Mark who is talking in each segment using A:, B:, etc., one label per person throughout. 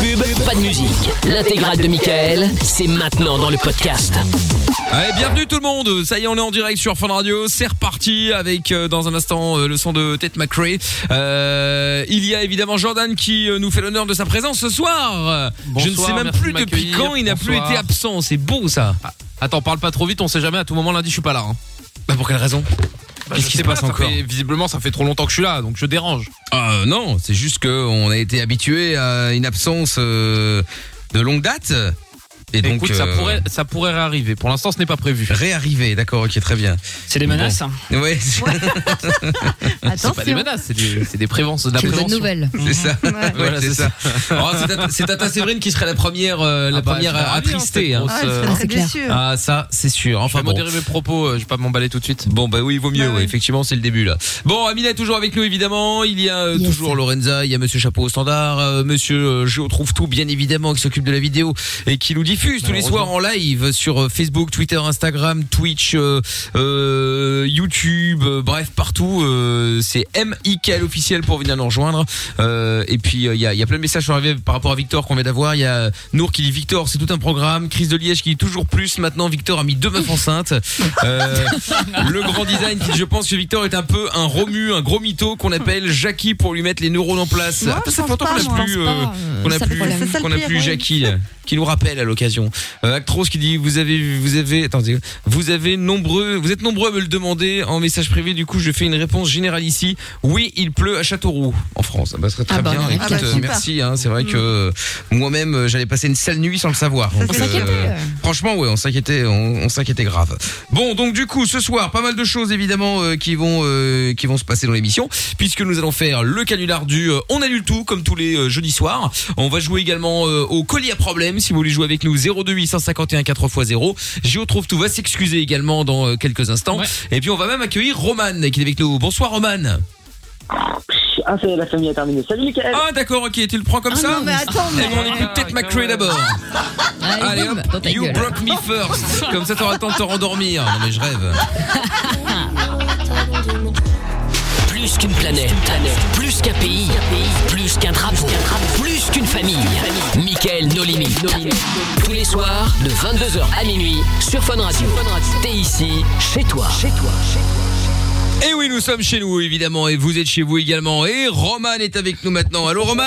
A: pub, pas de musique. L'intégrale de Michael, c'est maintenant dans le podcast.
B: Allez, bienvenue tout le monde. Ça y est, on est en direct sur Fun Radio. C'est reparti avec euh, dans un instant euh, le son de Ted McRae. Euh, il y a évidemment Jordan qui euh, nous fait l'honneur de sa présence ce soir. Euh, Je ne
C: Bonsoir,
B: sais même
C: merci
B: plus
C: de
B: depuis
C: m'accueillir.
B: quand il n'a plus
C: Bonsoir.
B: été absent. C'est beau ça.
C: Attends, parle pas trop vite, on sait jamais, à tout moment lundi je suis pas là. hein.
B: Bah pour quelle raison
C: Bah,
B: Qu'est-ce
C: je
B: qui
C: sais
B: se passe
C: pas, ça
B: encore
C: fait- Visiblement ça fait trop longtemps que je suis là, donc je dérange.
B: Ah non, c'est juste qu'on a été habitué à une absence euh, de longue date. Et donc
C: Écoute, ça,
B: euh,
C: pourrait, ça pourrait réarriver. Pour l'instant ce n'est pas prévu.
B: réarriver. D'accord, ok, très bien.
D: C'est des menaces. hein.
B: Ouais,
C: C'est pas des
E: Attention.
C: menaces, c'est des, c'est des préventions. De la
E: C'est une bonne
C: prévention.
E: nouvelle.
B: c'est ça. Ouais,
C: Voilà,
B: c'est
C: c'est
B: ça. Oh, c'est Tata- c'est Tata Séverine qui serait la première, euh, la
C: Ah bah,
B: première
C: elle serait
B: à, à
C: ravie, hein,
B: trister.
C: cette
B: hein.
C: grosse, euh,
E: c'est clair.
B: Ah ça c'est sûr.
C: Je vais
B: Enfin bon.
C: modérer mes propos, euh, je vais pas m'emballer tout de suite.
B: Bon bah oui, il vaut mieux.
E: Bah
B: ouais,
E: oui.
B: Effectivement, c'est le début là. Bon, Amina est toujours avec nous évidemment. Il y a euh,
E: Yes.
B: toujours Lorenza, il y a Monsieur Chapeau au standard, euh, Monsieur euh, Géo trouve tout bien évidemment qui s'occupe de la vidéo et qui nous diffuse tous les soirs en live sur euh, Facebook, Twitter, Instagram, Twitch, euh, euh, YouTube, euh, bref partout. euh, c'est MIKL officiel pour venir nous rejoindre. Euh, et puis euh, il y, a, il y a plein de messages qui sont arrivés par rapport à Victor qu'on vient d'avoir. Il y a Nour qui dit Victor, c'est tout un programme. Chris de Liège qui dit toujours plus. Maintenant Victor a mis deux meufs enceintes. Euh, le grand design qui, je pense que Victor est un peu un Romu, un gros mytho qu'on appelle Jackie pour lui mettre les neurones en place.
E: Moi,
B: Ah,
E: je
B: ça fait
E: pense
B: longtemps qu'on
E: pas, moi,
B: n'a plus,
E: je
B: euh,
E: pense pas.
B: qu'on n'a
E: C'est ça le
B: plus,
E: problème.
B: qu'on n'a
E: C'est ça le
B: plus
E: pire, hein.
B: Jackie là, qui nous rappelle à l'occasion. Euh, Actros qui dit vous avez, vous avez, attendez, vous avez nombreux, vous êtes nombreux à me le demander en message privé. Du coup, je fais une réponse générale ici. Oui, il pleut à Châteauroux en France. Ah bah, ce serait très
E: Ah bah, Mm.
B: bien.
E: on est
B: Écoute,
E: parti.
B: euh, merci. hein, c'est vrai que euh, moi-même, euh, j'allais passer une sale nuit sans le savoir. Donc, euh,
E: On s'inquiétait.
B: Franchement, ouais, on s'inquiétait, on, on s'inquiétait grave. Bon, donc du coup, ce soir, pas mal de choses évidemment euh, qui vont euh, qui vont se passer dans l'émission, puisque nous allons faire le canular du euh, on annule tout comme tous les euh, jeudis soirs. On va jouer également euh, au colis à problème si vous voulez jouer avec nous 02 851 4x0. Gio trouve tout va s'excuser également dans euh, quelques instants.
C: Ouais.
B: Et puis on va même accueillir Roman qui est avec nous. Bonsoir Roman.
F: Ah, ça y est, la famille a terminé. Salut, Michael
B: Ah d'accord, OK, tu le prends comme
E: Ah
B: ça
E: non, mais attends,
B: Eh
E: mais.
B: ben, on écoute peut-être McCray d'abord. Allez
E: Allez,
B: hop,
E: Ah, boum, dans ta
B: you
E: gueule. Oh.
B: broke me first. Comme ça, t'auras le temps de te rendormir. Non, mais je rêve.
A: Plus qu'une planète, plus qu'un pays, plus qu'un drapeau, plus qu'une famille. Michael No Limit. Tous les soirs, de 22h à minuit, sur Fun Radio. T'es ici, chez toi. Chez toi.
B: Et oui, nous sommes chez nous, évidemment, et vous êtes chez vous également. Et Roman est avec nous maintenant. Allô, Roman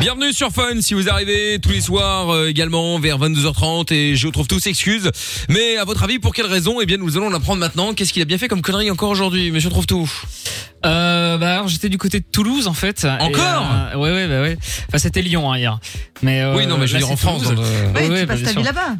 B: Bienvenue sur Fun si vous arrivez tous les soirs euh, également vers 22h30 et je trouve tous excuses. Mais à votre avis pour quelle raison Eh bien nous allons l'apprendre maintenant. Qu'est-ce qu'il a bien fait comme connerie encore aujourd'hui Monsieur trouve tout.
D: Euh, bah alors j'étais du côté de Toulouse en fait. Et,
B: Encore
D: euh, Ouais ouais bah ouais. Enfin c'était Lyon hein, hier. Mais euh,
B: oui non mais je veux
D: là,
B: dire en
D: c'est
B: France.
D: Toulouse.
B: dans le-
E: Ouais,
D: Ouais, ouais,
E: tu
D: bah,
E: passes
D: bien
E: ta
D: sûr.
E: vie là-bas.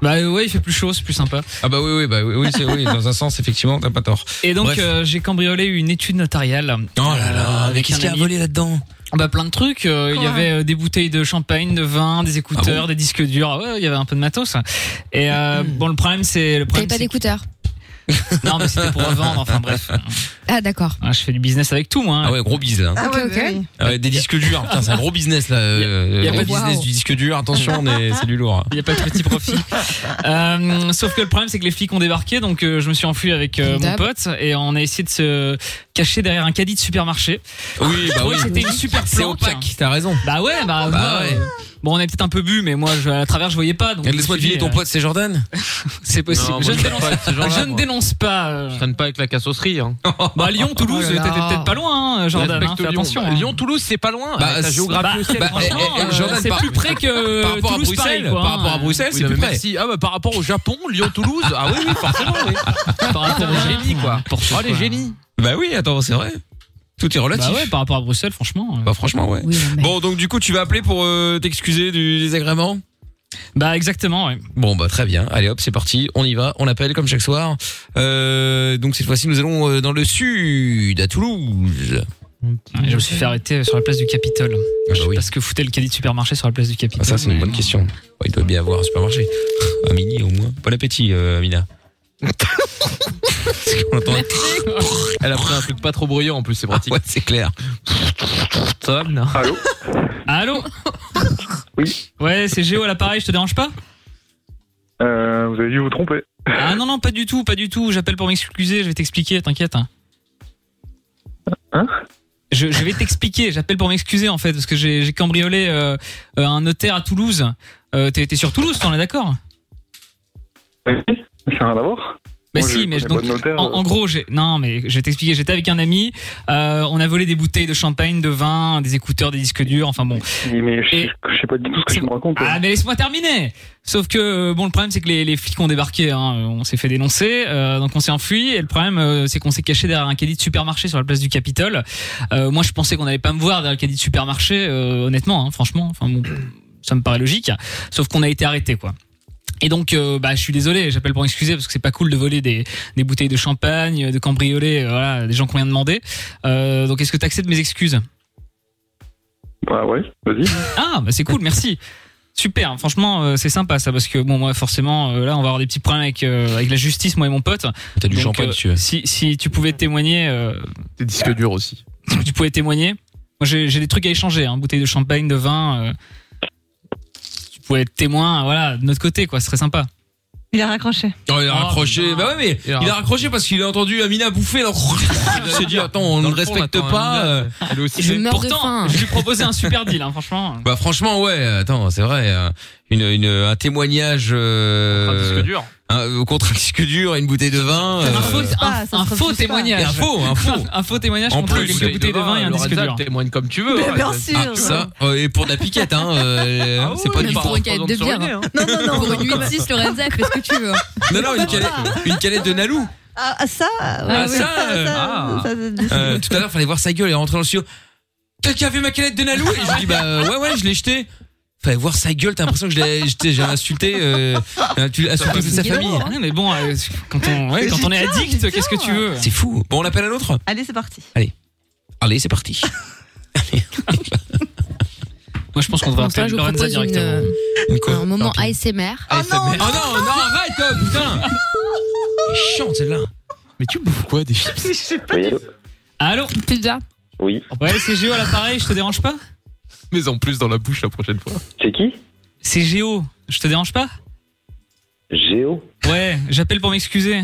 D: Bah euh, ouais il fait plus chaud, c'est plus sympa.
B: Ah bah oui oui bah oui, oui c'est oui dans un sens effectivement t'as pas tort.
D: Et donc
B: Bref.
D: euh, j'ai cambriolé une étude notariale.
B: Oh là là
D: Euh,
B: mais
D: avec
B: qu'est-ce
D: un
B: qu'il y a
D: ami.
B: volé là-dedans
D: Ah Bah plein de trucs. euh, il y
E: Quoi
D: avait euh, des bouteilles de champagne, de vin, des écouteurs,
B: Ah Mmh.
D: des disques durs. Ah ouais il y avait un peu de matos. Et euh, bon le problème c'est
G: T'avais
D: le problème.
G: pas
D: c'est-
G: d'écouteurs.
D: Non mais c'était pour revendre. Enfin bref.
G: Ah, d'accord.
D: Ah, je fais du business avec tout moi. hein.
B: Ah ouais gros bise là. hein.
E: Ah
G: Ok,
E: ouais,
G: ok.
E: bah oui.
B: Ah ouais, des disques durs putain c'est un gros business là. euh,
D: y a
B: gros
D: pas de-
B: business
G: Wow.
B: du disque dur attention on est- c'est du lourd. hein.
D: Il n'y a pas de petit profit. Euh, sauf que le problème, c'est que les flics ont débarqué, donc euh, je me suis enfui avec euh,
G: Dab.
D: mon pote et on a essayé de se caché derrière un caddie de supermarché.
B: Oui,
D: Je
B: bah
D: trouvais
B: oui.
D: que C'était une super
B: C'est
D: planque.
B: opaque, t'as raison.
D: Bah ouais, bah,
B: Bah
D: moi, euh, Bon, on est peut-être un peu bu, mais moi, je, à travers, je voyais pas. Donc
B: Laisse-moi deviner, ton pote, c'est Jordan
D: euh, C'est possible.
C: Non, moi,
D: je ne
C: je
D: dénonce
C: traîne pas avec ces gens-là,
D: je ne
C: moi.
D: dénonce pas. euh.
C: Je traîne pas avec la cassosserie. Hein.
D: Bah, Lyon, Toulouse,
C: Oh là là.
D: t'étais peut-être pas loin, hein, Jordan. hein,
C: Respecte
D: fais
C: Lyon.
D: attention.
C: Bah,
D: hein.
C: Lyon, Toulouse, c'est pas loin.
B: Bah,
C: Ah, avec la
B: c'est-
C: géographie
D: bah,
C: aussi.
B: bah, eh,
D: Franchement,
B: eh,
D: euh,
B: Jordan,
D: c'est
B: par-
D: plus près que
B: par rapport à
D: Toulouse
B: Bruxelles,
D: Paris, quoi,
B: par rapport à
D: hein.
B: Bruxelles,
C: Oui,
B: c'est
C: non,
B: plus
C: mais
B: près.
C: merci. Ah bah par rapport au Japon, Lyon, Toulouse. Ah oui, oui, forcément. Oui.
D: par rapport
C: Putain, les génies, quoi.
D: N'importe
C: Oh les
D: quoi.
C: génies.
B: Bah oui, attends, c'est vrai. Tout est relatif.
D: Bah ouais, par rapport à Bruxelles, franchement. euh.
B: Bah franchement, ouais.
G: Oui, mais-
B: Bon, donc du coup, tu vas appeler pour euh, t'excuser du désagrément
D: Bah exactement, ouais.
B: Bon, bah très bien. Allez hop, c'est parti. On y va. On appelle comme chaque soir. Euh, donc cette fois-ci, nous allons euh, dans le sud, à Toulouse.
D: Ouais, Je me suis fait arrêter sur la place du Capitole.
B: Ah bah oui.
D: Parce que foutait le caddie de supermarché sur la place du Capitole.
B: Ah, ça, c'est une bonne question. Ouais, il doit bien avoir un supermarché. Un mini au moins. Bon appétit, euh, Amina. Parce qu'on entend- Ah
C: Elle a pris un truc pas trop bruyant en plus, c'est pratique.
B: Ouais, c'est clair.
C: Ça va, Mina
F: Allô
D: Allô
F: Oui.
D: Ouais, c'est Géo à l'appareil, je te dérange pas
H: Euh, vous avez dû vous tromper.
D: Ah non, non, pas du tout, pas du tout. J'appelle pour m'excuser, je vais t'expliquer, t'inquiète.
H: Hein
D: je, je vais t'expliquer, j'appelle pour m'excuser en fait, parce que j'ai j'ai cambriolé euh, euh, un notaire à Toulouse. Euh, T'es t'es sur Toulouse, t'en es d'accord
H: Oui, Ça n'a rien à voir.
D: Bah
H: Moi,
D: si,
H: je
D: mais je-
H: connais
D: donc,
H: pas de notaire.
D: en, en gros, j'ai non, mais je vais t'expliquer. J'étais avec un ami, euh, on a volé des bouteilles de champagne, de vin, des écouteurs, des disques durs, enfin bon.
H: Mais- euh, Mais je,
D: Et-
H: je sais pas du tout ce que
D: C'est
H: tu me racontes.
D: Ah mais laisse-moi terminer. Sauf que euh, bon le problème c'est que les, les flics ont débarqué, hein. on s'est fait dénoncer, euh, donc on s'est enfui et le problème euh, c'est qu'on s'est caché derrière un caddie de supermarché sur la place du Capitole. Euh, moi je pensais qu'on allait pas me voir derrière le caddie de supermarché, euh, honnêtement, hein, franchement, enfin bon, ça me paraît logique. Sauf qu'on a été arrêté quoi. Et donc, euh, bah, je suis désolé, j'appelle pour m'excuser parce que c'est pas cool de voler des, des bouteilles de champagne, de cambrioler, euh, voilà, des gens qu'on vient demander. Euh, donc, est-ce que tu acceptes mes excuses
H: Ah ouais, vas-y.
D: ah, bah c'est cool, merci. Super, franchement, euh, c'est sympa ça, parce que bon, moi, forcément, euh, là, on va avoir des petits problèmes avec, euh, avec la justice, moi et mon pote.
B: T'as du
D: Donc,
B: champagne,
D: euh,
B: si tu veux.
D: Si, si tu pouvais témoigner, euh,
C: Tes disques durs aussi.
D: si tu pouvais témoigner. Moi, j'ai j'ai des trucs à échanger, hein, bouteilles de champagne, de vin. euh, si tu pouvais être témoin, voilà, de notre côté, quoi, ce serait sympa.
E: Il a raccroché.
B: Oh, il a
D: Oh,
B: raccroché.
D: putain.
B: Bah ouais, mais
C: Ah, Il a
B: il a raccroché parce qu'il a entendu Amina bouffer. là. Il s'est dit, attends, on ne le respecte pas. euh.
C: Elle est aussi.
G: Je meurs de
D: Pourtant,
G: faim.
D: je lui proposais un super deal, hein, franchement.
B: Bah franchement, ouais, attends, c'est vrai. euh, Une, une, un témoignage
C: Un disque
B: euh,
C: dur.
B: un- euh, contre un disque dur et une bouteille de vin.
D: Un
B: euh,
D: faux,
E: refuse pas,
D: un-
E: ça se
D: un faux
E: refuse pas.
D: témoignage.
B: et un faux, un faux.
D: Un faux témoignage
B: En
D: contre
B: plus,
D: une bouteille de vin et un disque dur.
C: témoigne comme tu veux.
E: Mais
C: hein.
E: bien sûr.
B: Ah, ça, euh, et pour de la piquette, hein. euh,
C: Ah
B: c'est
C: oui,
B: pas
C: mais
B: du
G: il
B: tout.
G: faut qu'il y ait deux bières.
E: Non, non, non.
G: Pour une 8-6, Lorenza, fais ce que tu veux.
B: Non, non, une calette, une calette de Nalou.
E: Ah, ah, ça,
B: Ah,
E: ouais,
B: ça, euh,
C: ah.
E: ça, ça, ça,
B: Euh, tout à l'heure, fallait voir sa gueule et rentrer dans le studio. Quelqu'un a vu ma canette de Nalou Et je lui dis bah euh, ouais ouais, je l'ai jetée. Fallait voir sa gueule, t'as l'impression que je l'ai jeté, j'ai insulté euh, tu- insulté toute sa
G: C'est
B: famille.
D: Ah non, mais bon, euh, quand on, ouais,
E: C'est
D: quand on est
E: génial,
D: addict,
E: c'est
D: qu'est-ce que tu
E: bien.
D: veux
B: C'est fou. Bon, on l'appelle un autre
E: Allez, c'est parti.
B: Allez, c'est parti.
D: Moi, je pense qu'on devrait
G: Donc là,
D: appeler
G: je vous
D: Lorenza
G: propose une,
D: directement.
G: euh,
B: Une quoi
G: un moment
B: Tant pis.
G: ASMR.
B: Ah non, non, arrête, oh,
G: euh,
B: putain Elle est chiante celle-là.
C: Mais tu bouffes quoi des chips
F: Oui, allô
D: Allô
G: Pizza.
F: Oui.
D: Ouais, c'est Géo à l'appareil, je te dérange pas
C: Mais en plus dans la bouche la prochaine fois.
F: C'est qui
D: C'est Géo, je te dérange pas
F: Géo
D: Ouais, j'appelle pour m'excuser.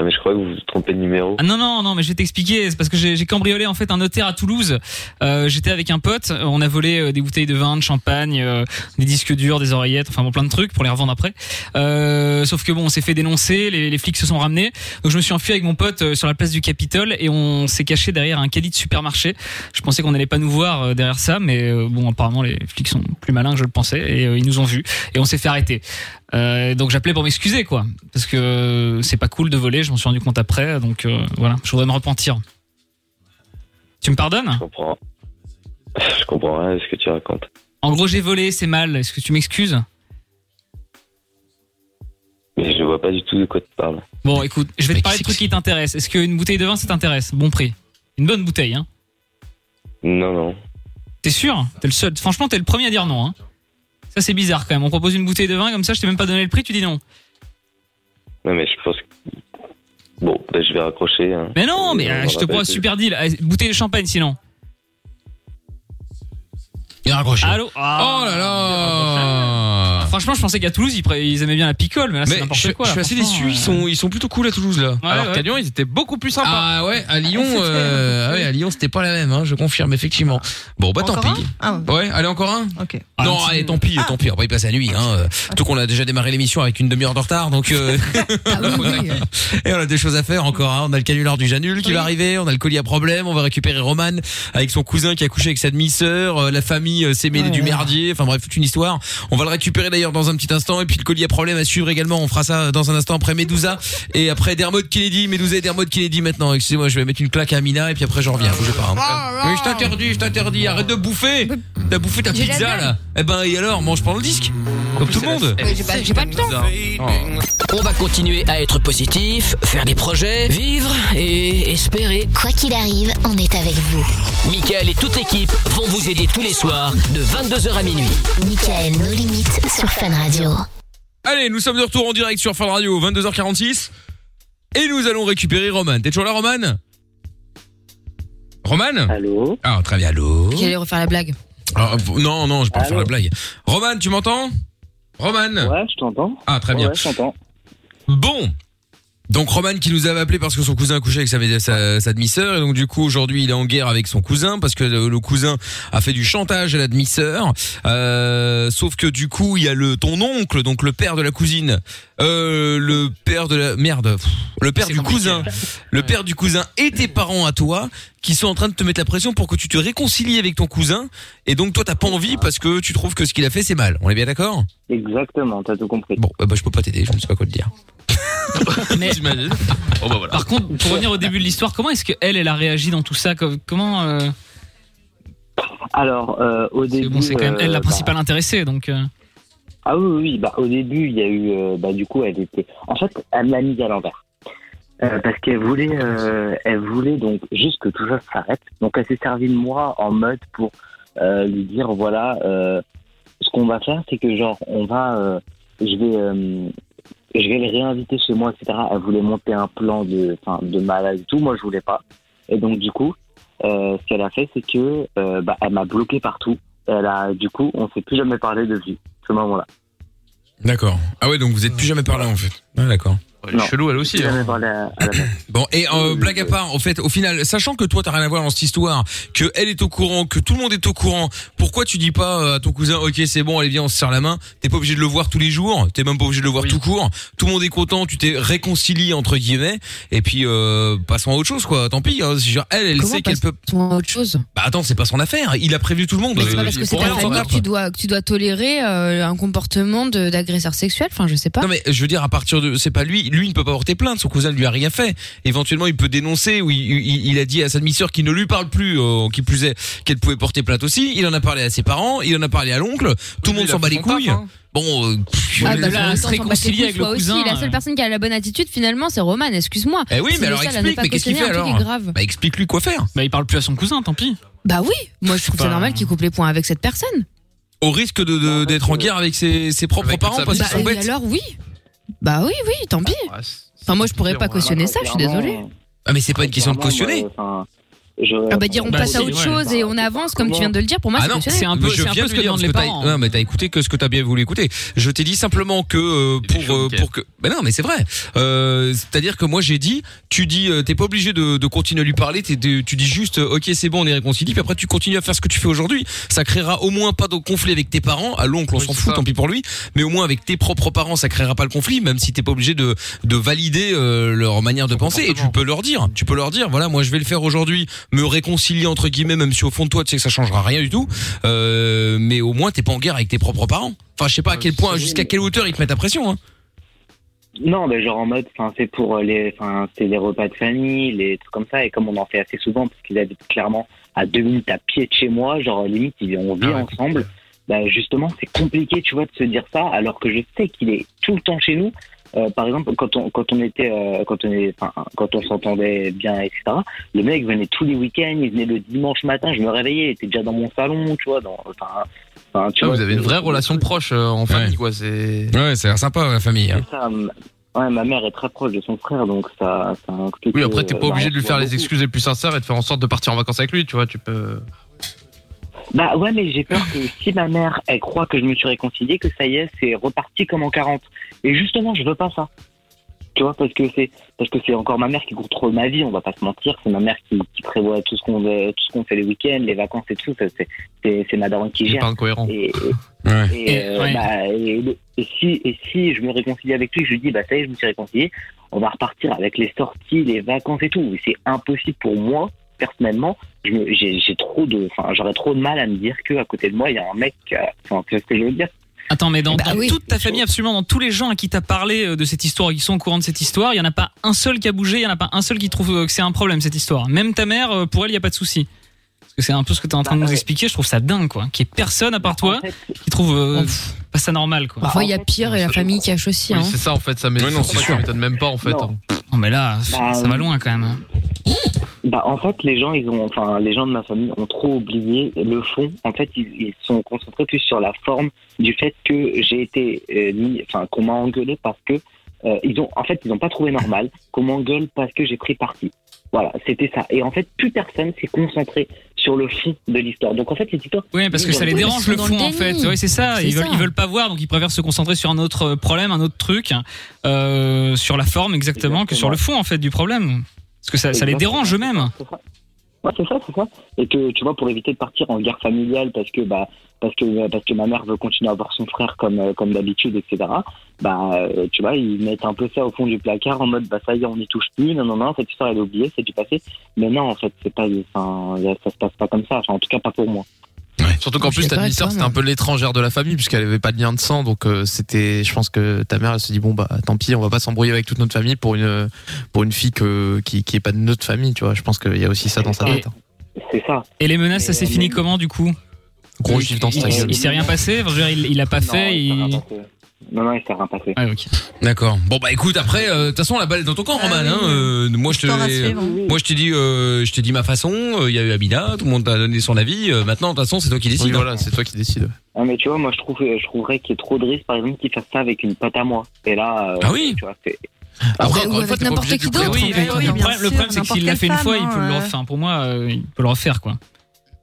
F: Ah, mais je crois que vous vous trompez de numéro.
D: Ah non, non, non, mais je vais t'expliquer. C'est parce que j'ai j'ai cambriolé en fait un notaire à Toulouse. Euh, J'étais avec un pote. euh, On a volé euh, des bouteilles de vin, de champagne, euh, des disques durs, des oreillettes, enfin bon, plein de trucs pour les revendre après. Euh, sauf que bon, on s'est fait dénoncer. Les, les flics se sont ramenés. Donc je me suis enfui avec mon pote euh, sur la place du Capitole et on s'est caché derrière un caddie de supermarché. Je pensais qu'on n'allait pas nous voir euh, derrière ça, mais euh, bon, apparemment les flics sont plus malins que je le pensais et euh, ils nous ont vus et on s'est fait arrêter. Euh, donc j'appelais pour m'excuser quoi, parce que euh, c'est pas cool de voler. Je m'en suis rendu compte après, donc euh, voilà, je voudrais me repentir. Tu me pardonnes
F: Je comprends. Je comprends rien à ce que tu racontes.
D: En gros, j'ai volé, c'est mal. Est-ce que tu m'excuses
F: Mais je vois pas du tout de quoi tu parles.
D: Bon, écoute, je vais te
B: Mais
D: parler de
B: qu'est-ce
D: trucs
B: que
D: qui t'intéressent. Est-ce qu'une bouteille de vin ça t'intéresse Bon prix, une bonne bouteille, hein
F: Non, non.
D: T'es sûr T'es le seul. Franchement, t'es le premier à dire non. Hein. Ça c'est bizarre quand même. On propose une bouteille de vin comme ça, je t'ai même pas donné le prix, tu dis non.
F: Non, mais je pense que. Bon, ben, je vais raccrocher. hein.
D: Mais non, mais
F: On
D: euh,
F: va
D: je te
F: pas
D: prends un
F: essayer.
D: super deal. Allez, Bouteille de champagne sinon.
B: Il a raccroché.
D: Allô Ah.
B: Oh là là
D: Franchement, je pensais qu'à Toulouse, ils, pré- ils aimaient bien la picole,
G: Ah,
D: mais là, c'est
B: Mais
D: n'importe
B: je,
D: quoi.
B: je suis assez
D: franchement,
B: déçu,
D: euh.
B: ils sont, ils sont plutôt cool à Toulouse là.
D: Ouais, Alors ouais. qu'à
B: Lyon, ils étaient beaucoup plus sympas. Ah ouais, à Lyon, euh, ah ouais, à Lyon, c'était pas la même, hein, je confirme effectivement. Bon, bah tant
E: Encore
B: pis.
E: un Ah,
B: Ouais, allez encore un.
E: Ok. Ah.
B: non, allez, tant pis, tant pis. On va y passer la nuit. Hein. euh, Surtout qu'on a déjà démarré l'émission avec une demi-heure de retard, donc. euh,
E: Ah
B: Et on a des choses à faire encore. hein. On a le canular du Janul qui va arriver. On a le colis à problème. On va récupérer Roman avec son cousin qui a couché avec sa demi-sœur. euh, la famille euh, s'est mêlée du merdier. Enfin bref, toute une histoire. On va le récupérer d'ailleurs dans un petit instant. Et puis le colis à problème à suivre également. On fera ça dans un instant après Medusa et après Dermot Kennedy. Medusa et Dermot Kennedy maintenant. Excusez-moi, je vais mettre une claque à Amina et puis après je reviens. Bougez pas. hein. Oui, je t'interdis, je t'interdis. Arrête de bouffer. T'as bouffé ta
G: J'ai la
B: pizza
G: dalle.
B: là. Eh ben et alors, mange pendant le disque. Comme tout le monde.
G: Ouais, J'ai pas, j'ai pas le temps.
A: On va continuer à être positif, faire des projets, vivre et espérer.
I: Quoi qu'il arrive, on est avec vous.
A: Michael et toute l'équipe vont vous aider tous les soirs de 22h à minuit.
I: Michael, nos limites sur Fun Radio.
B: Allez, nous sommes de retour en direct sur Fun Radio, 22h46. Et nous allons récupérer Roman. T'es toujours là, Roman Roman
F: Allô
B: Ah, très bien, allô
G: J'allais refaire la blague.
B: Ah, euh, Non, non, je peux pas faire
F: Allô
B: la blague. Roman, tu m'entends Roman
F: Ouais, je t'entends.
B: Ah, très bien.
F: Ouais, je t'entends.
B: Bon donc Roman qui nous avait appelé parce que son cousin a couché avec sa, sa- sa demi-sœur et donc du coup aujourd'hui il est en guerre avec son cousin parce que le, le cousin a fait du chantage à la demi-sœur. Euh, sauf que du coup il y a le ton oncle donc le père de la cousine, euh, le père de la merde, pff, le père
D: C'est
B: du
D: compliqué.
B: cousin, le père du cousin et tes parents à toi qui sont en train de te mettre la pression pour que tu te réconcilies avec ton cousin et donc toi t'as pas envie parce que tu trouves que ce qu'il a fait c'est mal. On est bien d'accord
F: Exactement, t'as tout compris.
B: Bon bah, bah, je peux pas t'aider, je ne sais pas quoi te dire.
D: Mais-
C: J'imagine. Oh bah voilà.
D: Par contre, pour revenir au début de l'histoire, comment est-ce qu'elle, elle a réagi dans tout ça Comme- Comment euh,
F: Alors, euh, au
D: parce que
F: début.
D: bon, c'est quand même elle la
F: euh, bah,
D: principale intéressée, donc. euh,
F: Ah oui, oui, oui, bah, au début, il y a eu. euh, bah, du coup, elle était. En fait, elle me l'a mise à l'envers. Euh, parce qu'elle voulait, euh, elle voulait donc juste que tout ça s'arrête. Donc, elle s'est servie de moi en mode pour euh, lui dire voilà, euh, ce qu'on va faire, c'est que genre, on va. euh, je vais. euh, je vais les réinviter chez moi, etc. Elle voulait monter un plan de, enfin, de malade et tout. Moi, je voulais pas. Et donc, du coup, euh, ce qu'elle a fait, c'est que euh, bah, elle m'a bloqué partout. Elle a, du coup, on s'est plus jamais parlé depuis ce moment-là.
B: D'accord. Ah ouais donc vous êtes plus jamais parlé en fait. Ah, d'accord.
C: Elle est
F: Non.
C: chelou, elle aussi.
F: J'ai
C: hein.
F: jamais parlé à, à la meuf.
B: Bon et euh, blague à part, en fait, au final, sachant que toi t'as rien à voir dans cette histoire, que elle est au courant, que tout le monde est au courant, pourquoi tu dis pas euh, à ton cousin, ok c'est bon, allez viens, on se serre la main. T'es pas obligé de le voir tous les jours, t'es même pas obligé de le voir
C: Oui.
B: tout court. Tout le monde est content, tu t'es réconcilié entre guillemets, et puis euh, passons à autre chose quoi. Tant pis. Hein, c'est genre, elle, elle
G: Comment
B: sait qu'elle
G: passe-
B: peut.
G: Toi, autre chose.
B: Bah attends, c'est pas son affaire. Il a prévenu tout le monde.
G: Mais c'est pas
B: Euh,
G: parce que
B: il-
G: c'est
B: pour
G: ta
B: rien, on s'en
G: famille
B: tape.
G: que tu dois, que tu dois tolérer euh, un comportement de- d'agresseur sexuel. Enfin, je sais pas.
B: Non mais je veux dire à partir de c'est pas lui, lui il ne peut pas porter plainte, son cousin ne lui a rien fait. Éventuellement il peut dénoncer ou il, il- il a dit à sa demi-sœur qu'il ne lui parle plus, euh, qui plus est qu'elle pouvait porter plainte aussi. Il en a parlé à ses parents, il en a parlé à l'oncle. Tout le monde
C: Il a
B: s'en bat
C: fait
B: les
C: son
B: couilles.
C: taf, hein.
B: Bon, euh, pff,
D: Ah,
B: je-
D: bah,
G: en
D: là,
G: même
D: se
G: temps, on s'en bat les
D: réconcilier
G: couilles,
D: avec le
G: toi
D: cousin,
G: Aussi, la
D: euh.
G: seule personne qui a la bonne attitude, finalement, c'est Roman. Excuse-moi.
B: Eh oui,
G: C'est
B: mais alors
G: déjà la
B: explique,
G: ne pas
B: mais qu'est-ce qu'il
G: cautionner
B: fait
G: un truc
B: alors
G: est grave.
B: bah, explique-lui quoi faire.
D: Bah, il parle plus à son cousin, tant pis.
G: Bah oui, moi je trouve
D: pas-
G: ça normal qu'il coupe les points avec cette personne.
B: Au risque de- de- d'être en guerre avec ses, ses propres
C: Avec toute
B: parents
C: sa
B: parce qu'ils
G: Bah,
B: sont
G: et
B: bêtes.
G: alors oui. Bah oui, oui, tant pis.
C: Ouais, c'est-
G: Enfin, moi, je pourrais pas
C: Voilà.
G: cautionner ça, je suis désolée.
F: Clairement,
B: Ah mais c'est pas une question de
F: clairement,
B: cautionner.
F: moi, enfin, je-
G: Ah bah dire on
D: Bah,
G: passe à
D: si,
G: autre
D: ouais.
G: chose et on avance, comme tu viens de le dire, pour moi,
B: Ah
G: c'est
B: non,
G: cautionné.
D: C'est un
B: Mais
D: peu,
B: je
D: c'est un
B: viens de
D: peu ce
B: lui
D: que
B: dire
D: demandent
B: ce
D: les
B: que t'as-
D: parents. hein.
B: Non, mais t'as écouté que ce que t'as bien voulu écouter. Je t'ai dit simplement que euh,
C: Il est
B: pour
C: chaud,
B: euh,
C: Mickaël.
B: pour que. Ben non, mais c'est vrai. Euh, C'est-à-dire que moi j'ai dit, tu dis, euh, t'es pas obligé de, de continuer à lui parler. t'es- t'es- tu dis juste, euh, ok, c'est bon, on est réconciliés. Puis après, tu continues à faire ce que tu fais aujourd'hui. Ça créera au moins pas de conflit avec tes parents. À l'oncle, on
C: Oui,
B: s'en
C: c'est
B: fout,
C: ça.
B: tant pis pour lui. Mais au moins avec tes propres parents, ça créera pas le conflit, même si t'es pas obligé de de valider euh, leur manière de
C: Son
B: penser. Et tu
C: comportement.
B: peux leur dire, tu peux leur dire, voilà, moi je vais le faire aujourd'hui, me réconcilier entre guillemets, même si au fond de toi, tu sais que ça changera rien du tout. Euh, mais au moins t'es pas en guerre avec tes propres parents. Enfin, je sais
C: Ah,
B: pas à quel point, jusqu'à quelle hauteur ils te mettent la pression. Hein.
F: Non, mais genre en mode, enfin, c'est pour euh, les, enfin, c'est les repas de famille, les trucs comme ça, et comme on en fait assez souvent, parce qu'ils habitent clairement à deux minutes à pied de chez moi, genre limite, ils- on vit
C: Ah ouais.
F: ensemble. Bah, justement, c'est compliqué, tu vois, de se dire ça, alors que je sais qu'il est tout le temps chez nous. Euh, par exemple, quand on quand on était euh, quand on est enfin quand on s'entendait bien etc. Le mec venait tous les week-ends, il venait le dimanche matin, je me réveillais, il était déjà dans mon salon, tu vois. Dans enfin enfin, tu
C: Ah,
F: vois.
C: vous avez une
F: c'est-
C: vraie relation proche euh, en famille, quoi. C'est.
B: Ouais, c'est sympa la famille. hein.
F: c'est ça. m- Ouais, ma mère est très proche de son frère, donc ça, ça implique,
C: Oui, après, t'es
F: euh,
C: pas
F: bah,
C: obligé de lui
F: on se
C: faire
F: voit
C: les
F: beaucoup.
C: excuses les plus sincères et de faire en sorte de partir en vacances avec lui, tu vois. Tu peux.
F: Bah ouais, mais j'ai peur que si ma mère, elle croit que je me suis réconcilié, que ça y est, c'est reparti comme en 40. Et justement, je veux pas ça. Tu vois, parce que c'est parce que c'est encore ma mère qui contrôle ma vie, on va pas se mentir. C'est ma mère qui, qui prévoit tout ce qu'on euh, tout ce qu'on fait les week-ends, les vacances et tout. ça, C'est c'est c'est ma daronne qui
C: Il est
F: gère.
C: pas incohérent.
F: Et, et- et,
D: Et,
F: euh,
D: ouais.
F: bah, et le- et si, et si je me réconcilie avec lui, je lui dis, bah ça y est, je me suis réconcilié, on va repartir avec les sorties, les vacances et tout. Et C'est impossible pour moi, personnellement. Je me- J'ai j'ai trop de, enfin, j'aurais trop de mal à me dire que à côté de moi, il y a un mec. euh, Enfin, tu vois ce que je veux dire
D: Attends, mais dans,
G: Bah
D: dans
G: oui.
D: toute ta famille, absolument dans tous les gens à qui t'as parlé euh, de cette histoire, et qui sont au courant de cette histoire, il y en a pas un seul qui a bougé, il y en a pas un seul qui trouve euh, que c'est un problème cette histoire. Même ta mère, euh, pour elle, il y a pas de souci. Parce que c'est un peu ce que t'es en train de
F: Bah,
D: nous
F: ouais.
D: expliquer. Je trouve ça dingue, quoi. Qu'il y ait personne à part
C: Bah,
D: toi
F: En fait,
D: qui trouve euh,
G: Oh,
D: pas ça normal, quoi.
G: Parfois, il y a pire et la famille cache aussi.
C: Oui,
G: Hein.
C: c'est ça en fait, ça m'étonne
B: Ouais, non, c'est
C: ça
B: sûr.
C: m'étonne même pas en fait. hein.
F: Non.
D: Non, mais là, pff,
F: Bah,
D: ça va loin quand même. hein.
F: Bah, en fait, les gens, ils ont, enfin, les gens de ma famille ont trop oublié le fond. En fait, ils, ils sont concentrés plus sur la forme du fait que j'ai été euh, mis, enfin, qu'on m'a engueulé parce que euh, ils ont, en fait, ils n'ont pas trouvé normal qu'on m'engueule parce que j'ai pris parti. Voilà, c'était ça. Et en fait, plus personne s'est concentré sur le fond de l'histoire. Donc, en fait, cette histoire,
D: Oui, parce que ça les
G: Oui,
D: dérange
G: ils sont
D: le
G: dans
D: fond
G: le
D: en fait.
G: déni.
D: Oui, c'est ça.
G: C'est
D: Ils veulent,
G: ça.
D: ils veulent pas voir, donc ils préfèrent se concentrer sur un autre euh, problème, un autre truc, hein. euh, sur la forme exactement, que sur le fond en fait du problème. Parce que ça, ça les
F: Exactement.
D: dérange eux-mêmes.
F: C'est ça. Ouais, c'est ça, c'est ça. Et que tu vois, pour éviter de partir en guerre familiale, parce que bah, parce que parce que ma mère veut continuer à voir son frère comme euh, comme d'habitude, etc. Bah, euh, tu vois, ils mettent un peu ça au fond du placard en mode bah ça y est, on n'y touche plus. Non, non, non, cette histoire elle est oubliée, c'est du passé. Mais non, en fait, c'est pas, enfin, ça se passe pas comme ça. Enfin, en tout cas, pas pour moi.
C: Surtout qu'en
G: Je
C: plus
G: sais
C: ta
G: pas,
C: demi-sœur
G: toi,
C: c'était
G: mais-
C: un peu l'étrangère de la famille puisqu'elle avait pas de lien de sang donc euh, c'était je pense que ta mère elle se dit bon bah tant pis on va pas s'embrouiller avec toute notre famille pour une pour une fille que, qui qui est pas de notre famille tu vois je pense qu'il y a aussi ça dans sa
D: Et-
C: tête. hein.
F: C'est ça.
D: Et les menaces, ça
F: Mais,
D: s'est
F: euh,
D: fini
F: non.
D: comment du coup
C: Gros
D: Il-
C: gif dans ce
D: il-
C: texte.
D: Il s'est rien passé. Je veux dire, il, il a pas
F: non,
D: fait.
F: il s'est rien
D: il-
F: passé. Non, non, il s'est rien passé.
D: Ouais, ok.
B: D'accord. Bon bah écoute, après, euh, de toute façon la balle est dans ton camp,
E: Ah
B: Roman.
E: oui.
B: hein, euh, moi je te,
E: Histoire à
B: l'ai-
E: suivre. hein.
B: moi je t'ai dit, euh, je t'ai dit ma façon. euh, Il y a eu Amina, tout le monde t'a donné son avis. euh, maintenant, de toute façon, c'est toi qui décides. hein.
C: Oui, voilà, c'est toi qui décides.
F: Ah, mais tu vois, moi, je trouve, je trouverais qu'il y ait trop de risques, par exemple, qu'ils fassent ça avec une pote à moi. Et là, euh,
B: Ah oui
F: tu vois, c'est
G: Après,
C: encore
G: ou
C: une fois,
G: avec
C: t'es pas
G: n'importe
C: obligé de
G: qui
C: lui
G: d'autre,
D: Oui,
G: en
D: oui,
G: fait.
D: oui, le
E: bien
D: problème, le
E: sûr,
D: problème, c'est que s'il l'a
E: n'importe
D: fait une
E: quelle
D: fois, il
E: femme,
D: peut le
E: hein,
D: refaire. Pour moi, euh, il peut le refaire quoi.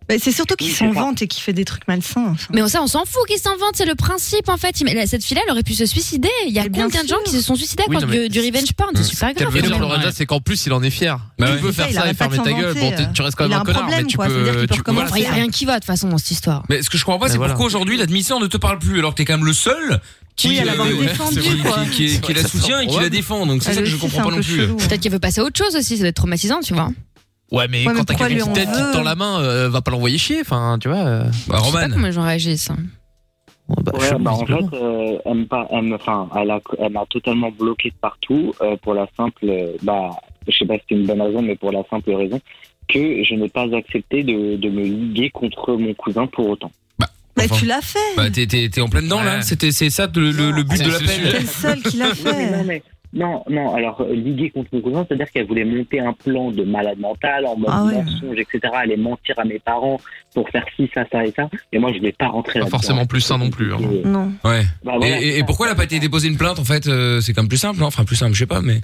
E: Bah, c'est surtout
F: Oui,
E: qu'ils
F: c'est
E: s'en
F: ça.
E: vantent et qu'ils fait des trucs malsains. enfin.
G: Mais ça, on s'en fout qu'ils s'en vantent, c'est le principe en fait. Il- Cette fille-là, elle aurait pu se suicider. Il y a
E: Mais bien
G: combien de gens
E: sûr.
G: qui se sont suicidés à
C: Oui,
G: cause
C: non, mais-
G: du, du revenge porn C'est super
C: Ce qu'elle
G: grave.
C: veut
D: mais
C: dire
D: non,
C: Lorenza,
D: ouais.
C: c'est qu'en plus il en est fier.
B: Bah
C: tu
B: ouais.
C: peux
E: Ça,
C: faire
E: il
C: ça
E: arrête
C: et
E: pas
C: fermer
E: de
C: ta
E: s'en
C: gueule. Bon,
E: vanter,
C: t'es- tu restes quand
E: Il
C: même
E: a
C: un
E: un
C: connard,
E: problème,
C: mais tu
E: quoi. Ça veut dire
C: peux.
E: qu'il peut
C: tu-
E: recommencer.
G: Enfin, Il n'y a rien qui va de toute façon dans cette histoire.
B: Mais ce que je comprends pas,
C: Mais
B: c'est
C: voilà.
B: pourquoi aujourd'hui l'admisseur ne te parle plus alors que t'es quand même le seul qui,
E: Oui, à l'avoir
B: qui-
E: défendu,
B: qui-
E: quoi.
B: qui- qui-
C: C'est
B: qui
C: vrai
B: la
C: que ça
B: soutient et qui
C: sent
B: la défend. Donc c'est
E: Elle
B: ça que je
E: aussi,
B: comprends
E: c'est
B: pas non
E: un peu
B: plus.
E: chelou.
G: Peut-être qu'il veut passer à autre chose aussi, ça doit être traumatisant, tu vois.
C: Ouais, mais
E: Ouais, mais
C: quand t'as
E: pourquoi
C: quelqu'un
E: lui
C: qui
E: en
C: tête qui te
E: veut
C: tend la main, euh, va pas l'envoyer chier. Enfin, tu vois. euh,
B: Bah,
G: Je sais
B: Roman.
G: pas comment les gens réagissent. hein.
C: bon, bah,
F: Ouais,
C: chelou,
F: bah, en
C: visiblement.
F: fait, euh, elle m'a pas- elle m'a- enfin, elle a, elle m'a totalement bloqué de partout euh, pour la simple, euh, bah, je sais pas si c'est une bonne raison, mais pour la simple raison que je n'ai pas accepté de, de me liguer contre mon cousin pour autant.
E: Bah,
B: Enfin.
E: tu l'as fait.
B: Bah t'es- t'es t'es en pleine dedans là.
C: Ouais.
B: C'était c'est ça le, le- le but
C: C'est-
B: de
C: c'est
B: l'appel.
C: sûr.
E: T'es le seul qui l'a
F: Non, mais non,
E: fait.
F: mais- non, non, alors euh, liguer contre mon cousin, c'est-à-dire qu'elle voulait monter un plan de malade mental en mode
E: Ah ouais.
F: mensonge, etc. Aller mentir à mes parents pour faire ci, ça, ça et ça. Et moi, je ne vais pas rentrer
C: Pas
F: là-dedans.
C: forcément plus sain non plus. hein.
F: Et-
E: Non.
B: Ouais.
F: bah,
B: Et,
F: voilà,
B: et-
F: c'est
B: et
F: ça.
B: pourquoi elle a pas été déposée une plainte en fait euh, C'est quand même plus simple, non enfin plus simple, je sais pas, mais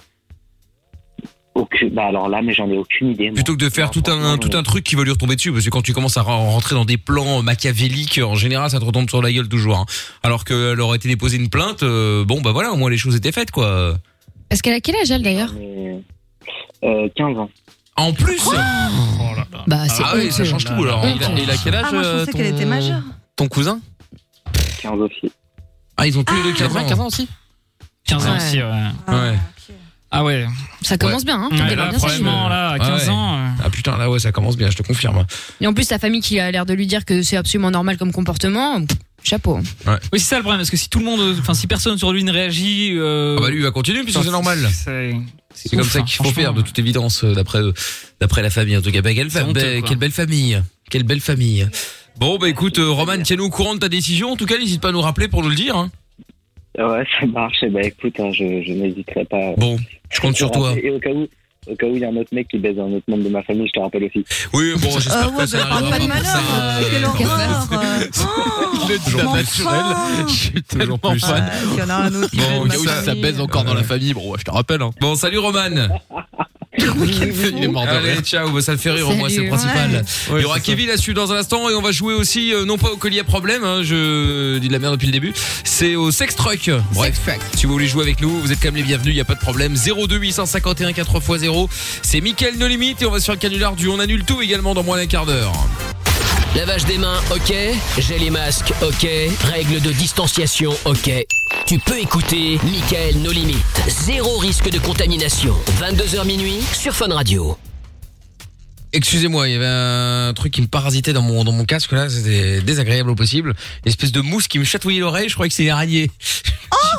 F: Aucune- Bah alors là, mais j'en ai aucune idée. moi.
B: plutôt que de faire
F: Non,
B: tout un
F: franchement,
B: tout un truc qui va lui retomber dessus, parce que quand tu commences à re- rentrer dans des plans machiavéliques, en général ça te retombe sur la gueule toujours. hein. Alors qu'elle aurait été déposée une plainte, euh, bon bah voilà, au moins les choses étaient faites quoi.
G: Parce qu'elle a quel âge elle d'ailleurs Oh
F: mais, euh, 15 ans.
B: En plus,
G: Bah c'est
B: ah oui, ça
G: honteux.
B: change tout alors.
C: Et il, a, et il a quel âge
E: Ah, moi, je
C: euh,
E: pensais qu'elle
C: ton-
E: était majeure.
C: Ton cousin
F: 15 aussi.
B: Ah ils ont tous les deux 15
C: Ouais,
B: ans.
C: ans aussi
D: 15 ans
G: Ouais.
D: aussi. Ouais.
B: Ouais.
E: ok.
D: Ah ouais.
G: Ça commence bien, hein.
D: Ouais,
G: T'as des
D: là,
G: gardiens, ça
B: problème,
G: change.
D: franchement, là, à
B: Ouais,
D: 15
B: ouais.
D: ans. euh,
B: Ah putain là ouais ça commence bien, je te confirme.
G: Et en plus, la famille qui a l'air de lui dire que c'est absolument normal comme comportement, pff, chapeau. hein.
D: Oui, c'est ça le problème, parce que si tout le monde, enfin, si personne sur lui ne réagit. euh,
B: Ah bah lui il va continuer puisque c'est normal.
D: C'est
B: C'est comme
D: ouf,
B: ça
D: hein,
B: qu'il faut
D: franchement.
B: faire, de toute évidence, euh, d'après euh, d'après la famille. En tout cas, bah, quelle,
D: C'est
B: fa-
D: honteux,
B: bah,
D: quoi.
B: quelle belle famille. Quelle belle famille. Bon, bah écoute, euh, Roman, tiens-nous au courant de ta décision. En tout cas, n'hésite pas à nous rappeler pour nous le dire. hein.
F: Ouais, ça marche. Eh ben, écoute, hein, je, je n'hésiterai pas.
B: Bon, je compte sur toi.
F: Et au cas où, au cas où il y a un autre mec qui baise un autre membre de ma famille, je te rappelle aussi.
B: Oui,
F: Oh,
B: bon,
E: Euh,
B: j'espère
E: ouais,
B: que
E: bah,
B: ça
E: parle
B: arrivera
E: pas de
B: pour ça,
E: malheur. euh, Quelle
B: euh,
E: horreur.
C: Il le dit
E: Mais
C: à
E: Oh, enfin
C: naturel. Je suis tellement
B: plus.
C: fan.
E: Ouais, s'il y en a un autre qui
B: Bon,
E: fait de
B: au
C: Au
E: ma
C: cas où si ça
E: famille,
C: baise encore dans la famille, bon, ouais, je te rappelle. hein.
B: Bon, salut Roman. Il est mort
C: de
B: Allez,
C: rire.
B: ciao, bah, ça le fait rire au moins, c'est le
C: Salut,
B: principal.
C: ouais.
B: Il y aura
C: Ouais, c'est
B: Kevin là-dessus dans un instant et on va jouer aussi, euh, non pas au collier à problème, hein, je dis de la merde depuis le début, c'est au sex truck. Bref, si vous voulez jouer avec nous, vous êtes quand même les bienvenus, il n'y a pas de problème. 02851 4x0, c'est Mickaël No Limite et on va sur le canular du On annule tout également dans moins d'un quart d'heure.
A: Lavage des mains, ok. Gel et masque, ok. Règles de distanciation, ok. Tu peux écouter Michael No Limites. Zéro risque de contamination. 22h minuit sur Fun Radio.
B: Excusez-moi, il y avait un truc qui me parasitait dans mon dans mon casque là, c'était désagréable au possible. Une espèce de mousse qui me chatouillait l'oreille, je croyais que c'est une araignée.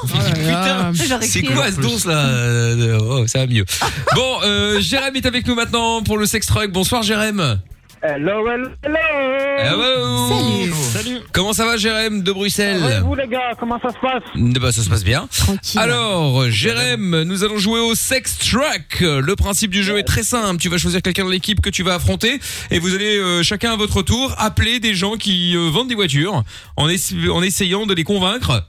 B: Oh
J: là.
B: Putain,
J: J'aurais
B: c'est
J: crié.
B: quoi ce donce là euh, Oh, ça va mieux. Bon, euh, Jérém est avec nous maintenant pour le sex truck. Bonsoir Jérém.
K: Hello, hello,
B: Ah, Hello.
K: Salut.
B: Comment ça va Jérém de
K: Et
B: Bruxelles
K: vous les gars, comment ça se passe
B: Eh ben, ça se passe bien. Alors, Jérém, nous allons jouer au sex track. Le principe du jeu est très simple. Tu vas choisir quelqu'un de l'équipe que tu vas affronter et vous allez euh, chacun à votre tour appeler des gens qui euh, vendent des voitures en, ess- en essayant de les convaincre.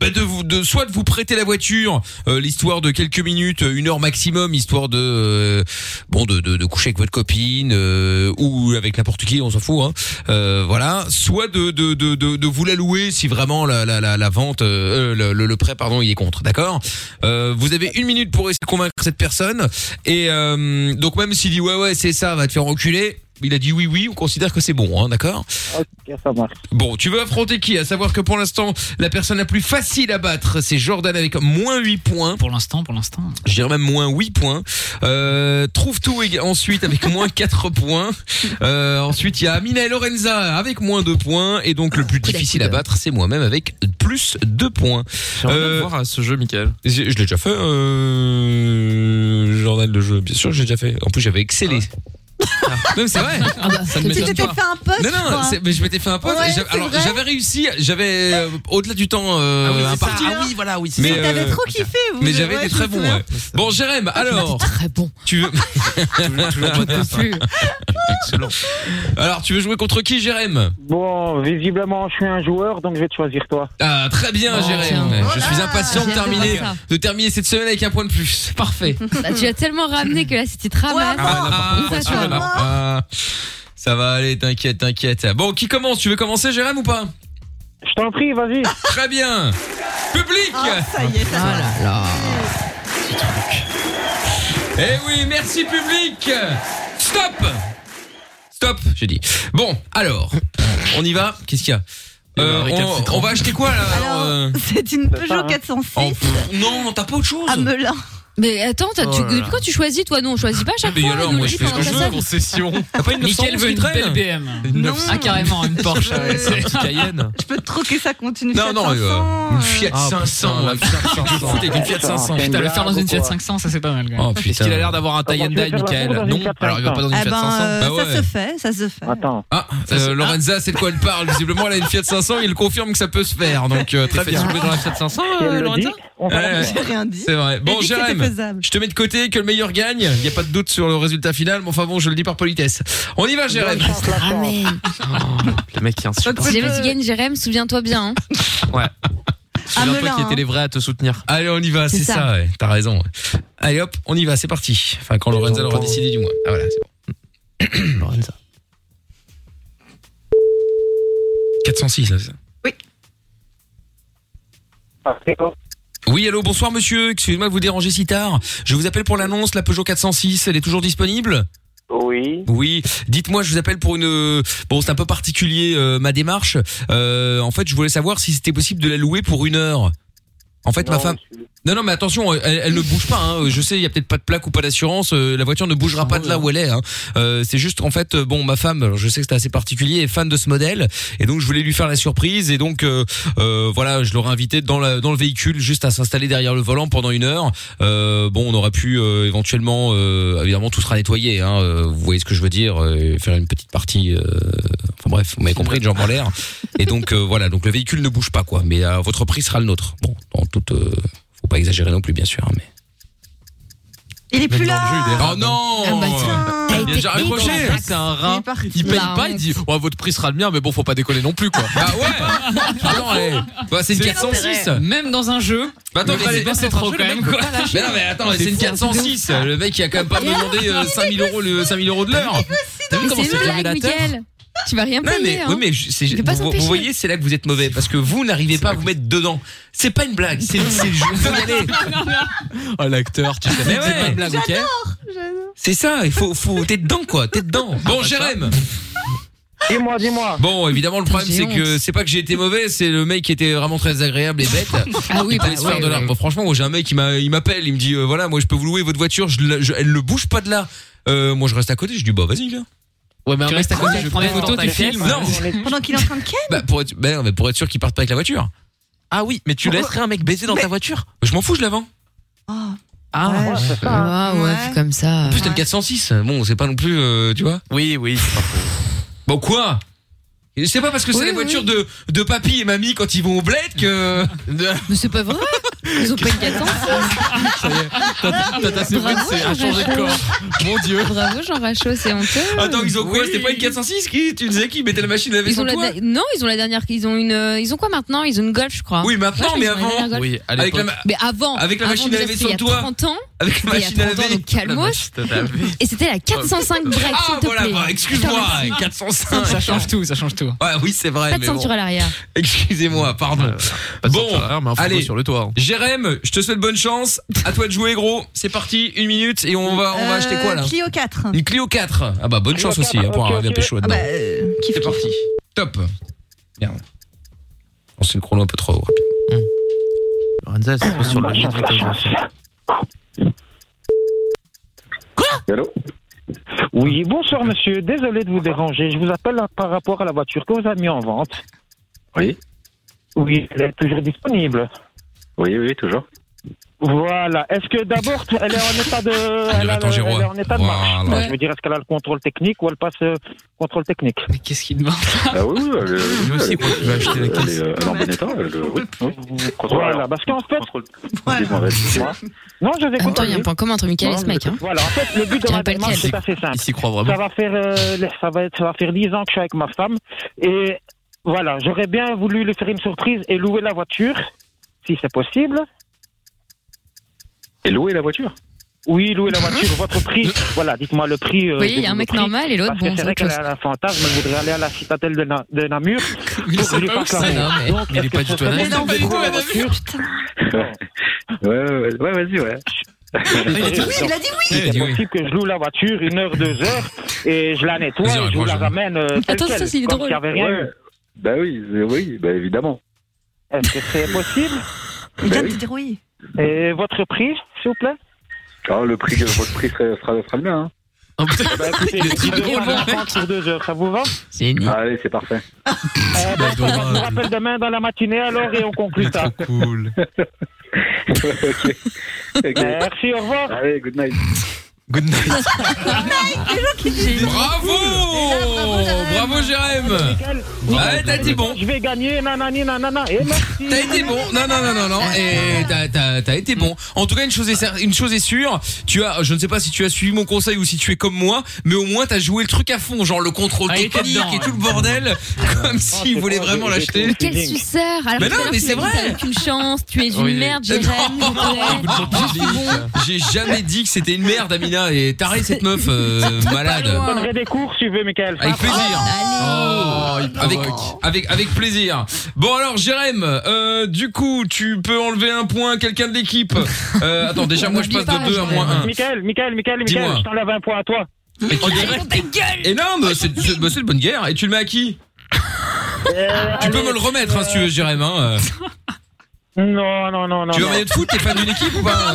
B: bah, de vous, de soit de vous prêter la voiture, euh, l'histoire de quelques minutes, euh, une heure maximum, histoire de euh, bon de, de, de coucher avec votre copine euh, ou avec n'importe qui, on s'en fout, hein. Euh, voilà. Soit de de, de de de vous la louer si vraiment la la la, la vente, euh, euh, le, le, le prêt pardon, il est contre, d'accord. Euh, vous avez une minute pour essayer de convaincre cette personne et euh, donc même s'il dit ouais ouais c'est ça, va te faire reculer, il a dit oui oui, on considère que c'est bon, hein, d'accord.
K: Ok, ça marche.
B: Bon, tu veux affronter qui À savoir que pour l'instant, la personne la plus facile à battre, c'est Jordan avec moins 8 points.
D: Pour l'instant, pour l'instant.
B: Je dirais même moins 8 points. Euh, trouve tout ég- ensuite avec moins 4 points. Euh, ensuite, il y a Amina et Lorenza avec moins 2 points. Et donc, le plus difficile à battre, c'est moi-même avec plus 2 points. Euh,
C: voir à ce jeu, Michael.
B: je je l'ai déjà fait, euh, journal de jeu. Bien sûr, j'ai déjà fait. En plus, j'avais excellé. Non, mais c'est vrai. Ça ne
J: Ah bah, Tu
B: m'étonne
J: t'étais
B: pas.
J: fait un poste,
B: Non, non,
J: quoi.
B: c'est- mais je m'étais fait un poste.
J: Ouais,
B: et j'a-
J: c'est
B: alors,
J: vrai.
B: j'avais réussi, j'avais euh, au-delà du temps euh,
C: Ah oui, c'est
B: un
C: ça.
B: parti.
C: Ah oui, voilà, oui, c'est
B: Mais
C: ça. T'avais
B: euh,
C: trop kiffé, vous,
B: Mais
C: je-
B: j'avais
C: ouais,
B: été
C: je
B: très
C: me
B: bon.
C: souviens.
B: ouais. Bon, Jérém, alors.
C: très
B: bon. Tu veux. Excellent. Alors, tu veux jouer contre qui, Jérém
K: Bon, visiblement, je suis un joueur, donc je vais te choisir toi.
B: Ah, très bien,
K: Oh,
B: Jérém. Je suis impatient de
G: Oh, J'ai hâte de
B: terminer,
G: voir ça.
B: de terminer cette semaine avec un point de plus. Parfait.
G: Bah, tu as tellement ramené que là, c'était ramasse.
B: Ah,
G: Ça, ça va.
B: ah, ça va aller, t'inquiète, t'inquiète. Bon, qui commence Tu veux commencer, Jérém, ou pas
K: Je t'en prie, vas-y.
B: Très bien. Public
J: Ah,
B: Oh
J: Ça y est, ça va.
B: Eh oui, merci public Stop Stop, j'ai dit. Bon, alors, on y va Qu'est-ce qu'il y a Euh, on, on va acheter quoi là alors, euh
E: C'est une Peugeot 406.
B: Oh, pff, Non, t'as pas autre chose
E: À Melun.
G: Mais attends, t'as-
B: Oh
G: tu,
B: là là.
G: pourquoi tu choisis toi Nous, on choisit pas à chaque
B: Mais
G: fois.
B: alors,
G: on nous
B: moi
G: le
B: je
G: dit
B: fais ce que
G: pendant
B: je
G: ta
B: veux.
G: salle.
B: Concession. T'as pas une
D: Mickaël
B: 911
D: veut
B: qui
D: une
B: traîne
D: belle BM.
B: hein. Une 911.
D: Ah, carrément, une Porsche. ouais, c'est une petite Cayenne.
E: Je peux te troquer ça contre
B: Non,
E: une Fiat
B: non, euh,
E: 500,
B: une Fiat
E: euh.
B: 500,
F: Ah,
B: la Fiat 500. Je fous avec une Fiat 500.
D: Putain, le faire dans une Fiat 500, ça c'est pas mal. Oh
B: putain.
D: Est-ce qu'il a l'air d'avoir un tie and die, Michael
B: dans une
D: Non.
B: Fiat
D: Alors il va pas dans une
E: Ah
D: Fiat
E: ben,
D: 500.
E: euh,
B: Bah ouais.
E: ça se fait, ça se fait.
K: Attends.
B: Ah, euh, Lorenza, c'est de quoi elle parle Visiblement, elle a une Fiat 500 et elle confirme que ça peut se faire. Donc, euh, très
C: T'es fait
B: bien.
C: soulever dans la Fiat
E: Ah,
B: 500,
C: euh, Elle le Lorenza
B: Lorenza
C: dit, on va la faire. J'ai rien dit.
B: C'est vrai.
C: Elle
B: Bon,
C: dit que c'était
B: Jérém,
C: faisable.
B: je te mets de côté que le meilleur gagne. Il n'y a pas de doute sur le résultat final, mais enfin bon, je le dis par politesse. On y va, Jérém.
G: Amen.
C: Le mec qui insulte.
G: Si jamais tu gagnes, Jérém, souviens-toi bien. hein.
C: Ouais. C'est bien toi
G: Melun,
C: qui étais
G: hein.
C: les vrais à te soutenir.
B: Allez, on y va, c'est
G: C'est
B: ça,
G: ça.
B: ouais, t'as raison. ouais. Allez hop, on y va, c'est parti. Enfin, quand Lorenza l'aura décidé, du moins. Ah voilà, c'est bon. Lorenza. 406, là, c'est ça Oui, allô, bonsoir monsieur, excusez-moi de vous déranger si tard. Je vous appelle pour l'annonce, la Peugeot 406, elle est toujours disponible
K: Oui.
B: Oui, dites-moi, je vous appelle pour une... euh, Bon, c'est un peu particulier euh, ma démarche. Euh, en fait, je voulais savoir si c'était possible de la louer pour une heure. En fait, ma femme... Non, non, mais attention, elle, elle ne bouge pas. hein. Je sais, il y a peut-être pas de plaque ou pas d'assurance. euh, la voiture ne bougera pas de là où elle est. hein. Euh, c'est juste, en fait, euh, bon, ma femme, alors, je sais que c'est assez particulier, est fan de ce modèle, et donc je voulais lui faire la surprise. Et donc, euh, euh, voilà, je l'aurais invité dans, la, dans le véhicule, juste à s'installer derrière le volant pendant une heure. Euh, bon, on aurait pu euh, éventuellement, euh, évidemment, tout sera nettoyé. Hein, euh, vous voyez ce que je veux dire euh, Faire une petite partie. euh, Enfin bref, vous m'avez compris, une jambe en l'air. Et donc euh, voilà, donc le véhicule ne bouge pas quoi, mais euh, votre prix sera le nôtre. Bon, en toute, euh, faut pas exagérer non plus bien sûr, hein, mais.
E: Il est plus là.
B: Oh non
E: Ah bah tiens.
B: Il
C: Il a déjà
B: C'était
C: raccroché.
B: énorme.
C: C'est un rein.
B: parti.
C: Il paye
B: La
C: pas, il dit ouais, votre prix sera le mien, mais bon, faut pas décoller non plus, quoi. Bah ouais. Attends, allez. Bah, c'est une 406.
D: Même dans un jeu.
B: Bah attends,
C: Le
B: mais c'est
C: pas
B: pas
C: dans un
B: trop
C: jeu,
B: quand
C: le mec
B: même
C: peut
B: quoi.
C: pas lâcher.
B: Mais non, mais attends, mais
C: C'est
B: c'est une
C: fou,
B: 406. Le mec, il a quand même pas demandé euh, 5000 euros le 5000 euros de l'heure. T'as vu
G: Mais
B: comment
G: c'est
B: c'est
G: une blague,
B: révélateur
G: Mickaël. Tu vas rien
B: Non
G: payer.
B: mais
G: hein.
B: oui mais je- c'est-
G: peut pas
B: vous,
G: s'empêcher.
B: vous voyez c'est là que vous êtes mauvais parce que vous n'arrivez pas à vous mettre dedans. C'est pas une blague, c'est c'est le jeu. Faut y aller.
C: Oh, l'acteur, tu sais.
B: Mais
C: C'est pas une
B: ouais.
C: blague, ok
B: C'est ça, il faut faut t'es dedans quoi, t'es dedans. Bon Jérém.
K: Dis-moi, dis-moi.
B: Bon, évidemment, le problème, c'est que c'est pas que j'ai été mauvais, c'est le mec qui était vraiment très agréable et bête.
G: Ah oui,
B: il pouvait
G: bah
B: se faire
G: ouais,
B: de l'arbre.
G: ouais.
B: Franchement, moi, j'ai un mec qui m'a, il m'appelle, il me dit, euh, voilà, moi, je peux vous louer votre voiture, je, la- je- elle ne bouge pas de là. Euh, moi, je reste à côté. Je dis, bah, vas-y, viens. Ouais, mais
D: Tu restes à côté, je prends des photos, tu filmes.
B: Non.
E: Pendant qu'il est en train de ken
B: Bah, pour être, bah, non, mais pour être sûr qu'il parte pas avec la voiture. Ah oui, mais
E: tu laisserais
B: un mec baiser dans ta voiture Je m'en fous, je la vends.
G: Ah ouais, c'est comme ça.
B: En plus, t'as une 406. Bon, c'est pas non plus, euh, tu vois. Oui, oui. Bon, quoi Et c'est pas parce que c'est
G: Oui,
B: les
G: oui,
B: voitures de, de papy et mamie quand ils vont au bled que.
G: Mais c'est pas vrai. Ils ont pas une 14.
C: T'as ta
G: Bravo,
C: séquence, c'est à changer de
G: Jean-Rachel.
C: corps. Mon dieu.
G: Bravo Jean Rachaud, c'est honteux.
B: Attends, ils ont quoi C'était pas une 406 qui Tu disais qu'ils mettaient la machine à laver
G: Ils
B: sur
G: ont la
B: toi
G: da- non, ils ont la dernière. Ils ont une. euh, Ils ont quoi maintenant Ils ont une Golf, je crois.
B: Oui, maintenant,
G: Ouais, je
B: mais
G: crois qu'ils ont la
B: avant.
G: dernière Golf.
B: Oui, à l'époque.
G: avec la ma- mais avant.
B: Avec la
G: avant,
B: machine
G: déjà,
B: à laver
G: c'était
B: sur
G: il y a
B: toi.
G: 30 ans.
B: Avec
G: C'était il
B: la
G: y a
B: machine à
G: 30 ans,
B: laver.
G: donc calmos. Et c'était la 405 break,
B: Ah,
G: s'il te
B: voilà,
G: plaît.
B: bah, excuse-moi, 405.
D: Ça change tout, ça change tout.
B: Ouais, oui, c'est vrai.
G: Pas de
B: mais
G: ceinture
B: bon.
G: à l'arrière.
C: Euh,
B: Excusez-moi, pardon. bon,
C: hein,
B: allez, sur le toit. Jérém, je te souhaite bonne chance. À toi de jouer, gros. C'est parti, une minute et on
E: Ah,
B: va, on va acheter quoi là
E: Euh, Clio 4.
B: Une Clio 4. Ah bah bonne
E: Clio
B: chance aussi hein, pour
E: ok,
B: arriver à
E: ok.
B: pécho
E: Ah
B: dedans.
E: bah, euh,
B: C'est parti. Top. Merde. On s'est le chrono un peu trop rapide.
C: Lorenza, elle se pose sur le lit de l'étage.
K: Oui, bonsoir monsieur, désolé de vous déranger. Je vous appelle par rapport à la voiture que vous avez mis en vente. Oui. Oui, elle est toujours disponible.
H: Oui, oui, toujours.
K: Voilà. Est-ce que d'abord tu- elle est en état de elle, a-
H: attends, Gérois.
K: elle est en état de marche
H: Voilà.
K: Je veux dire, est-ce qu'elle a le contrôle technique ou elle passe euh, contrôle technique Mais
D: qu'est-ce qu'il demande
H: Ah oui, oui, elle,
C: Lui aussi, quoi, il va acheter la caisse.
H: elle est en bon état. Elle, euh, oui, oui. Contrôle,
K: Voilà,
H: alors.
K: parce qu'en fait,
H: Dis-moi, vas-y, dis-moi.
K: non, je vous
G: En même
K: écoute.
G: temps, il y a un point commun entre Michael et ce mec. hein.
K: Voilà, en fait, le but de
G: Je
K: ma
G: rappelle
K: démarche,
G: qu'elle-
K: c'est assez simple.
C: Il s'y croit
K: Ça
C: vraiment.
K: va faire, euh, ça va être, ça va faire 10 ans que je suis avec ma femme. Et voilà, j'aurais bien voulu lui faire une surprise et louer la voiture, si c'est possible.
H: Et louer la voiture
K: Oui, louer
C: Mhm.
K: la voiture, votre prix. Voilà, dites-moi le prix. euh,
G: Oui, il y a
K: dites-moi
G: un mec
K: le prix.
G: normal et l'autre,
K: Parce
G: bon,
K: que
G: c'est
K: c'est vrai
G: autre
K: qu'elle
G: chose.
K: a un fantasme, elle voudrait aller à la citadelle de, Na- de Namur.
C: Il
K: pour
C: sait
K: lui
C: pas où
K: faire
C: c'est,
K: l'amour.
C: non, mais-
K: Donc,
C: mais il est
K: est-ce
C: pas
K: que
C: du
K: ce
C: tout à
K: serait
C: Namur. Il
K: possible
C: est pas
K: de
C: du tout à
K: louer la voiture
H: Ouais, ouais, ouais, vas-y, ouais.
E: Il a dit oui.
K: C'est possible que je loue la voiture une heure, deux heures, et je la nettoie,
B: Vas-y,
K: et je vous la
B: raccroche.
K: ramène euh, telle
G: Attends, ça,
K: quelle,
G: c'est
K: comme
G: drôle.
K: s'il y avait rien
H: Ouais.
K: eu.
H: Bah oui, c'est- oui, bah évidemment.
K: Est-ce que c'est possible
E: Il vient de dire oui.
K: Et votre prix, s'il vous plaît
H: Ah, le prix, de- votre prix sera, sera, sera le mien. Hein.
K: Bah écoutez,
C: Il est très
K: 10 euros
C: drôle, hein. le
K: 50 sur deux heures, ça vous va
B: C'est une
H: Ah, allez, c'est parfait.
K: Euh, bah, On se rappelle demain dans la matinée alors et on conclut ça.
C: Cool.
H: ok. Ok.
K: Merci, au revoir.
H: Allez, good night.
C: Good night.
B: Bravo Bravo Jérém Ah
K: Nickel.
B: Ouais, t'as été bon
K: Je vais gagner, nanani, nanana, et merci.
B: T'as été bon, non non non non non,
G: Ah.
B: et euh, t'as t'as t'as été bon. En tout cas une chose est cer- une chose est sûre, tu as, je ne sais pas si tu as suivi mon conseil ou si tu es comme moi, mais au moins t'as joué le truc à fond, genre le contrôle
D: Ah, il était
B: technique
D: dedans, Ah,
B: et tout le bordel, comme s'il
K: c'est
B: voulait
K: bon,
B: vraiment
K: j'ai- j'ai
B: l'acheter.
K: tout.
G: Quel
K: Feeling.
G: suceur Alors
B: Mais
G: tout à
B: non,
G: l'heure,
B: mais
G: tu
B: c'est
G: m'as dit,
B: vrai.
G: T'as aucune chance, tu es une
C: Oui.
G: merde, Jérém.
B: J'ai jamais dit que c'était une merde, Amina, et t'arrêtes cette meuf euh, malade.
G: loin.
K: Donnerai des cours, suivez Michael.
B: Avec plaisir. Oh,
G: Allez
B: Avec, avec, avec plaisir. Bon alors Jérém, euh, du coup tu peux enlever un point à quelqu'un de l'équipe. Euh, attends déjà moi je passe de 2 à moins 1.
K: Michael, Michael, Michael,
B: Dis-moi.
K: Michael, je t'enlève un point à toi.
B: Énorme, Eh c'est c'est- bah, c'est de bonne guerre. Et tu le mets à qui
K: Euh,
B: Tu peux
K: allez.
B: me le remettre hein, si tu veux, Jérém. Hein.
K: Non, non, non, non.
B: Tu veux
K: non.
B: remettre de foot T'es fan d'une équipe ou pas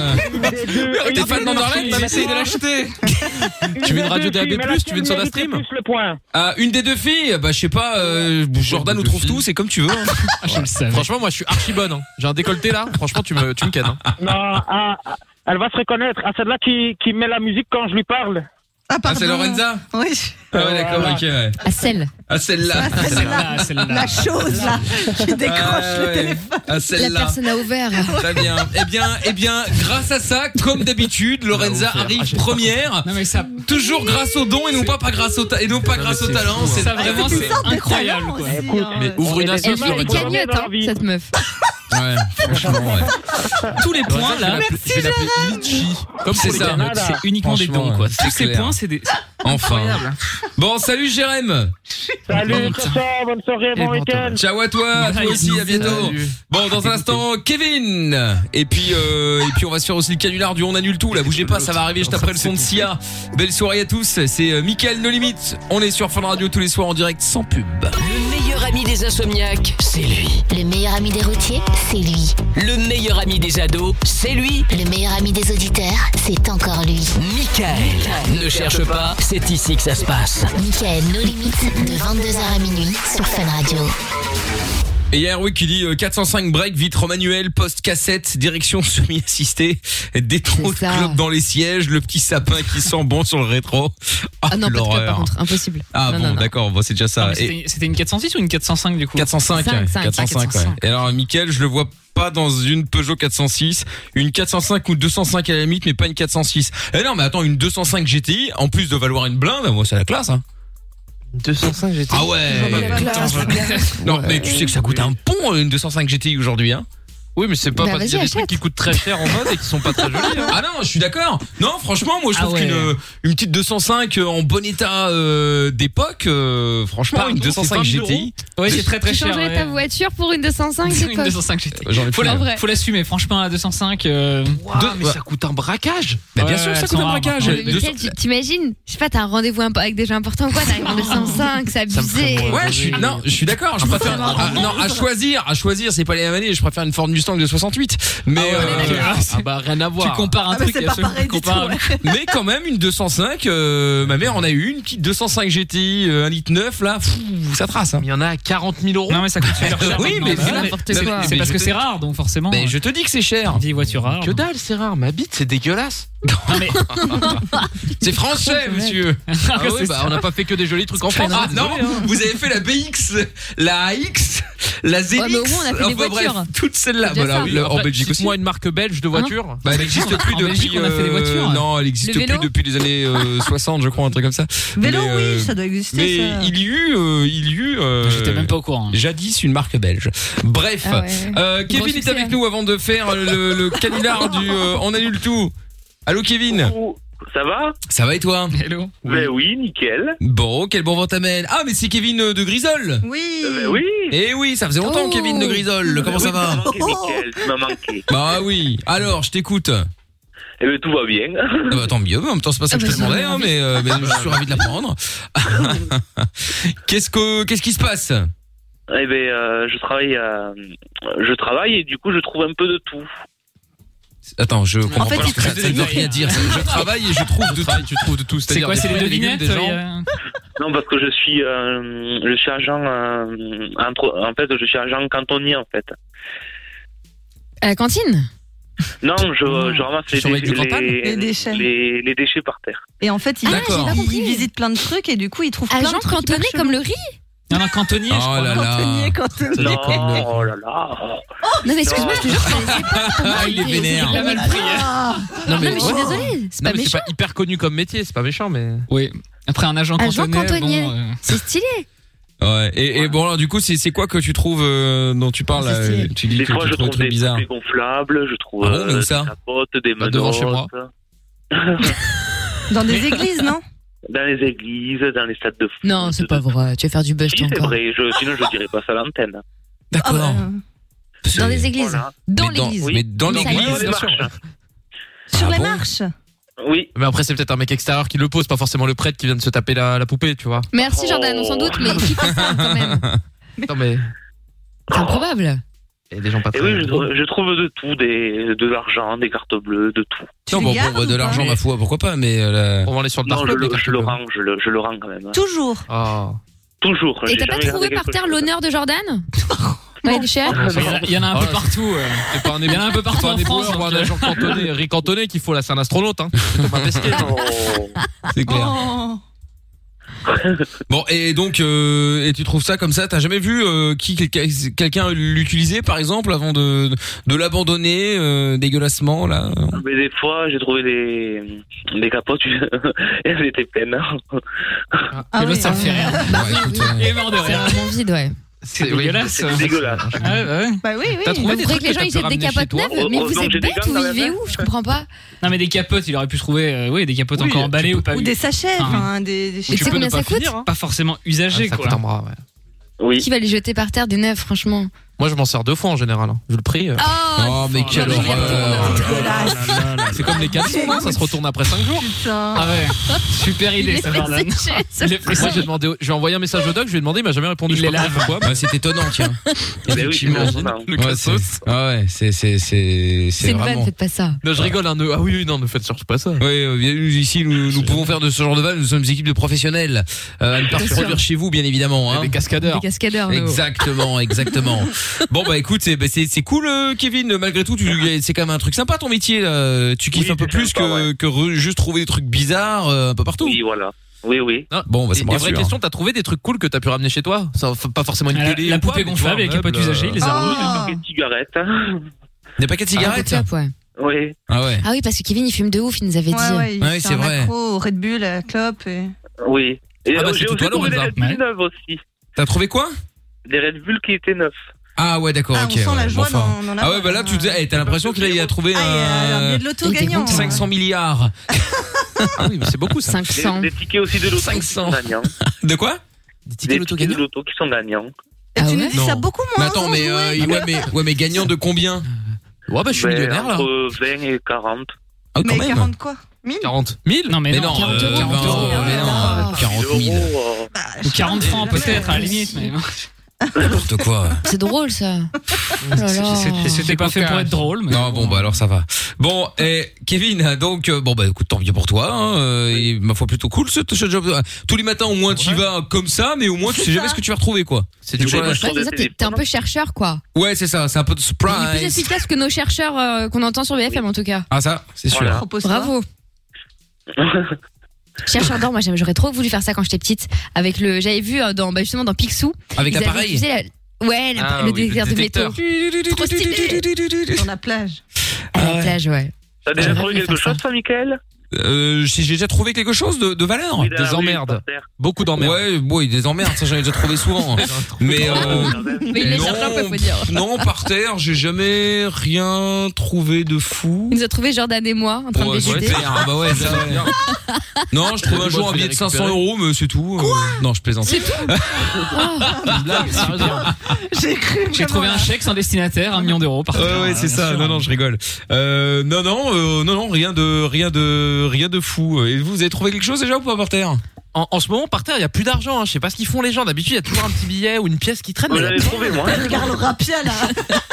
K: Des deux, une
B: T'es fan d'Anderlecht
K: des deux
B: T'as
K: filles,
B: essayé de l'acheter
K: des
C: veux une
K: deux
C: radio
K: filles,
C: DAB+,
K: mais la
C: tu veux une
K: tienne
C: Soda Stream
K: mérite le plus le point.
B: Ah, Une des deux filles Bah je sais pas, euh, Jordan nous trouve tout, c'est comme tu veux. hein.
D: Ah, je le savais.
C: Franchement, moi, je suis archi bonne. hein. J'ai un décolleté là. Franchement, tu me, tu me cannes. hein.
K: Ah, Non, ah, ah, elle va se reconnaître. À celle-là qui, qui met la musique quand je lui parle.
E: Ah,
B: Ah,
E: pardon.
B: c'est Lorenza
E: Oui.
B: Ah ouais, d'accord, ok, ouais.
G: À celle.
B: Ah, celle-là.
E: Ah, celle-là. La chose, là, qui décroche
B: Ah,
E: le
B: ouais.
E: téléphone.
B: Ah,
G: La
B: celle-là.
G: personne a ouvert.
B: Très bien. Eh bien, eh bien, grâce à ça, comme d'habitude, Lorenza arrive première.
D: Non mais ça,
B: Toujours grâce au don et non pas, pas grâce au ta- et non pas grâce au talent. C'est
D: ça
B: Ah,
D: vraiment
B: c'est- Eh ben,
D: c'est
E: hein. sorte de
D: incroyable
E: talent
D: quoi.
E: aussi,
C: Écoute,
E: hein.
C: mais ouvre une
G: Elle
C: assoce,
G: vit des
C: Lorenza.
G: cagnottes, hein, cette meuf.
E: hein.
B: Ouais, franchement, ouais.
D: Tous les points là,
C: Je vais l'appeler Litchi.
B: Comme c'est
D: pour les
B: ça.
D: cagnottes, c'est uniquement des
B: Franchement,
D: dons quoi.
B: ouais, c'est
D: Tous ces
B: clair.
D: points c'est des
B: Enfin. Bon, salut Jérém.
K: Salut,
D: putain.
K: Christophe, bonne soirée, bon
C: bon
K: week-end.
B: Ciao à toi, à toi aussi, à bientôt.
C: Salut.
B: Bon, dans un instant, Kevin. Et puis, euh, et puis, on va se faire aussi le canular du on annule tout. Là, bougez pas, ça va arriver juste après le son de Sia. Belle soirée à tous. C'est euh, Mickaël No Limites. On est sur Fun Radio tous les soirs en direct, sans pub.
A: Le meilleur ami des insomniaques, c'est lui.
I: Le meilleur ami des routiers, c'est lui.
A: Le meilleur ami des ados, c'est lui.
I: Le meilleur ami des auditeurs, c'est encore lui.
A: Michael. Ne cherche pas, c'est ici que ça se passe.
I: Michael, nos limites, de 22h à minuit sur Fun Radio.
B: Et hier, oui, qui dit euh, 405 break, vitre manuelle, poste cassette, direction semi-assistée, des trous de
G: C'est ça.
B: clopes dans les sièges, le petit sapin qui sent bon sur le rétro. Ah,
G: Ah non, pas de club, par
B: l'horreur.
G: contre, impossible.
B: Ah
G: Non,
B: bon,
G: non, non.
B: d'accord, bon, c'est déjà
D: Non,
B: ça.
D: mais
B: Et-
D: c'était- C'était une 406 ou une 405 du coup
B: 405,
G: Cinq,
B: ouais,
G: cinq,
B: 405, ouais.
D: 405.
B: Et alors, Michael, je le vois pas dans une Peugeot 406, une 405 ou 205 à la limite, mais pas une 406. Eh non, mais attends, une 205 GTI, en plus de valoir une blinde, moi, c'est la classe, hein.
C: 205 GT.
B: Ah
C: Oh,
B: ouais. Non, mais tu sais que ça coûte un pont, euh, une 205 GTI aujourd'hui, hein.
C: Oui, mais c'est pas
G: Bah,
C: parce qu'il y a
G: vas-y,
C: des trucs
G: achète.
C: qui coûtent très cher en mode et qui sont pas très jolis. hein.
B: Ah non, je suis d'accord. Non, franchement, moi je
D: Ah
B: trouve
D: ouais.
B: qu'une euh, une petite 205 euh, en bon état euh, d'époque, euh, franchement,
D: Pardon,
B: une
D: c'est
B: 205
D: 20 000
B: GTI,
D: Ouais, c'est très très
G: Tu
D: cher.
G: changerais ta
D: ouais.
G: voiture pour une 205, c'est
D: Une
G: quoi
D: 205 GT.
B: j'en ai
D: Faut
B: plus.
D: la-
G: En vrai.
D: faut l'assumer, franchement, à 205. euh,
C: Deux-
B: mais ça
C: ça coûte un braquage.
B: Bah, bien
D: Ouais,
B: sûr, que ça
D: elles
B: coûte
D: sont
B: un
D: rares,
B: braquage.
D: maintenant.
G: Mais Michael,
B: 200
G: tu t'imagines Je sais pas, t'as un rendez-vous imp- avec des gens importants ou quoi
D: Ah.
G: T'arrives en 205, c'est
C: Ça me ferait
G: abusé.
C: moins-
B: Ouais, je suis non, je suis d'accord. Je préfère ah, non à choisir, à choisir, c'est pas les mêmes années. Je préfère une Ford Mustang de 68, mais euh,
D: ah, c'est-
C: Ah bah rien à
D: Tu
C: voir.
D: compares un
E: Ah, mais
D: truc
E: c'est
D: et
E: pas
D: absolument
E: pareil du tout.
D: comparable.
E: ouais.
B: mais quand même une 205. euh, ma mère en a eu une petite 205 GTI, euh, 1 litre 9 là, pfff, ça trace. Hein.
C: Il y en a à 40 000 euros.
D: Non, mais ça coûte super cher.
B: Oui,
D: maintenant,
B: mais
D: bah,
B: c'est
G: n'importe
D: c'est-
G: quoi.
D: C'est parce que c'est rare, donc forcément.
B: Mais je te dis que c'est cher.
D: euh, Vieille voiture rare.
C: Que dalle, c'est rare. Ma bite, c'est dégueulasse.
D: Non, mais-
B: C'est français, monsieur.
D: Ah,
C: Ah
D: que
C: ouais,
D: c'est
C: bah,
D: ça.
C: on n'a pas fait que des jolis trucs en France.
B: Ah non,
D: hein.
B: vous avez fait la BX, la AX, la ZX.
G: Ouais, mais au moins, on a fait des
B: enfin, bref,
G: voitures.
B: toutes celles-là.
G: C'est déjà
B: Voilà,
G: ça.
B: oui, le-
D: Bah,
B: en Belgique aussi.
C: Moi, une marque belge de voiture.
B: Bah, elle n'existe plus
D: En
B: depuis. euh,
D: Belgique, on a fait des voitures.
B: non, elle n'existe
G: Le vélo
B: plus depuis les années euh, 60, je crois, un truc comme ça.
E: Vélo,
B: Mais, euh,
E: oui, ça doit exister.
B: Mais
E: ça.
B: il y eut, euh, il y eut. euh,
D: J'étais même pas au courant.
B: Jadis une marque belge. Bref,
G: Ah ouais.
B: euh,
G: Gros
B: Kevin est
G: succès,
B: avec
G: hein.
B: nous avant de faire le, le canular du euh, on annule tout. Allô Kevin,
H: Ça va
B: ça va et toi
D: Hello.
H: Ben oui, nickel.
B: Bon, quel bon vent t'amène. Ah mais c'est Kevin euh, de Grisol.
E: Oui.
H: Ben oui.
B: Eh oui, ça faisait longtemps
G: Oh.
B: Kevin de Grisol. Comment ça va
H: Tu m'as manqué, Mickaël, tu m'as manqué.
B: Bah oui. Alors, je t'écoute.
H: Eh ben, tout va bien.
B: Ah bah, tant mieux. En même temps, c'est pas ça que
G: Ah
B: je
G: bah,
B: te demandais,
G: j'en ai
B: hein, mais, euh, mais je suis ravi de l'apprendre. qu'est-ce que qu'est-ce qui se passe
H: Eh ben, euh, je travaille, euh, je travaille et du coup, je trouve un peu de tout.
B: Attends, je comprends
E: fait,
B: pas parce
E: il
B: que ça,
D: te
B: ça ne veut
D: détaille.
B: rien dire. Je travaille et je trouve de tout.
C: Tu trouves de tout.
D: C'est quoi,
C: des
D: c'est les
C: fruits, des légumes,
D: devinettes
C: des gens.
D: euh,
H: Non, parce que je suis, euh, je suis agent, euh, entre- en fait, je suis agent cantonnier, en fait.
G: À la cantine
H: Non,
D: Ah.
H: je, je ramasse
B: Tu
H: les,
B: surveilles du Cantal
H: les,
E: Les déchets.
H: les- les déchets par terre.
E: Et en fait, il,
G: Ah,
E: il-
B: D'accord. j'ai
G: pas compris.
E: il visite plein de trucs et du coup, il trouve plein
G: Agent
E: de trucs.
G: cantonné comme le riz
D: Non, non, cantonnier, je
B: Oh
D: crois.
B: là là.
E: Cantonnier, cantonnier.
H: Non,
B: dépend.
H: oh là là.
G: Non, mais excuse-moi, je te jure,
B: Ah, il est vénère. oh.
D: Il a mal pris.
E: Ah,
G: non, mais je suis désolée, c'est
C: Non,
G: pas
C: mais c'est
G: méchant,
C: pas hyper connu comme métier, c'est pas méchant, mais.
D: Oui. Après, un agent
G: Agent
D: cantonnier.
G: cantonnier.
D: bon, euh,
G: c'est stylé.
B: Ouais. Et, et bon, alors du coup, c'est c'est quoi que tu trouves euh, dont tu parles là,
G: C'est-
B: euh, Tu dis
H: Des
B: que
H: fois,
B: tu
H: je
B: trouves
H: trouve
B: des trucs
H: des
B: bizarres.
H: poupées gonflables, je trouve
B: Ah bon,
H: euh,
B: mais où
H: des
B: ça
H: capotes, des
C: Bah, devant chez moi.
H: menottes.
E: Dans des églises, non
H: Dans les églises, dans les stades de foot.
G: Non, c'est pas vrai, tu vas faire du bust
H: Si, c'est
G: encore.
H: vrai, je, sinon je dirais pas ça à l'antenne.
B: D'accord.
E: Ah,
B: C'est-
G: bah, Dans les églises.
H: Voilà.
G: Dans
B: mais dans,
G: l'église.
B: mais dans
G: Oui.
B: l'église,
H: Ouais, les
B: bien sûr.
H: marches. hein.
E: bah, Sur
B: Ah
E: les
B: bon
E: marches.
H: Oui,
C: Mais après, c'est peut-être un mec extérieur qui le pose, pas forcément le prêtre qui vient de se taper la, la poupée, tu vois.
G: Merci Jordan, sans doute,
B: Ah,
G: mais qui
B: bah,
G: fait ça quand même
C: Non, mais.
G: C'est improbable.
C: Et des gens pas
H: et
C: très.
H: oui, je, trouve- je trouve de tout, des, de l'argent, des cartes bleues, de tout.
E: Tu
B: Non,
E: les
B: bon,
E: gardes
B: bon, bah,
E: ou
B: de
E: pas
B: l'argent, ma foi, pourquoi pas, mais euh, la-
C: On va aller sur le
H: Non,
C: dark
H: je
C: web, hein, les
H: le, je le
C: cartes
H: rends, je le, je le rends quand même.
E: Toujours.
C: bleues. Oh.
H: Toujours.
G: Et
H: j'ai
G: t'as pas
H: jamais
G: trouvé
H: gardé
G: par
H: quelque
G: terre
H: chose.
G: l'honneur de Jordan Ouais, des
B: Ah,
G: chefs.
D: Il y en a- Ah, il y en a un peu partout. euh. Il y en a un peu partout
C: C'est pas un
D: en France.
C: éboueur ou
D: hein,
C: un
D: tu vois.
C: agent cantonné, Rick Cantonné qu'il faut là, c'est un astronaute. Hein. C'est pas pesqué.
B: C'est
D: Oh.
B: Bon, et donc, euh, et tu trouves ça comme ça T'as jamais vu euh, qui quelqu'un quelqu'un l'utiliser, par exemple, avant de de l'abandonner euh, dégueulassement là
H: Mais des fois, j'ai trouvé des, des capotes, et elles étaient pleines.
G: Ah.
D: Et l'autre, ça me fait rire. Ah Bah, Il est mort de
G: C'est
D: rire.
G: un bon vide, ouais.
D: C'est dégueulasse.
H: C'est dégueulasse.
G: Bah oui,
D: T'as trouvé
G: Vous voulez
D: des trucs
G: que les gens
D: que
G: ils
D: t'as
G: jettent
D: pu
G: des
D: ramener chez
G: capotes
D: toi
G: neuves Mais vous
D: Heureusement que
G: êtes
D: j'ai des
G: bêtes
D: gammes
G: ou
D: dans la
G: vivez où Je comprends pas.
D: Non, mais des capotes, il aurait pu trouver euh, oui, des capotes encore emballées ou pas
E: Ou des sachets, enfin, des, des
D: Tu peux ne pas finir, hein. Pas forcément usagées, quoi.
H: Oui.
G: Qui va les jeter par terre des neufs, franchement
C: Moi, je m'en sers deux fois en général. hein. Vu le prix. euh.
G: Oh,
C: mais quelle horreur
D: C'est comme les
C: caleçons, hein, ça se retourne après 5 jours.
D: Ah ouais. Super idée, ça, Jordan. Il est
C: Moi, j'ai demandé, au- j'ai envoyé un message au doc, je lui ai demandé, il m'a jamais répondu.
B: Il
C: je
B: les
C: sais pas
B: lave.
C: pourquoi.
B: Ouais, c'est étonnant, tiens.
C: Effectivement. Le
B: Ouais,
C: cassos.
B: c'est- Ah ouais, c'est c'est c'est
G: C'est
B: c'est
G: une vanne,
B: vraiment.
G: faites pas ça.
C: Non, je rigole, hein, ne- ah oui, oui, non, ne faites surtout pas ça.
B: Oui, euh, bien, nous, ici, nous, nous pouvons faire de ce genre de vannes. Nous sommes une équipe de professionnels. Euh, à ne pas
G: Bien
B: reproduire
G: sûr.
B: chez vous, bien évidemment. Hein. Des
C: cascadeurs.
G: Des cascadeurs, mais bon.
B: Exactement, exactement. bon bah écoute, c'est bah, c'est c'est cool, euh, Kevin. Malgré tout,
H: Ah.
B: tu- c'est quand même un truc sympa ton métier. là. Tu kiffes un peu plus que que re- juste trouver des trucs bizarres euh, un peu partout.
H: Oui, voilà. Oui, oui.
B: Bon, bah,
C: Et-
B: ça
C: et
B: me
C: vraie
D: hein.
B: rassure,
C: question, t'as trouvé des trucs cool que t'as pu ramener chez toi Ça, f- Pas forcément une
D: Ah, la-
C: télé.
D: la
C: ou quoi,
D: poupée
C: mais tu vois,
D: gonflable
C: un
D: avec les potes
C: meuble,
D: usagées, les a
C: euh,
D: remis.
H: Un paquet de cigarettes.
B: Ah. Des paquets de cigarettes
G: Top, Ah, ouais.
H: Oui.
B: Ah ouais.
G: Ah oui, parce que Kevin il fume de ouf, il nous avait dit.
E: Ouais, ouais,
G: c'est vrai.
E: Accro, au Red Bull, à la clope. Et...
H: Oui. Et
B: Ah bah,
H: euh,
B: c'est
H: j'ai
B: tout
H: aussi
B: toi,
H: trouvé des
B: Lorenza.
H: Red Bull
B: Ouais.
H: neuves aussi.
B: T'as trouvé quoi
H: Des Red Bull qui étaient neufs.
B: Ah ouais, d'accord.
H: Ah,
B: ok.
H: on sent la
B: ouais,
H: joie
B: bon, enfin.
H: dans- dans la hein.
B: ah ouais, bah là, tu te- eh, t'as l'impression qu'il a, il a trouvé
H: Ah,
B: Eh, un
E: de l'auto gagnant, ouais.
B: 500 milliards. ah oui, mais c'est beaucoup ça.
H: Des, des tickets aussi de l'auto qui sont
B: 500.
H: gagnants.
B: De quoi
H: Des tickets de l'auto qui sont gagnants.
G: Ah
E: Et tu nous dis ça beaucoup
B: Mais
E: moins.
B: attends, mais, euh, ouais, mais ouais, mais gagnant de combien Ouais, bah je suis
H: Ben,
B: millionnaire là.
H: Entre 20 et 40.
B: Ah, quand
E: mais
B: même.
E: 40 quoi
B: 40 000 Non, mais, non, 40 euros. mais non, euh, 40 000.
D: Ou 40 francs, peut-être, à Ah, la limite. mais-
B: N'importe quoi.
G: C'est drôle ça. Oh là là.
D: C'est- C'était pas fait pour être drôle. Mais
B: non, bon, bah alors ça va. Bon, et Kevin, donc, euh, bon, bah écoute, tant mieux pour toi. Hein, euh, et ma foi, plutôt cool ce, ce job. Euh, Tous les matins, au moins, tu y vas comme ça, mais au moins, tu sais jamais ce que tu vas retrouver, quoi. C'est
G: Ouais, c'est ça, t'es t'es un peu chercheur quoi.
B: Ouais, c'est ça, c'est un peu de
G: Il est plus
B: surprise.
G: efficace que nos chercheurs euh, qu'on entend sur BFM en tout cas.
B: Ah, ça, c'est sûr.
G: Voilà. Bravo. Chercheur d'or, moi j'aime- j'aurais trop voulu faire ça quand j'étais petite. Avec le, j'avais vu euh, dans bah, justement dans Picsou.
B: Avec
G: ils avaient
B: l'appareil
G: utilisé la- Ouais, la-
B: Ah
G: le
B: oui, le
G: détecteur de métaux.
B: détecteur.
G: Trop stylé.
E: Dans la plage.
B: Ah
G: À la plage, ouais.
H: T'as déjà trouvé quelque chose, toi, Michael
B: Euh, si j'ai déjà trouvé quelque chose de, de valeur.
H: Oui, dans la rue, par terre.
B: Beaucoup d'emmerdes. Ouais, oui, des emmerdes, ça j'en ai déjà trouvé souvent. Mais, euh,
G: Mais il les
B: non,
G: cherche un peu, faut dire.
B: non, par terre, j'ai jamais rien trouvé de fou.
G: Il nous a trouvé Jordan et moi en train
B: Ouais,
G: de
B: ouais,
G: déjeuner.
B: c'est clair. Ah bah ouais, ça, ouais. Non, je trouve un jour un billet de 500 euros, mais c'est tout. Euh, non, je plaisante.
G: C'est tout Oh,
E: J'ai cru.
D: J'ai trouvé un chèque sans destinataire, un million d'euros par
B: Ouais,
D: terre.
B: ouais,
C: Ah,
B: c'est ça. Non, non, je rigole. Euh, non, non, euh, non, non, rien de, rien de, rien de fou. Et vous, vous avez trouvé quelque chose déjà ou pas par terre
C: En, en ce moment, par terre, il y a plus d'argent. Hein. Je sais pas ce qu'ils font les gens. D'habitude, il y a toujours un petit billet ou une pièce qui traîne.
H: Vous
C: mais là-
H: l'avez trouvé, moi.
E: Regarde le rapia là.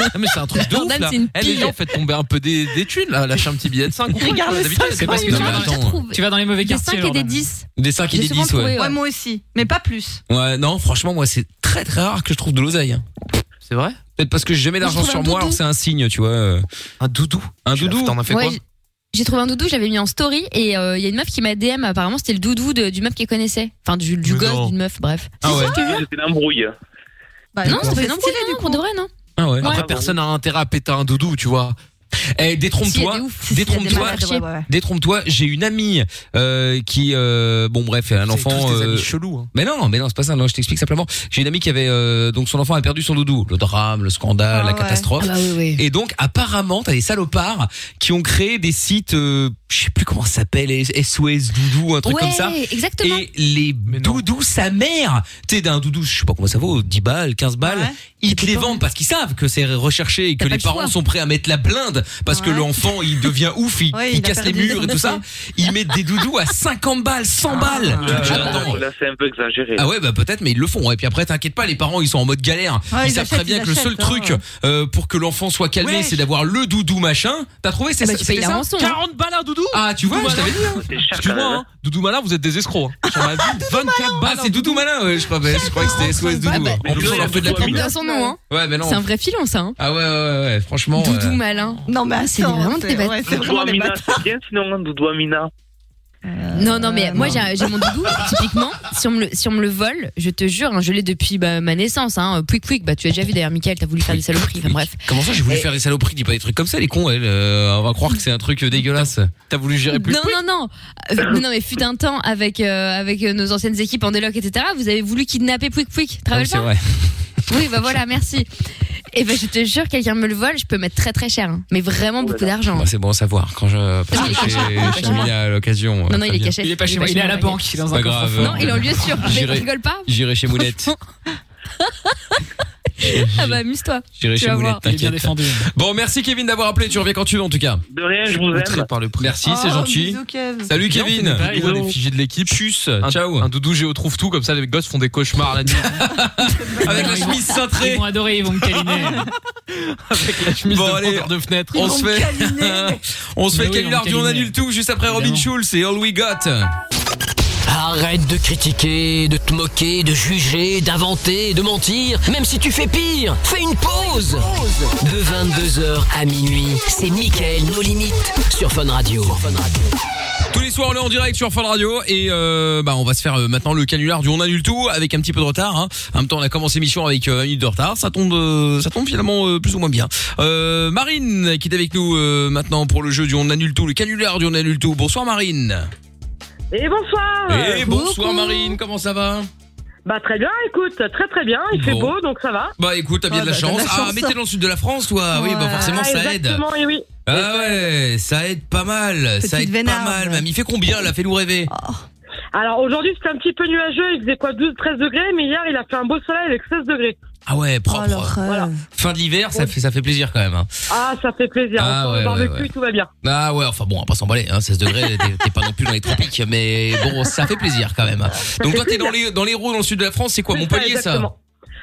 C: Ah, mais c'est un truc de ouf
G: Jordan,
C: là.
G: c'est une
C: Eh, les
G: pile.
C: gens, faites tomber un peu des, des thunes là. Lâchez un petit billet de 5 ou quoi,
E: Regarde
C: tu vois.
E: le
C: D'habitude,
E: sac,
C: c'est pas
E: ouais,
C: ce
E: il
C: qu'ils
E: est
C: font.
B: marrant.
G: J'ai
B: Attends.
G: trouvé.
D: Tu vas dans les mauvais
G: Des
D: quartiers.
G: 5 et des
D: Jordan.
G: 10.
B: Des 5 et
G: J'ai
B: des
G: souvent
B: 10, ouais.
G: trouvé,
E: Ouais, moi aussi. Mais pas plus.
B: Ouais, non, franchement, moi, c'est très très rare que je trouve de l'oseille. hein.
C: C'est vrai
B: Peut-être parce que j'ai jamais
G: Moi, je
B: d'argent
G: trouve
B: sur
G: un
B: moi,
G: doudou.
B: alors c'est un signe, tu vois. euh.
C: Un doudou
B: Un doudou
C: T'en as fait
G: Ouais,
C: quoi
G: j- J'ai trouvé un doudou, j'avais mis en story et euh, il y a une meuf qui m'a DM, apparemment c'était le doudou de- du meuf qu'elle connaissait. Enfin, du, du
C: Mais non.
G: gosse d'une meuf, bref.
B: Ah ouais.
H: C'était l'embrouille.
E: Bah,
G: non, c'est
E: c'est
G: pas non,
E: stylé,
G: non,
E: du
G: pour de vrai, non.
B: Ah ouais.
C: Après, personne n'a intérêt à péter un doudou, tu vois.
B: Eh,
G: Si, il y a
B: détrompe-toi,
G: des ouf, si, si, il y a des
B: détrompe-toi,
G: malades, ouais, ouais, ouais.
B: détrompe-toi. J'ai une amie euh, qui, euh, bon bref, un enfant.
C: tous des amis
B: euh,
C: chelous, hein.
B: Mais non, mais non, c'est pas ça. Non, je t'explique simplement. J'ai une amie qui avait euh, donc son enfant a perdu son doudou. Le drame, le scandale,
E: Ah
B: la
E: ouais.
B: catastrophe.
G: Ah bah oui, oui.
B: Et donc apparemment, t'as des salopards qui ont créé des sites, euh, je sais plus comment ça s'appelle, SOS doudou, un truc
G: ouais,
B: comme ça.
G: exactement.
B: Et les doudous, sa mère, tu sais, d'un doudou, je sais pas comment ça vaut, 10 balles, 15 balles,
E: Ouais.
B: ils te les vendent parce qu'ils savent que c'est recherché et que
G: T'as pas
B: les
G: le
B: parents
G: choix.
B: sont prêts à mettre la blinde parce que
E: Ouais.
B: l'enfant, il devient ouf, il,
E: Ouais,
B: il
E: il a
B: casse les
E: perdu
B: murs et
E: des
B: tout ça. Ils mettent des doudous à 50 balles, 100 balles. Tu te dis, attends.
H: Là, là, c'est un peu exagéré.
B: Ah ouais bah peut-être mais ils le font et puis après t'inquiète pas les parents ils sont en mode galère
E: Ouais,
B: ils,
E: ils
B: savent très
E: achètent,
B: bien
E: ils
B: que le seul
E: achètent,
B: truc
E: hein.
B: euh, pour que l'enfant soit calmé
C: Ouais.
B: c'est d'avoir le doudou machin t'as trouvé c'est
G: Ah bah,
B: ça
D: Eh
G: tu payes
D: ben,
B: c'était
G: la
B: ça
G: rançon, hein.
C: 40 balles un doudou
J: Doudou
B: Ah, tu vois, je t'avais dit,
J: dit. Excuse-moi, hein, Doudou Malin, vous êtes des escrocs. hein. J'en avais vu 24 balles.
B: Ah, c'est Doudou Malin, ouais, je crois, mais je crois que c'était SOS Doudou. hein.
G: Ah, bah,
B: En plus, il a fait de la pub.
G: Bien son nom, hein.
B: Ouais, Ah, mais non.
G: C'est un vrai filon, ça. Hein.
B: Ah ouais, ouais, ouais, ouais, franchement.
G: Doudou
B: euh,
G: malin. Non, mais c'est
E: attends,
G: vraiment des
E: c'est-
G: bêtes.
E: ouais,
H: Doudou Amina, c'est bien sinon, hein, Doudou Amina.
G: Non, non, mais moi j'ai j'ai mon doudou. Typiquement, si on, me le, si on me le vole, je te jure, hein, je l'ai depuis bah, ma naissance. Hein, pouic pouic, bah tu as déjà vu d'ailleurs, Michael, t'as voulu faire des saloperies. Enfin bref.
B: Comment ça, j'ai voulu faire des saloperies, dis pas des trucs comme ça, les cons, elle. euh, on va croire que c'est un truc euh, dégueulasse. Ah, T'as voulu gérer
G: Non, non, non. Euh, non, mais fut un temps avec, euh, avec euh, nos anciennes équipes en déloc, etc. Vous avez voulu kidnapper Pouic Pouic. te rappelles
B: c'est
G: pas
B: vrai.
G: Oui, bah voilà, merci. Et ben je te jure, quelqu'un me le vole, je peux mettre très très cher. hein, Mais vraiment beaucoup d'argent.
B: Bah, c'est bon à savoir quand je parce
G: Ah,
B: que chez Chamina à l'occasion.
G: Non,
B: euh,
G: non, il est
B: Fabien.
G: caché. Il est pas chez Il est moi, pas il est chez à la moi, banque,
B: C'est pas grave.
G: Non, il est en lieu sûr. Mais
B: J'irai-
G: rigole pas.
B: J'irai chez Moulette.
G: Ah bah amuse-toi.
B: J'irai
G: Tu
B: chez
G: vas
B: Moulette,
G: voir.
B: t'inquiète. Bon, merci Kevin d'avoir appelé, tu reviens quand tu veux en tout cas.
H: De rien, je vous aime.
B: Par le prix. Merci,
G: Oh,
B: c'est gentil. Salut
J: Viens, on fait
B: Kevin.
J: des bisous à des figés de l'équipe.
B: Tchuss,
J: ciao. Un doudou Géo trouve tout, comme ça les gosses font des cauchemars la nuit.
B: Avec la chemise cintrée.
D: Ils vont adorer, ils vont me câliner.
J: Avec la chemise
B: Bon,
J: de
B: allez.
J: bordeur de fenêtre.
B: On se fait, on se fait le canular du on annule tout juste après Robin Schulz et All We Got.
A: Arrête de critiquer, de te moquer, de juger, d'inventer, de mentir. Même si tu fais pire, fais une pause. De 22h à minuit, c'est Mickaël nos limites sur Fun Radio.
B: Tous les soirs, on est en direct sur Fun Radio et euh, bah on va se faire euh, maintenant le canular du on annule tout avec un petit peu de retard. Hein. En même temps, on a commencé l'émission avec euh, une minute de retard. Ça tombe, euh, ça tombe finalement euh, plus ou moins bien. Euh, Marine qui est avec nous euh, maintenant pour le jeu du on annule tout, le canular du on annule tout. Bonsoir Marine.
L: Et bonsoir
B: Et Eh, bonsoir Marine, comment ça va
L: Bah très bien, écoute, très très bien, il fait
B: Bon.
L: beau donc ça va.
B: Bah écoute, t'as bien
L: Ah,
B: de, la
L: bah, t'as de
B: chance.
L: la chance.
B: Ah, mais t'es dans le sud de la France, toi. Oui, bah forcément,
L: Ah,
B: ça aide.
L: exactement, et oui.
B: Ah ouais, ça aide pas mal.
L: Petite
B: ça aide
L: vénarde.
B: pas mal, même. Il fait combien là Fais-nous rêver.
L: Oh. Alors aujourd'hui c'était un petit peu nuageux, il faisait quoi 12-13 degrés, mais hier il a fait un beau soleil avec 16 degrés.
B: Ah ouais,
G: Oh,
L: Oh,
B: propre.
L: Voilà.
B: Fin de l'hiver,
L: Oh.
B: ça fait, ça fait plaisir quand même. hein.
L: Ah ça fait plaisir,
B: Ah,
L: on sort
B: ouais,
L: le barbecue,
B: ouais, ouais.
L: tout va bien.
B: Ah ouais, enfin bon, on va pas s'emballer, hein, 16 degrés, t'es- t'es pas non plus dans les tropiques, mais bon, ça fait plaisir quand même. Donc
L: fait
B: toi, t'es dans
L: plaisir.
B: les dans les Raux, dans le sud de la France, c'est quoi, Montpellier, ça
L: Exactement.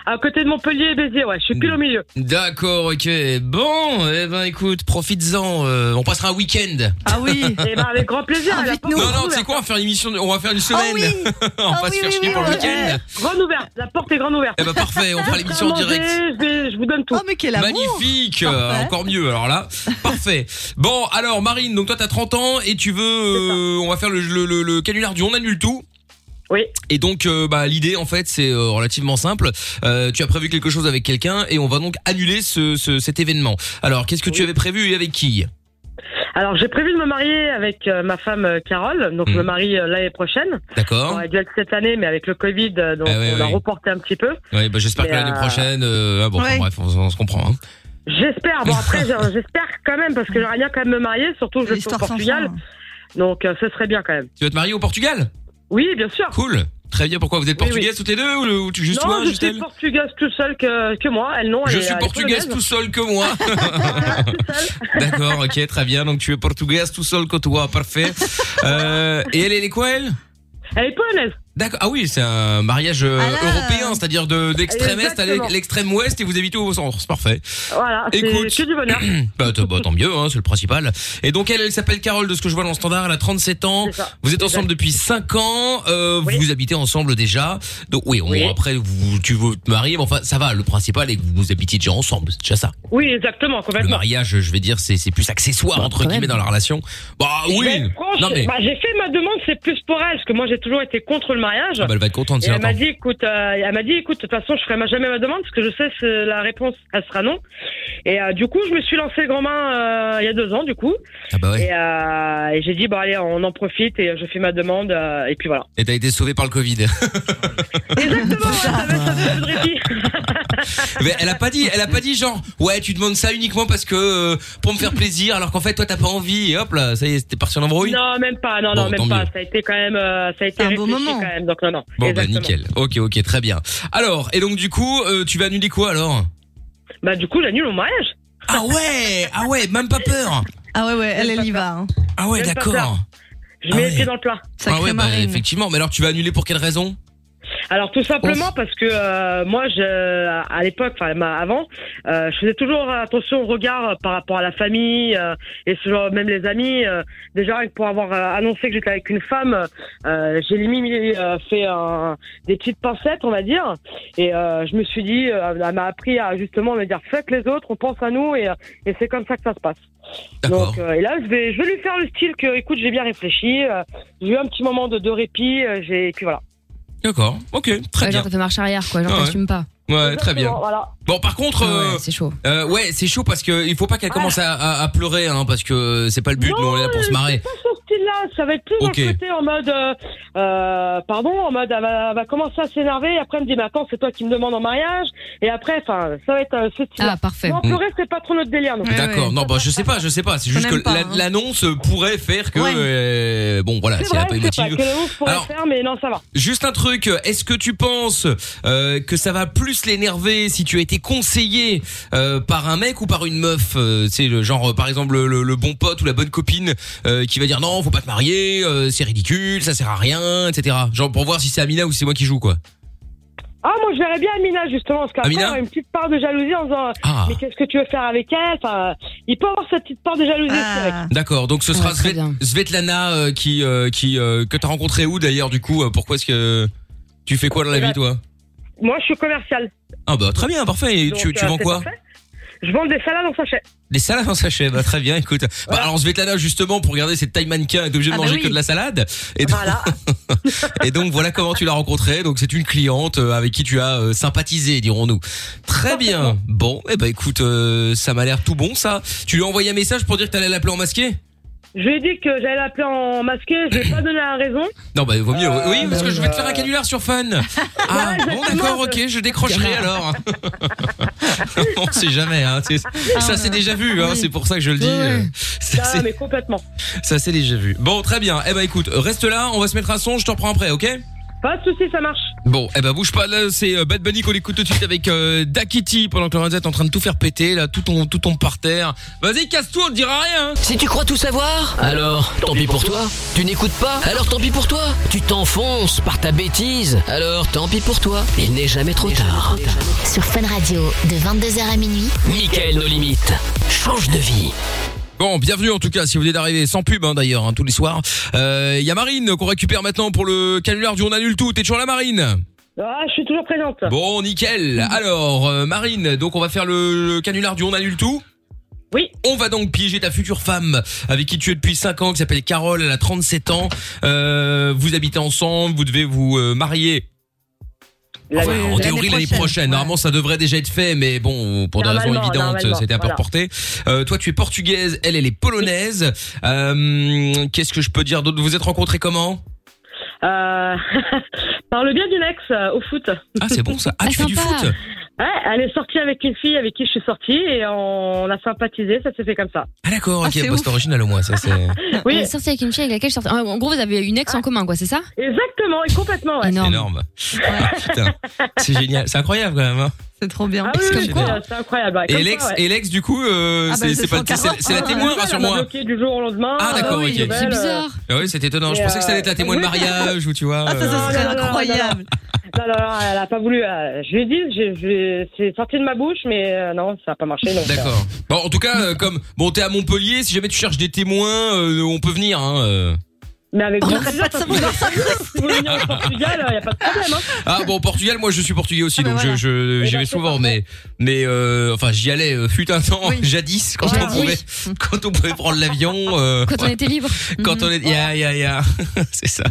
L: À côté de Montpellier et Béziers, ouais, je suis pile au milieu.
B: Mm. D'accord, ok. Bon, eh ben écoute, profites-en. euh, on passera un week-end.
L: Ah oui, et bah avec grand plaisir. à la porte
B: Non,
L: est
B: non, tu
L: ouverte.
B: sais quoi, on va faire une émission, de- on va faire une semaine. on va se faire chier pour le week-end.
L: Eh, Grande ouverte, la porte est grande ouverte.
B: Eh bah parfait, on fera l'émission en
L: Manger,
B: direct.
L: Je, vais- je vous donne tout. Oh mais quel
B: Magnifique, euh, encore mieux alors là. Parfait. Bon, alors Marine, donc toi t'as 30 ans et tu veux, euh, on va faire le, le, le- le canular du on annule tout.
L: Oui.
B: Et donc euh, bah l'idée en fait c'est euh, relativement simple. Euh, tu as prévu quelque chose avec quelqu'un et on va donc annuler ce, ce- cet événement. Alors qu'est-ce que tu avais prévu et avec qui
L: Alors j'ai prévu de me marier avec euh, ma femme euh, Carole, donc je me marie euh, l'année prochaine.
B: Hmm. D'accord.
L: On aurait dû être cette année, mais avec le Covid, euh, donc
B: Ah ouais,
L: on l'a
B: ouais.
L: reporté un petit peu.
B: Ouais, bah j'espère
L: Mais,
B: que l'année
L: euh,
B: prochaine. euh, ah bon, enfin,
L: ouais.
B: bref, on, on se comprend. Hein.
L: J'espère. Bon après, j'ai- j'espère quand même parce que j'aimerais bien quand même me marier, surtout que je suis au Portugal. Donc euh, ce serait bien quand même.
B: Tu vas te marier au Portugal
L: Oui, bien sûr.
B: Cool. Très bien. Pourquoi vous êtes
L: Oui, oui.
B: portugaises toutes les deux ou, le- ou tu- juste
L: non,
B: toi,
L: je
B: juste
L: suis
B: elle
L: portugaise tout seul que, que moi. Elle non. Elle
B: Je
L: est-
B: suis
L: elle est
B: portugaise tout
L: polonaise.
B: seul que moi. D'accord, ok, très bien. Donc tu es portugaise tout seul que toi, parfait. Euh, et elle, elle est quoi elle
L: Elle est polonaise.
B: D'accord. Ah oui, c'est un mariage euh, européen, c'est-à-dire de d'extrême est à
L: Exactement.
B: l'extrême ouest et vous habitez au centre. C'est parfait.
L: Voilà. Ah, c'est-
B: Écoute.
L: c'est du bonheur.
B: bah, t- bah, tant mieux, hein, c'est le principal. Et donc elle, elle s'appelle Carole, de ce que je vois dans le standard, elle a 37 ans. Vous êtes ensemble depuis 5 ans, euh, vous habitez ensemble déjà. Donc oui, on-
L: Oui.
B: après vous, tu veux te marier, mais enfin ça va, le principal est que vous habitiez déjà ensemble, c'est déjà ça.
L: Oui, exactement,
B: Le
L: complètement.
B: mariage, je vais dire, c'est c'est plus accessoire entre guillemets dans la relation. Bah
L: Je vais
B: oui.
L: être franche,
B: Non mais
L: bah, j'ai fait ma demande, c'est plus pour elle, parce que moi j'ai toujours été contre le mariage.
B: Ah bah, elle va être contente,
L: Et
B: si elle
L: elle m'a
B: entend.
L: dit, écoute, euh, elle m'a dit, écoute, de toute façon, je ferai ma- jamais ma demande, parce que je sais que la réponse, elle sera non. Et euh, du coup, je me suis lancé grand main euh, il y a deux ans, du coup.
B: Ah bah
L: Et, euh, et j'ai dit, bah allez, on en profite et je fais ma demande, euh, et puis voilà.
B: et t'as été sauvée par le Covid. mais elle a pas dit, elle a pas dit genre ouais tu demandes ça uniquement parce que euh, pour me faire plaisir alors qu'en fait toi t'as pas envie et hop là ça y est c'était parti en embrouille.
L: Non, même pas, non,
B: Bon,
L: non,
B: tant
L: même pas.
B: mieux.
L: Ça a été quand même, euh, ça a été un beau moment. quand même, donc non, non.
B: Bon bah
L: Exactement.
B: nickel. Ok ok très bien. Ah, Alors et donc du coup euh, tu vas annuler quoi alors
L: Bah du coup j'annule mon mariage.
B: Ah ouais ah ouais même pas peur.
E: Ah ouais, ouais, elle, elle y va. hein.
B: Ah ouais
L: Même pas
B: d'accord.
L: peur. Je mets les pieds dans le plat.
B: Ah ouais bah effectivement mais alors tu vas annuler pour quelle raison
L: Alors tout simplement parce que euh, moi, je, à l'époque, enfin ma- avant, euh, je faisais toujours attention au regard euh, par rapport à la famille euh, et ce genre- même les amis. euh, déjà rien que pour avoir euh, annoncé que j'étais avec une femme, euh, j'ai limite euh, fait un- des petites pincettes, on va dire. Et euh, je me suis dit, euh, elle m'a appris à justement me dire fuck les autres, on pense à nous et, euh, et c'est comme ça que ça se passe. Donc, euh, et là, je vais, je vais lui faire le style que, écoute, j'ai bien réfléchi, euh, j'ai eu un petit moment de, de répit, euh, j'ai, et puis voilà.
B: D'accord, ok, très
G: Ouais,
B: bien.
G: Genre, t'as fait marche arrière, quoi. Genre,
B: Ah ouais.
G: t'assumes pas.
B: Ouais, très bien.
L: voilà.
B: Bon, par contre,
G: Ah
B: euh,
G: c'est chaud.
B: ouais, c'est chaud parce que il faut pas
L: Ah.
B: qu'elle commence à, à- à pleurer, hein, parce que c'est pas le but. Nous, on est là pour se marrer.
L: Pas ce style-là, ça va être plus
B: Ok.
L: dans le côté en mode, euh, euh, pardon, en mode, elle va, elle va commencer à s'énerver, et après elle me dit, mais attends, c'est toi qui me demande en mariage, et après, enfin, ça va être euh, ce style.
G: Ah, parfait.
L: Non, pleurer, c'est pas trop notre délire. non.
B: Mm. D'accord. Non, bah je sais pas, je sais pas. C'est juste que
L: n'aime pas,
B: la-
L: hein.
B: l'annonce pourrait faire que euh, bon, voilà,
L: C'est
B: si elle
L: vrai,
B: a pas
L: je
B: eu
L: sais pas,
B: motive.
L: que le ouf pourrait
B: Alors,
L: faire, mais non, ça va.
B: Juste un truc, est-ce que tu penses euh, que ça va plus l'énerver si tu as été conseillé euh, par un mec ou par une meuf euh, C'est le genre, euh, par exemple, le, le- le bon pote ou la bonne copine euh, qui va dire non, faut pas te marier, euh, c'est ridicule, ça sert à rien, etc. Genre pour voir si c'est Amina ou si c'est moi qui joue, quoi.
L: Ah, moi, je verrais bien Amina, justement, parce qu'après,
B: Amina Ah.
L: elle aura une petite part de jalousie en disant, mais qu'est-ce que tu veux faire avec elle? Enfin, il peut avoir cette petite part de jalousie aussi
G: Ah.
L: avec.
B: D'accord, donc ce sera Svet- Svetlana euh, qui euh, qui euh, que t'as rencontré où d'ailleurs du coup euh, Pourquoi est-ce que tu fais quoi dans la vie toi
L: Moi, je suis commercial.
B: Ah bah très bien, parfait. Et tu,
L: Donc,
B: tu
L: euh,
B: vends
L: c'est
B: quoi
L: parfait. Je vends des salades en sachet.
B: Des salades en sachet, bah très bien, écoute. Bah, alors Svetlana justement pour garder cette taille mannequin est obligée de
L: Ah bah
B: manger
L: oui.
B: que de la salade. Et donc, et donc voilà comment tu l'as rencontrée. Donc c'est une cliente euh, avec qui tu as euh, sympathisé, dirons-nous. Très bien. Bon, et ben écoute, euh, ça m'a l'air tout bon ça. Tu lui as envoyé un message pour dire que t'allais l'appeler en masqué
L: Je lui ai dit que j'allais l'appeler en masqué, je vais pas donner la raison.
B: Non bah vaut mieux.
L: Euh,
B: oui, parce que
L: bah,
B: je vais te faire
L: euh,
B: un canular sur Fun. Ah bon d'accord, ok, je décrocherai alors. On sait jamais, hein. tu sais.
L: Ah,
B: ça c'est
L: ouais.
B: déjà vu, hein.
L: Oui.
B: c'est pour ça que je le dis.
L: Ouais, ouais.
B: euh, Ça
L: Ah, mais complètement.
B: Ça c'est déjà vu. Bon, très bien. Eh ben écoute, reste là, on va se mettre un son, je t'en prends après, ok
L: Pas de soucis, ça marche.
B: Bon, eh ben bouge pas là, c'est euh, Bad Bunny qu'on écoute tout de suite avec euh, Dakiti pendant que Lorenzo est en train de tout faire péter, là, tout tombe, tout tombe par terre. Vas-y, casse-toi, on te dira rien. hein.
A: Si tu crois tout savoir, alors tant pis pour toi. Tu n'écoutes pas, alors tant pis pour toi. Tu t'enfonces par ta bêtise, alors tant pis pour toi. Il n'est jamais trop tard.
I: Sur Fun Radio, de 22h à minuit.
A: Michael nos limites. Change de vie.
B: Bon, bienvenue en tout cas si vous venez d'arriver, sans pub hein, d'ailleurs, hein, tous les soirs. Euh, Il y a Marine qu'on récupère maintenant pour le canular du On annule tout. T'es toujours là Marine
L: Ah, je suis toujours présente.
B: Bon, nickel. Alors, euh, Marine, donc on va faire le, le canular du On annule tout.
L: Oui.
B: On va donc piéger ta future femme avec qui tu es depuis 5 ans, qui s'appelle Carole, elle a 37 ans. Euh, vous habitez ensemble, vous devez vous euh, marier. Enfin, en théorie l'année prochaine. Normalement ça devrait déjà être fait, mais bon, pour des raisons
J: Normalement,
B: évidentes,
J: normalement,
B: c'était un peu
J: voilà.
B: reporté. Euh, toi tu es portugaise, elle elle est polonaise. Euh, Qu'est-ce que je peux dire d'autre Vous vous êtes rencontrés comment
L: Euh, par le bien d'une ex euh, au foot.
B: Ah, c'est bon ça. Ah, tu fais du foot
L: Ouais, elle est sortie avec une fille avec qui je suis sortie et on a sympathisé, ça s'est fait comme ça.
B: Ah d'accord,
L: Ah,
B: ok,
L: c'est
B: bah,
L: ouf.
B: c'est original au moins, ça c'est.
G: Oui. Elle est sortie avec une fille avec laquelle je sortais. Ah, En gros, vous avez une ex
M: Ah.
G: en commun, quoi, c'est ça
L: Exactement, et complètement, ouais.
G: Énorme.
B: Énorme. Ah, putain, c'est génial, c'est incroyable quand même. hein.
L: C'est trop bien. Ah, oui,
B: C'est
L: oui,
B: génial.
L: c'est- c'est incroyable. ouais,
B: Et
L: Bah, comme
B: l'ex,
L: ça, ouais.
B: et l'ex, du coup, euh,
L: Ah,
B: c'est
L: bah,
B: c'est
L: c'est
B: pas,
L: son
B: c'est c'est la
L: Carole.
B: témoin,
L: Ah, bah, ouais, elle
B: rassure-moi.
L: m'a bloqué du jour au lendemain.
B: Ah, d'accord, ok.
L: nouvelle,
B: C'est
G: bizarre.
B: Ah oui, c'est étonnant. Je
L: Et,
B: pensais que ça allait
L: euh,
B: être la témoin de
L: oui.
B: mariage ou tu vois.
L: Ah,
B: euh,
L: Non, non, non,
E: incroyable.
L: Non, non, non, non, elle a pas voulu. euh, je lui ai dit, je- je- c'est sorti de ma bouche, mais euh, non, ça a pas marché. donc, euh,
B: D'accord. Bon, en tout cas, euh, comme bon, t'es à Montpellier, si jamais tu cherches des témoins, euh, on peut venir. Hein, euh.
L: Mais avec grand plaisir, parce que si vous voulez venir au Portugal, il n'y a pas de problème. Hein. bah,
B: Ah bon, Portugal, moi je suis portugais
G: Ah,
B: aussi,
G: bah
B: donc je- je j'y vais souvent, mais mais euh, enfin j'y allais euh, fut un temps, jadis quand on
G: Jadis.
B: pouvait quand on pouvait prendre l'avion. euh,
G: Quand on était Mhm. libre.
B: Quand on est, ya ya ya, c'est ça.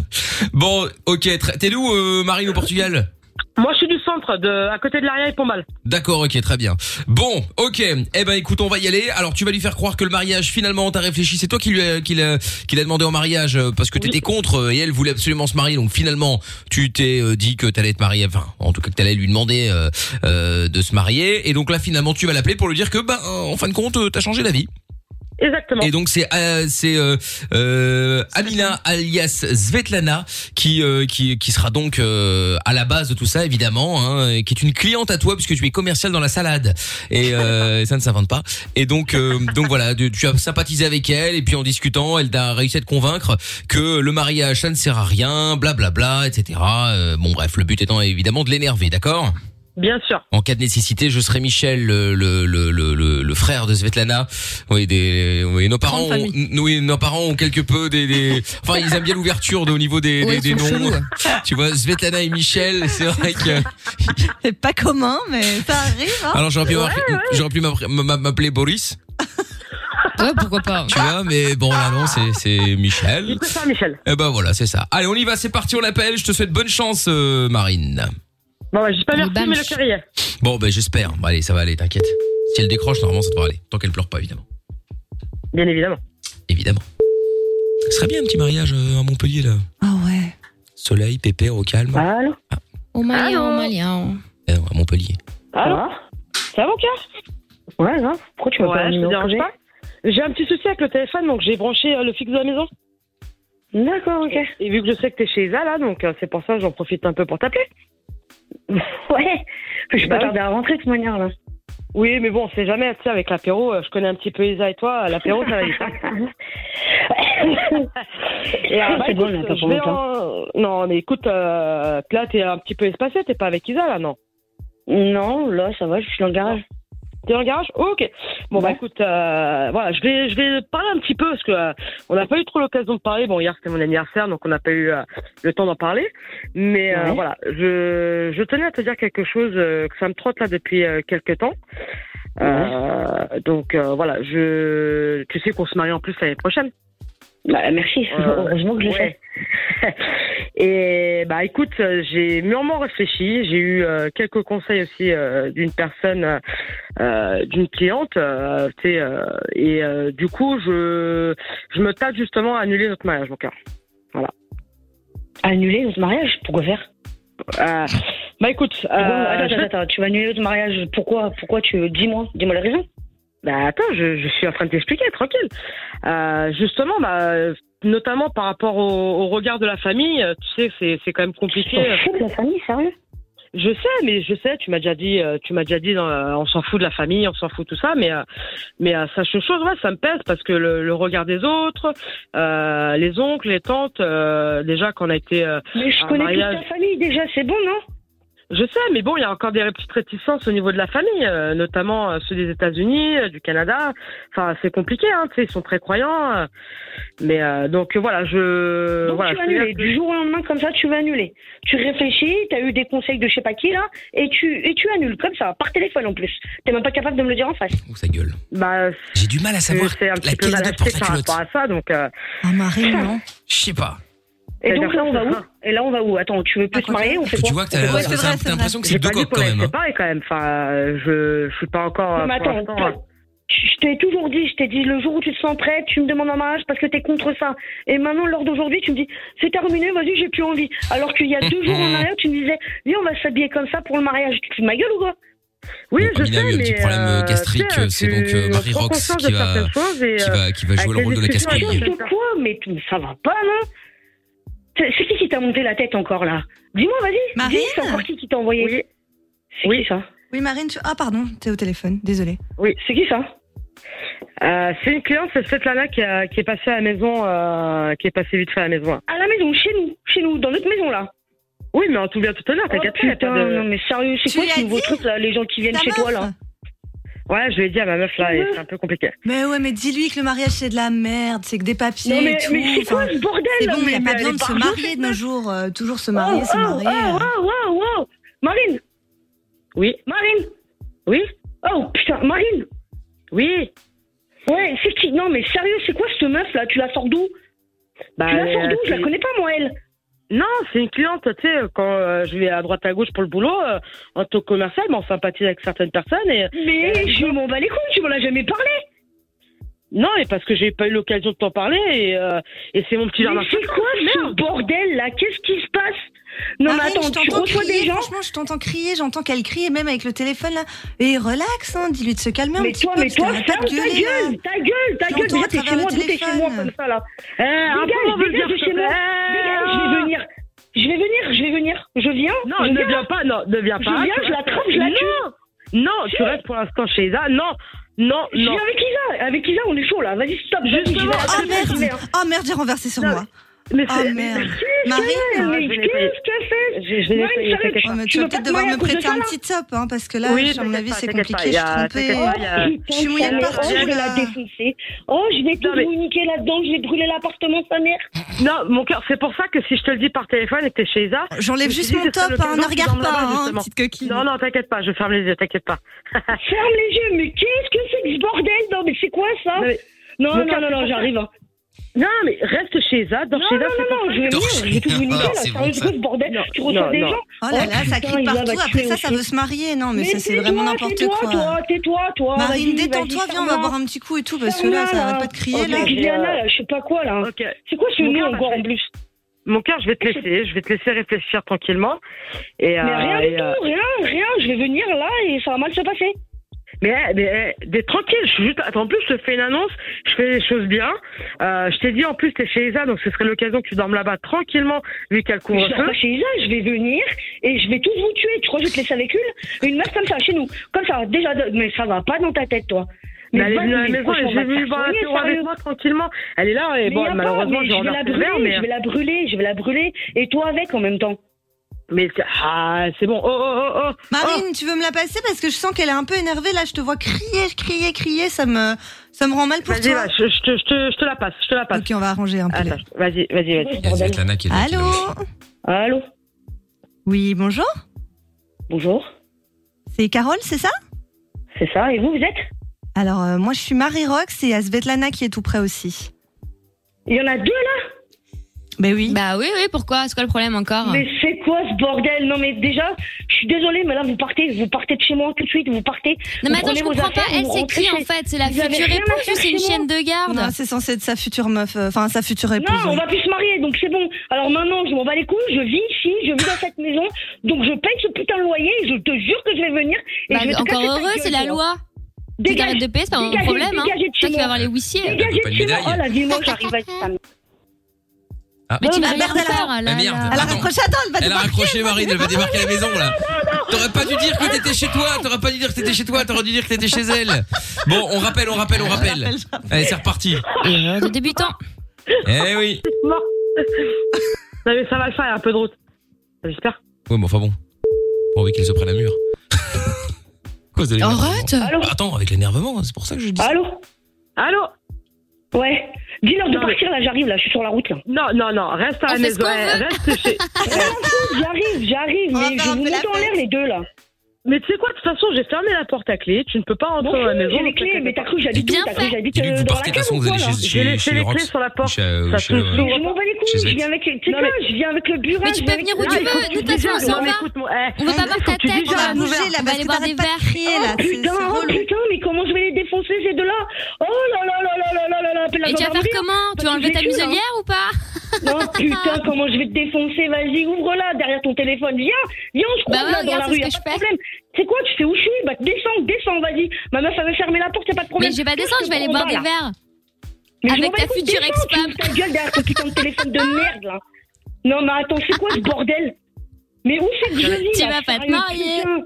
B: Bon, ok, tr- t'es d'où, euh, Marine, au Portugal
L: Moi, je suis du centre, de, à côté de l'arrière et pour mal.
B: D'accord, ok, très bien. Bon, ok. Eh ben, écoute, on va y aller. Alors, tu vas lui faire croire que le mariage, finalement, t'as réfléchi. C'est toi qui lui a, qui l'a- qui l'a demandé en mariage euh, parce que t'étais contre euh, et elle voulait absolument se marier. Donc, finalement, tu t'es euh, dit que t'allais te marier. Enfin, en tout cas, que t'allais lui demander euh, euh, de se marier. Et donc là, finalement, tu vas l'appeler pour lui dire que, ben, euh, en fin de compte, euh, t'as changé d'avis.
L: Exactement.
B: Et donc c'est euh, c'est euh, euh, Amina alias Svetlana qui euh, qui qui sera donc euh, à la base de tout ça évidemment hein, et qui est une cliente à toi puisque tu es commercial dans la salade et euh, ça ne s'invente pas. Et donc euh, donc voilà, tu, tu as sympathisé avec elle et puis en discutant, elle t'a réussi à te convaincre que le mariage ça ne sert à rien, blablabla, etc. Euh, bon bref, le but étant évidemment de l'énerver, d'accord
L: Bien sûr.
B: en cas de nécessité, je serai Michel, le, le, Euh, le, le, le- le frère de Svetlana. Oui, des, oui, nos parents,
N: Grande
B: ont, nous, oui, nos parents ont quelque peu des, des- enfin, ils aiment bien l'ouverture de- au niveau des,
E: Ouais,
B: des,
E: ils
B: des
E: sont
B: noms.
E: chelous, ouais.
B: Tu vois, Svetlana et Michel, c'est vrai que.
E: C'est pas commun, mais ça arrive. hein.
B: Alors j'aurais pu,
E: Ouais,
B: m'appeler- j'aurais pu m'appeler- m'a- m'appeler Boris.
G: Ouais, pourquoi
E: Ah.
G: pas.
B: Tu vois, mais bon là non, c'est c'est Michel.
L: C'est ça, Michel.
B: Et ben voilà, c'est ça. Allez, on y va, c'est parti, on l'appelle. Je te souhaite bonne chance, euh, Marine.
L: Bon, bah, j'ai pas
G: Le
L: merci, mais le
G: bamche.
L: carrière.
B: Bon ben j'espère. Bon, allez, ça va aller, t'inquiète. Si elle décroche, normalement ça devrait aller, tant qu'elle pleure pas évidemment.
L: Bien évidemment.
B: Évidemment. Ce serait bien un petit mariage euh, à Montpellier là.
E: Ah ouais.
B: Soleil, pépère, au calme.
L: Allô
G: Au
M: Ah
G: Malien,
L: Allô
G: au Malien.
B: Eh non, à Montpellier.
L: Allô Ça va, mon cœur Ah Ouais, grave. Pourquoi
M: tu m'as pas un
L: je te
M: numéro
L: dérange
M: privé
L: pas J'ai un petit souci avec le téléphone, donc j'ai branché euh, le fixe de la maison. D'accord, ok. Et, et vu que je sais que t'es chez Isa, là, donc euh, c'est pour ça que j'en profite un peu pour t'appeler. ouais,
M: je vais pas tarder
L: à rentrer de toute manière, là. Oui, mais bon, on sait jamais, tu sais, avec l'apéro, euh, je connais un petit peu Isa et toi, euh, l'apéro, ça va vite. Et euh, bah,
M: C'est bon,
L: écoute,
M: on attend
L: je
M: pas
L: vais
M: longtemps.
L: en- Non, mais écoute, euh, là, t'es un petit peu espacé, t'es pas avec Isa, là, non Non, là, ça va, je suis dans le garage. T'es dans le garage Ok. Bon, bah, écoute, euh, voilà, je vais, je vais parler un petit peu, parce que euh, on n'a pas eu trop l'occasion de parler. Bon, hier, c'était mon anniversaire, donc on n'a pas eu euh, le temps d'en parler. Mais euh,
M: Ouais.
L: voilà, je, je tenais à te dire quelque chose euh, que ça me trotte, là, depuis euh, quelques temps. Euh, donc euh, voilà, je, tu sais qu'on se marie en plus l'année prochaine. Bah, merci.
M: Heureusement que je le sais.
L: Et bah écoute, euh, j'ai mûrement réfléchi. J'ai eu euh, quelques conseils aussi euh, d'une personne, euh, euh, d'une cliente. euh, tu sais, euh, et euh, du coup, je, je me tape justement à annuler notre mariage, mon cœur. Voilà. Annuler notre mariage Pourquoi faire Bah écoute, euh,
M: Pourquoi- attends,
L: je vais-
M: attends, attends, tu vas annuler notre mariage. Pourquoi Pourquoi tu Dis-moi, dis-moi la raison.
L: Bah attends, je, je suis en train de t'expliquer, tranquille. Euh, justement, bah, euh, notamment par rapport au, au regard de la famille, euh, tu sais, c'est, c'est quand même compliqué. euh,
M: Tu t'en fous de la famille, sérieux
L: Je sais, mais je sais, tu m'as déjà dit, euh, tu m'as déjà dit, dans, euh, on s'en fout de la famille, on s'en fout de tout ça, mais euh, mais euh, sache une chose, ouais, ça me pèse parce que le, le regard des autres, euh, les oncles, les tantes, euh, déjà qu'on a été. euh,
M: Mais je
L: à un
M: connais
L: mariage-
M: toute ta famille déjà, c'est bon, non
L: je sais, mais bon, il y a encore des petites réticences au niveau de la famille, euh, notamment euh, ceux des États-Unis, euh, du Canada. Enfin, c'est compliqué, hein, tu sais, ils sont très croyants. euh, mais euh, donc euh, voilà, je
M: Donc
L: voilà,
M: tu vas
L: je te dis
M: annuler.
L: que-
M: Du jour au lendemain, comme ça, tu vas annuler. Tu réfléchis, tu as eu des conseils de je sais pas qui, là, et tu, et tu annules, comme ça, par téléphone en plus. T'es même pas capable de me le dire en face.
B: Ou sa gueule.
L: Bah,
B: J'ai du mal à savoir
L: c'est un petit peu
B: laquelle
L: mal
B: des deux
L: acheté
B: porte la
L: par
B: culotte.
L: rapport à ça, donc. euh,
E: non
B: Je sais pas.
M: Et donc
L: C'est-à-dire
M: là, on va
L: que-
M: où Et là, on va où Attends, tu veux plus se marier On fait quoi
B: tu vois que t'as
M: On fait quoi
B: t'as- t'as- t'as l'impression que c'est
L: J'ai
B: deux
L: pas dit
B: coques
L: qu'on
B: quand
L: allait
B: même.
L: se
B: hein.
L: séparer, quand même. Enfin, euh, je je suis pas encore.
M: Non, mais
L: euh, pour
M: attends,
L: l'instant,
M: toi,
L: euh,
M: je t'ai toujours dit, je t'ai dit le jour où tu te sens prête, tu me demandes en mariage parce que t'es contre ça. Et maintenant, lors d'aujourd'hui, tu me dis c'est terminé, vas-y, j'ai plus envie. Alors qu'il y a deux jours en arrière, tu me disais viens, on va s'habiller comme ça pour le mariage. Tu te fous de ma gueule ou quoi
L: Oui,
B: Bon, Amina a eu un petit problème euh, gastrique,
L: tu sais,
B: c'est
L: tu-
B: donc euh,
L: on
B: Marie
L: prend
B: Rox
L: conscience
B: qui
L: de
B: va,
L: certaines choses et,
B: qui va, qui va
L: euh,
B: jouer le
L: avec
B: rôle de
L: les
B: la
L: discussions
B: casse-couille.
M: N'importe quoi, mais t- ça va pas, non C'est c'est qui qui t'a monté la tête encore là Dis-moi, vas-y.
E: Marine
M: dis, C'est encore qui qui t'a envoyé C'est qui ça
E: Oui, Marine, tu... ah pardon, t'es au téléphone, désolée.
L: Oui, c'est qui ça Euh, c'est une cliente, c'est cette Lana qui, a- qui est passée à la maison, euh, qui est passée vite fait à la maison. là.
M: À la maison, chez nous, chez nous, dans notre maison là.
L: Oui, mais en tout bien tout honneur, t'as
M: Oh,
L: qu'à te faire,
M: putain,
L: pas de-
M: non mais sérieux, c'est
L: Tu
M: quoi
L: lui
M: ce
L: as
M: nouveau
L: dit
M: truc là Les gens qui viennent
E: Ta
M: chez toi
E: meuf
M: là
L: Ouais, je l'ai dit à ma meuf là, et
E: Ouais.
L: c'est un peu compliqué.
E: Mais ouais, mais dis-lui que le mariage c'est de la merde, c'est que des papiers.
M: Non, mais-
E: et tout,
M: mais c'est quoi
E: enfin,
M: ce bordel,
E: C'est
M: là,
E: bon, il n'y a
M: mais
E: pas
M: elle
E: besoin
M: est
E: de se
M: partout,
E: marier de nos jours, euh, toujours se marier, se marier. euh.
M: Oh, oh, oh, oh, oh. Marine
L: Oui.
M: Marine
L: Oui
M: Oh putain, Marine
L: Oui
M: Ouais, c'est qui Non mais sérieux, c'est quoi cette meuf là Tu la sors d'où
L: Bah,
M: Tu la
L: euh,
M: sors d'où Je la
L: c'est-
M: connais pas moi elle
L: Non, c'est une cliente, tu sais, quand euh, je vais à droite à gauche pour le boulot, euh, en tant que commercial, mais on sympathise avec certaines personnes et.
M: Mais
L: euh,
M: je m'en bats les couilles, tu m'en as jamais parlé
L: Non, mais parce que j'ai pas eu l'occasion de t'en parler et, euh, et c'est mon petit
M: Mais
L: jardin.
M: c'est quoi ce bordel là Qu'est-ce qui se passe Non, mais
E: Marine,
M: attends,
E: je
M: tu
E: t'entends
M: reçois
E: crier,
M: des gens.
E: franchement, je t'entends crier, j'entends qu'elle crie, et même avec le téléphone là. Et relax, hein, dis-lui de se calmer un
M: Mais
E: petit
M: toi,
E: peu.
M: mais
E: parce
M: toi,
E: qu'elle arrête
M: ferme
E: pas
M: ta
E: de gueuler, là.
M: gueule, ta gueule, ta
E: Je
M: gueule.
E: l'entends
M: Déjà,
E: à
M: t'es chez
E: travers
M: moi,
E: le
M: d'où t'es chez moi
E: téléphone.
M: comme ça, là. Eh,
L: un peu, on veut le
M: dégage,
L: dire,
M: dégage de
L: s'il
M: chez
L: te
M: moi.
L: plaît.
M: Dégage, je vais venir. Je vais venir, je vais venir. Je viens.
L: Non,
M: je
L: ne viens pas, non, ne viens
M: Je
L: pas.
M: viens,
L: tu
M: je
L: restes-
M: l'attrape, je la
L: Non. Non, tu restes pour l'instant chez Isa. Non, non,
M: Je
L: non.
M: viens avec Isa, avec Isa, on est chaud là. Vas-y, stop. vas-y, j'y vais.
E: Justement, oh
M: Attends, j'y vais,
E: merde,
M: hein.
E: oh merde, j'ai renversé sur moi.
M: Mais
E: oh
M: c'est-
E: merde.
M: Qu'est-ce
E: Marine, euh,
M: qu'elle est
E: je vais
M: Qu'est-ce qu'elle fait
L: Je- je vais
M: Marine,
L: l'essayer,
M: t'arrêtes.
L: t'inquiète pas.
E: Oh, mais
M: Tu
E: tu vas
M: vas pas
E: peut-être
M: te
E: devoir
M: marier
E: me
M: à cause de
E: prêter
M: ça,
E: un
M: là
E: petit top, hein, parce que là,
M: Oui,
E: à mon avis, c'est
M: t'inquiète
E: compliqué, je suis trompée. Je suis mouillée de
M: Oh,
E: partout,
M: je vais
E: là.
M: la défoncer. Oh, je vais tout vous niquer là-dedans. Je vais brûler l'appartement, sa mère.
L: Non, mon cœur, c'est pour ça que si je te le dis par téléphone et que t'es chez Isa.
E: J'enlève
L: je me
E: juste
L: suis dit,
E: mon
L: ce serait
E: top, hein, ne
L: l'occasion que tu
E: regarde
L: dormes
E: pas,
L: là-bas,
E: hein,
L: justement.
E: petite coquine.
L: Non, non, t'inquiète pas, je ferme les yeux, t'inquiète pas.
M: Ferme les yeux. Mais qu'est-ce que c'est que ce bordel Non, mais c'est quoi ça Non,
L: Mon
M: non,
L: cœur,
M: non, non,
L: c'est-
M: j'arrive. hein.
L: Non, mais reste chez Isa, dors
M: Non,
L: chez
M: non,
L: Isa.
M: non, non, je vais venir, je vais tout vous niquer là.
L: C'est
M: Sérieux, c'est quoi ce bordel Tu reçois des gens
E: Oh là là, ça
M: putain,
E: crie
M: il va
E: partout.
M: battre
E: Après
M: les
E: ça, ça
M: aussi.
E: veut se marier. Non, mais, ça, c'est
M: tais-toi,
E: vraiment n'importe
M: tais-toi,
E: quoi.
M: Toi, tais-toi, toi.
E: Marine,
M: Vas-y,
E: détends-toi,
M: vas-y,
E: viens, on va
M: ferme-la.
E: boire un petit coup et tout, parce que
M: Ferme-la,
E: là, ça arrête pas de crier, là.
M: Avec Oh, Diana, là, je sais pas quoi, là.
L: Ok.
M: C'est quoi ce
L: Mon
M: nez
L: cœur,
M: encore
L: je vais-
M: en plus
L: Mon cœur, je vais te laisser, je vais te laisser réfléchir tranquillement. Et,
M: Mais
L: euh,
M: rien
L: et,
M: du
L: euh,
M: tout, rien, rien. Je vais venir là et ça va mal se passer.
L: Mais, eh, mais, eh, mais tranquille, je suis juste. attends, en plus, je te fais une annonce, je fais les choses bien. Euh, je t'ai dit, en plus, t'es chez Isa, donc ce serait l'occasion que tu dormes là-bas tranquillement, vu qu'elle couvre
M: Mais Je dors
L: feu.
M: pas chez Isa, je vais venir et je vais tous vous tuer. Tu crois que je vais te laisser avec une Une meuf comme ça, chez nous. Comme ça, déjà, de- mais ça va pas dans ta tête, toi.
L: Mais elle est venue à la
M: vas-y, mais
L: maison et
M: franchement,
L: j'ai
M: on va
L: vu
M: te
L: boire
M: faire
L: l'apéro
M: soigner,
L: avec
M: sérieux.
L: moi tranquillement. Elle est là, et
M: Mais
L: bon,
M: y a pas,
L: malheureusement,
M: mais
L: je
M: je vais la
L: renverse le verre,
M: brûler,
L: mais. euh,
M: je vais la brûler, je vais la brûler. Et toi avec en même temps.
L: Mais c'est- ah, c'est bon, oh, oh, oh, oh.
E: Marine, tu veux me la passer parce que je sens qu'elle est un peu énervée. Là, je te vois crier, crier, crier. Ça me, ça me rend mal pour
L: Oh, Vas-y,
E: toi.
L: va, je, je te- je te- je te la passe, je te la passe.
E: Ok, on va arranger un peu.
L: Attends, vas-y, vas-y, vas-y.
E: Allô
M: Allô
E: Oui, bonjour.
M: Bonjour.
E: C'est Carole, c'est ça
M: C'est ça, et vous, vous êtes
E: Alors, euh, moi, je suis Marie Rox et il y a Svetlana qui est tout près aussi.
M: Il y en a deux là
E: Ben oui.
G: Bah oui, oui, pourquoi C'est quoi le problème encore
M: Mais c'est quoi ce bordel Non mais déjà, je suis désolée, mais là vous partez, vous partez de chez moi tout de suite, vous partez.
G: Non,
M: vous
G: mais attends,
M: prenez
G: je
M: vos
G: comprends
M: affaires,
G: pas. Elle,
M: vous
G: c'est
M: rentrez
G: qui,
M: chez-
G: en fait C'est la
M: Vous avez
G: future
M: rien à
G: épouse
M: faire
G: ou c'est
M: chez
G: une
M: moi
G: chienne de garde
E: Non, c'est censé être sa future meuf, euh, enfin sa future épouse.
M: Non, on
E: oui.
M: va plus se marier, donc c'est bon. Alors maintenant, je m'en bats les couilles, je vis ici, je vis dans cette maison, donc je paye ce putain de loyer, et je te jure que je vais venir. Et
G: Bah,
M: je vais te
G: encore
M: casser ta
G: heureux,
M: gueule,
G: c'est la
M: toi.
G: loi. Tu
M: Dégage,
G: t'arrêtes de payer, c'est pas mon
M: dégagez,
G: problème. Hein.
M: dégagez de chez
G: Toi, tu vas
M: moi.
G: voir les huissiers.
M: Dégagez
B: pas
M: de
B: une
M: chez moi.
B: médaille.
M: Oh la vie, moi j'arrive à ça.
G: Mais tu vas
M: Non, mais
G: rien
M: merde, elle a-
G: faire alors.
B: Ah merde,
G: là.
E: Elle a
B: Attends.
E: raccroché, attends, elle va
B: Elle a
E: débarquer.
B: raccroché Marine, elle va débarquer à la maison là. T'aurais pas dû dire que t'étais chez toi, t'aurais pas dû dire que t'étais chez toi, t'aurais dû dire que t'étais chez elle. Bon, on rappelle, on rappelle, on rappelle. Allez, c'est reparti.
E: Euh,
G: Erreur de débutant.
B: Eh oui.
L: Non. Non, mais ça va le faire, un peu de route. J'espère.
B: Ouais, mais enfin bon. Pourvu qu'il se prenne un mur. Quoi, vous avez l'énervement
G: Arrête
B: Bah, Attends, avec l'énervement, hein, c'est pour ça que je dis. ça.
M: Allô
L: Allô
M: Ouais. Dis-leur de
L: Non, mais-
M: partir là, j'arrive là, je suis sur la route là.
L: Non, non, non, reste à la
M: On fait ce
L: maison.
M: qu'on
L: eh,
M: veut.
L: Reste chez.
M: J'arrive, j'arrive,
E: On va
M: mais
E: faire
M: je
E: un
M: vous
E: peu la
M: monte en l'air les deux là.
L: Mais tu sais quoi, de toute façon, j'ai fermé la porte à clé. Tu ne peux pas rentrer
M: Bon,
L: dans la maison.
M: j'ai les
L: donc
M: clés,
L: t'inquiète
M: mais
L: pas.
M: t'as cru que j'habite
G: Bien
M: où T'as
G: fait.
M: cru que j'habite
B: Dis-lui que
M: euh,
B: vous
M: dans la
B: partez, de toute
M: cave
B: façon,
M: ou
B: vous
M: quoi
B: allez
M: là
B: chez-
L: J'ai
B: chez
L: laissé
B: chez
L: les
B: Rox.
L: clés sur la porte.
B: Chez, euh,
L: Ça
B: chez,
L: se
B: euh,
L: trouve.
M: Je m'en bats les
B: Chez
M: couilles, je
B: Zed.
M: viens avec les petits
L: Non, mais-
M: gars, je viens avec le burin.
G: Mais tu
M: je
G: peux
M: viens
G: venir où
M: avec-
G: tu
M: Ah,
G: veux.
M: écoute,
G: Nous, de toute façon, on s'en va.
L: eh,
G: On veut pas voir ta tête.
E: On va bouger là
G: On va aller
E: parce que
G: boire des
E: t'arrêtes pas de crier là.
M: Oh
E: C'est-
M: putain,
E: c'est
M: oh
E: relou.
M: putain, mais comment je vais les défoncer ces deux-là Oh là là là là là là là là, appelle la
G: Et tu vas faire
M: gendarmerie,
G: comment Tu vas
M: parce que
G: enlever ta
M: j'ai tué, là.
G: muselière ou pas
M: Non putain, comment je vais te défoncer Vas-y, ouvre-la derrière ton téléphone. Viens, viens, on se
G: Bah
M: croise
G: ouais,
M: là dans
G: regarde,
M: la
G: c'est
M: rue,
G: ce
M: y a
G: que je
M: pas
G: fais.
M: de problème. C'est quoi Tu sais où je suis Bah descends, descends, vas-y. Ma meuf, elle veut fermer la porte, y a pas de problème.
G: Mais je vais pas descendre, je vais aller boire
M: Qu'est-ce qu'on
G: des
M: bat, là
G: verres.
M: Mais je
G: Avec
M: m'en bats
G: ta
M: les couilles,
G: future
M: descends,
G: ex-femme.
M: tu ouvres Ta gueule derrière ton putain de téléphone de merde là. Non mais attends, c'est quoi ce bordel Mais où c'est que je vis
G: Tu
M: là,
G: vas pas te
M: sérieux,
G: marier.
M: putain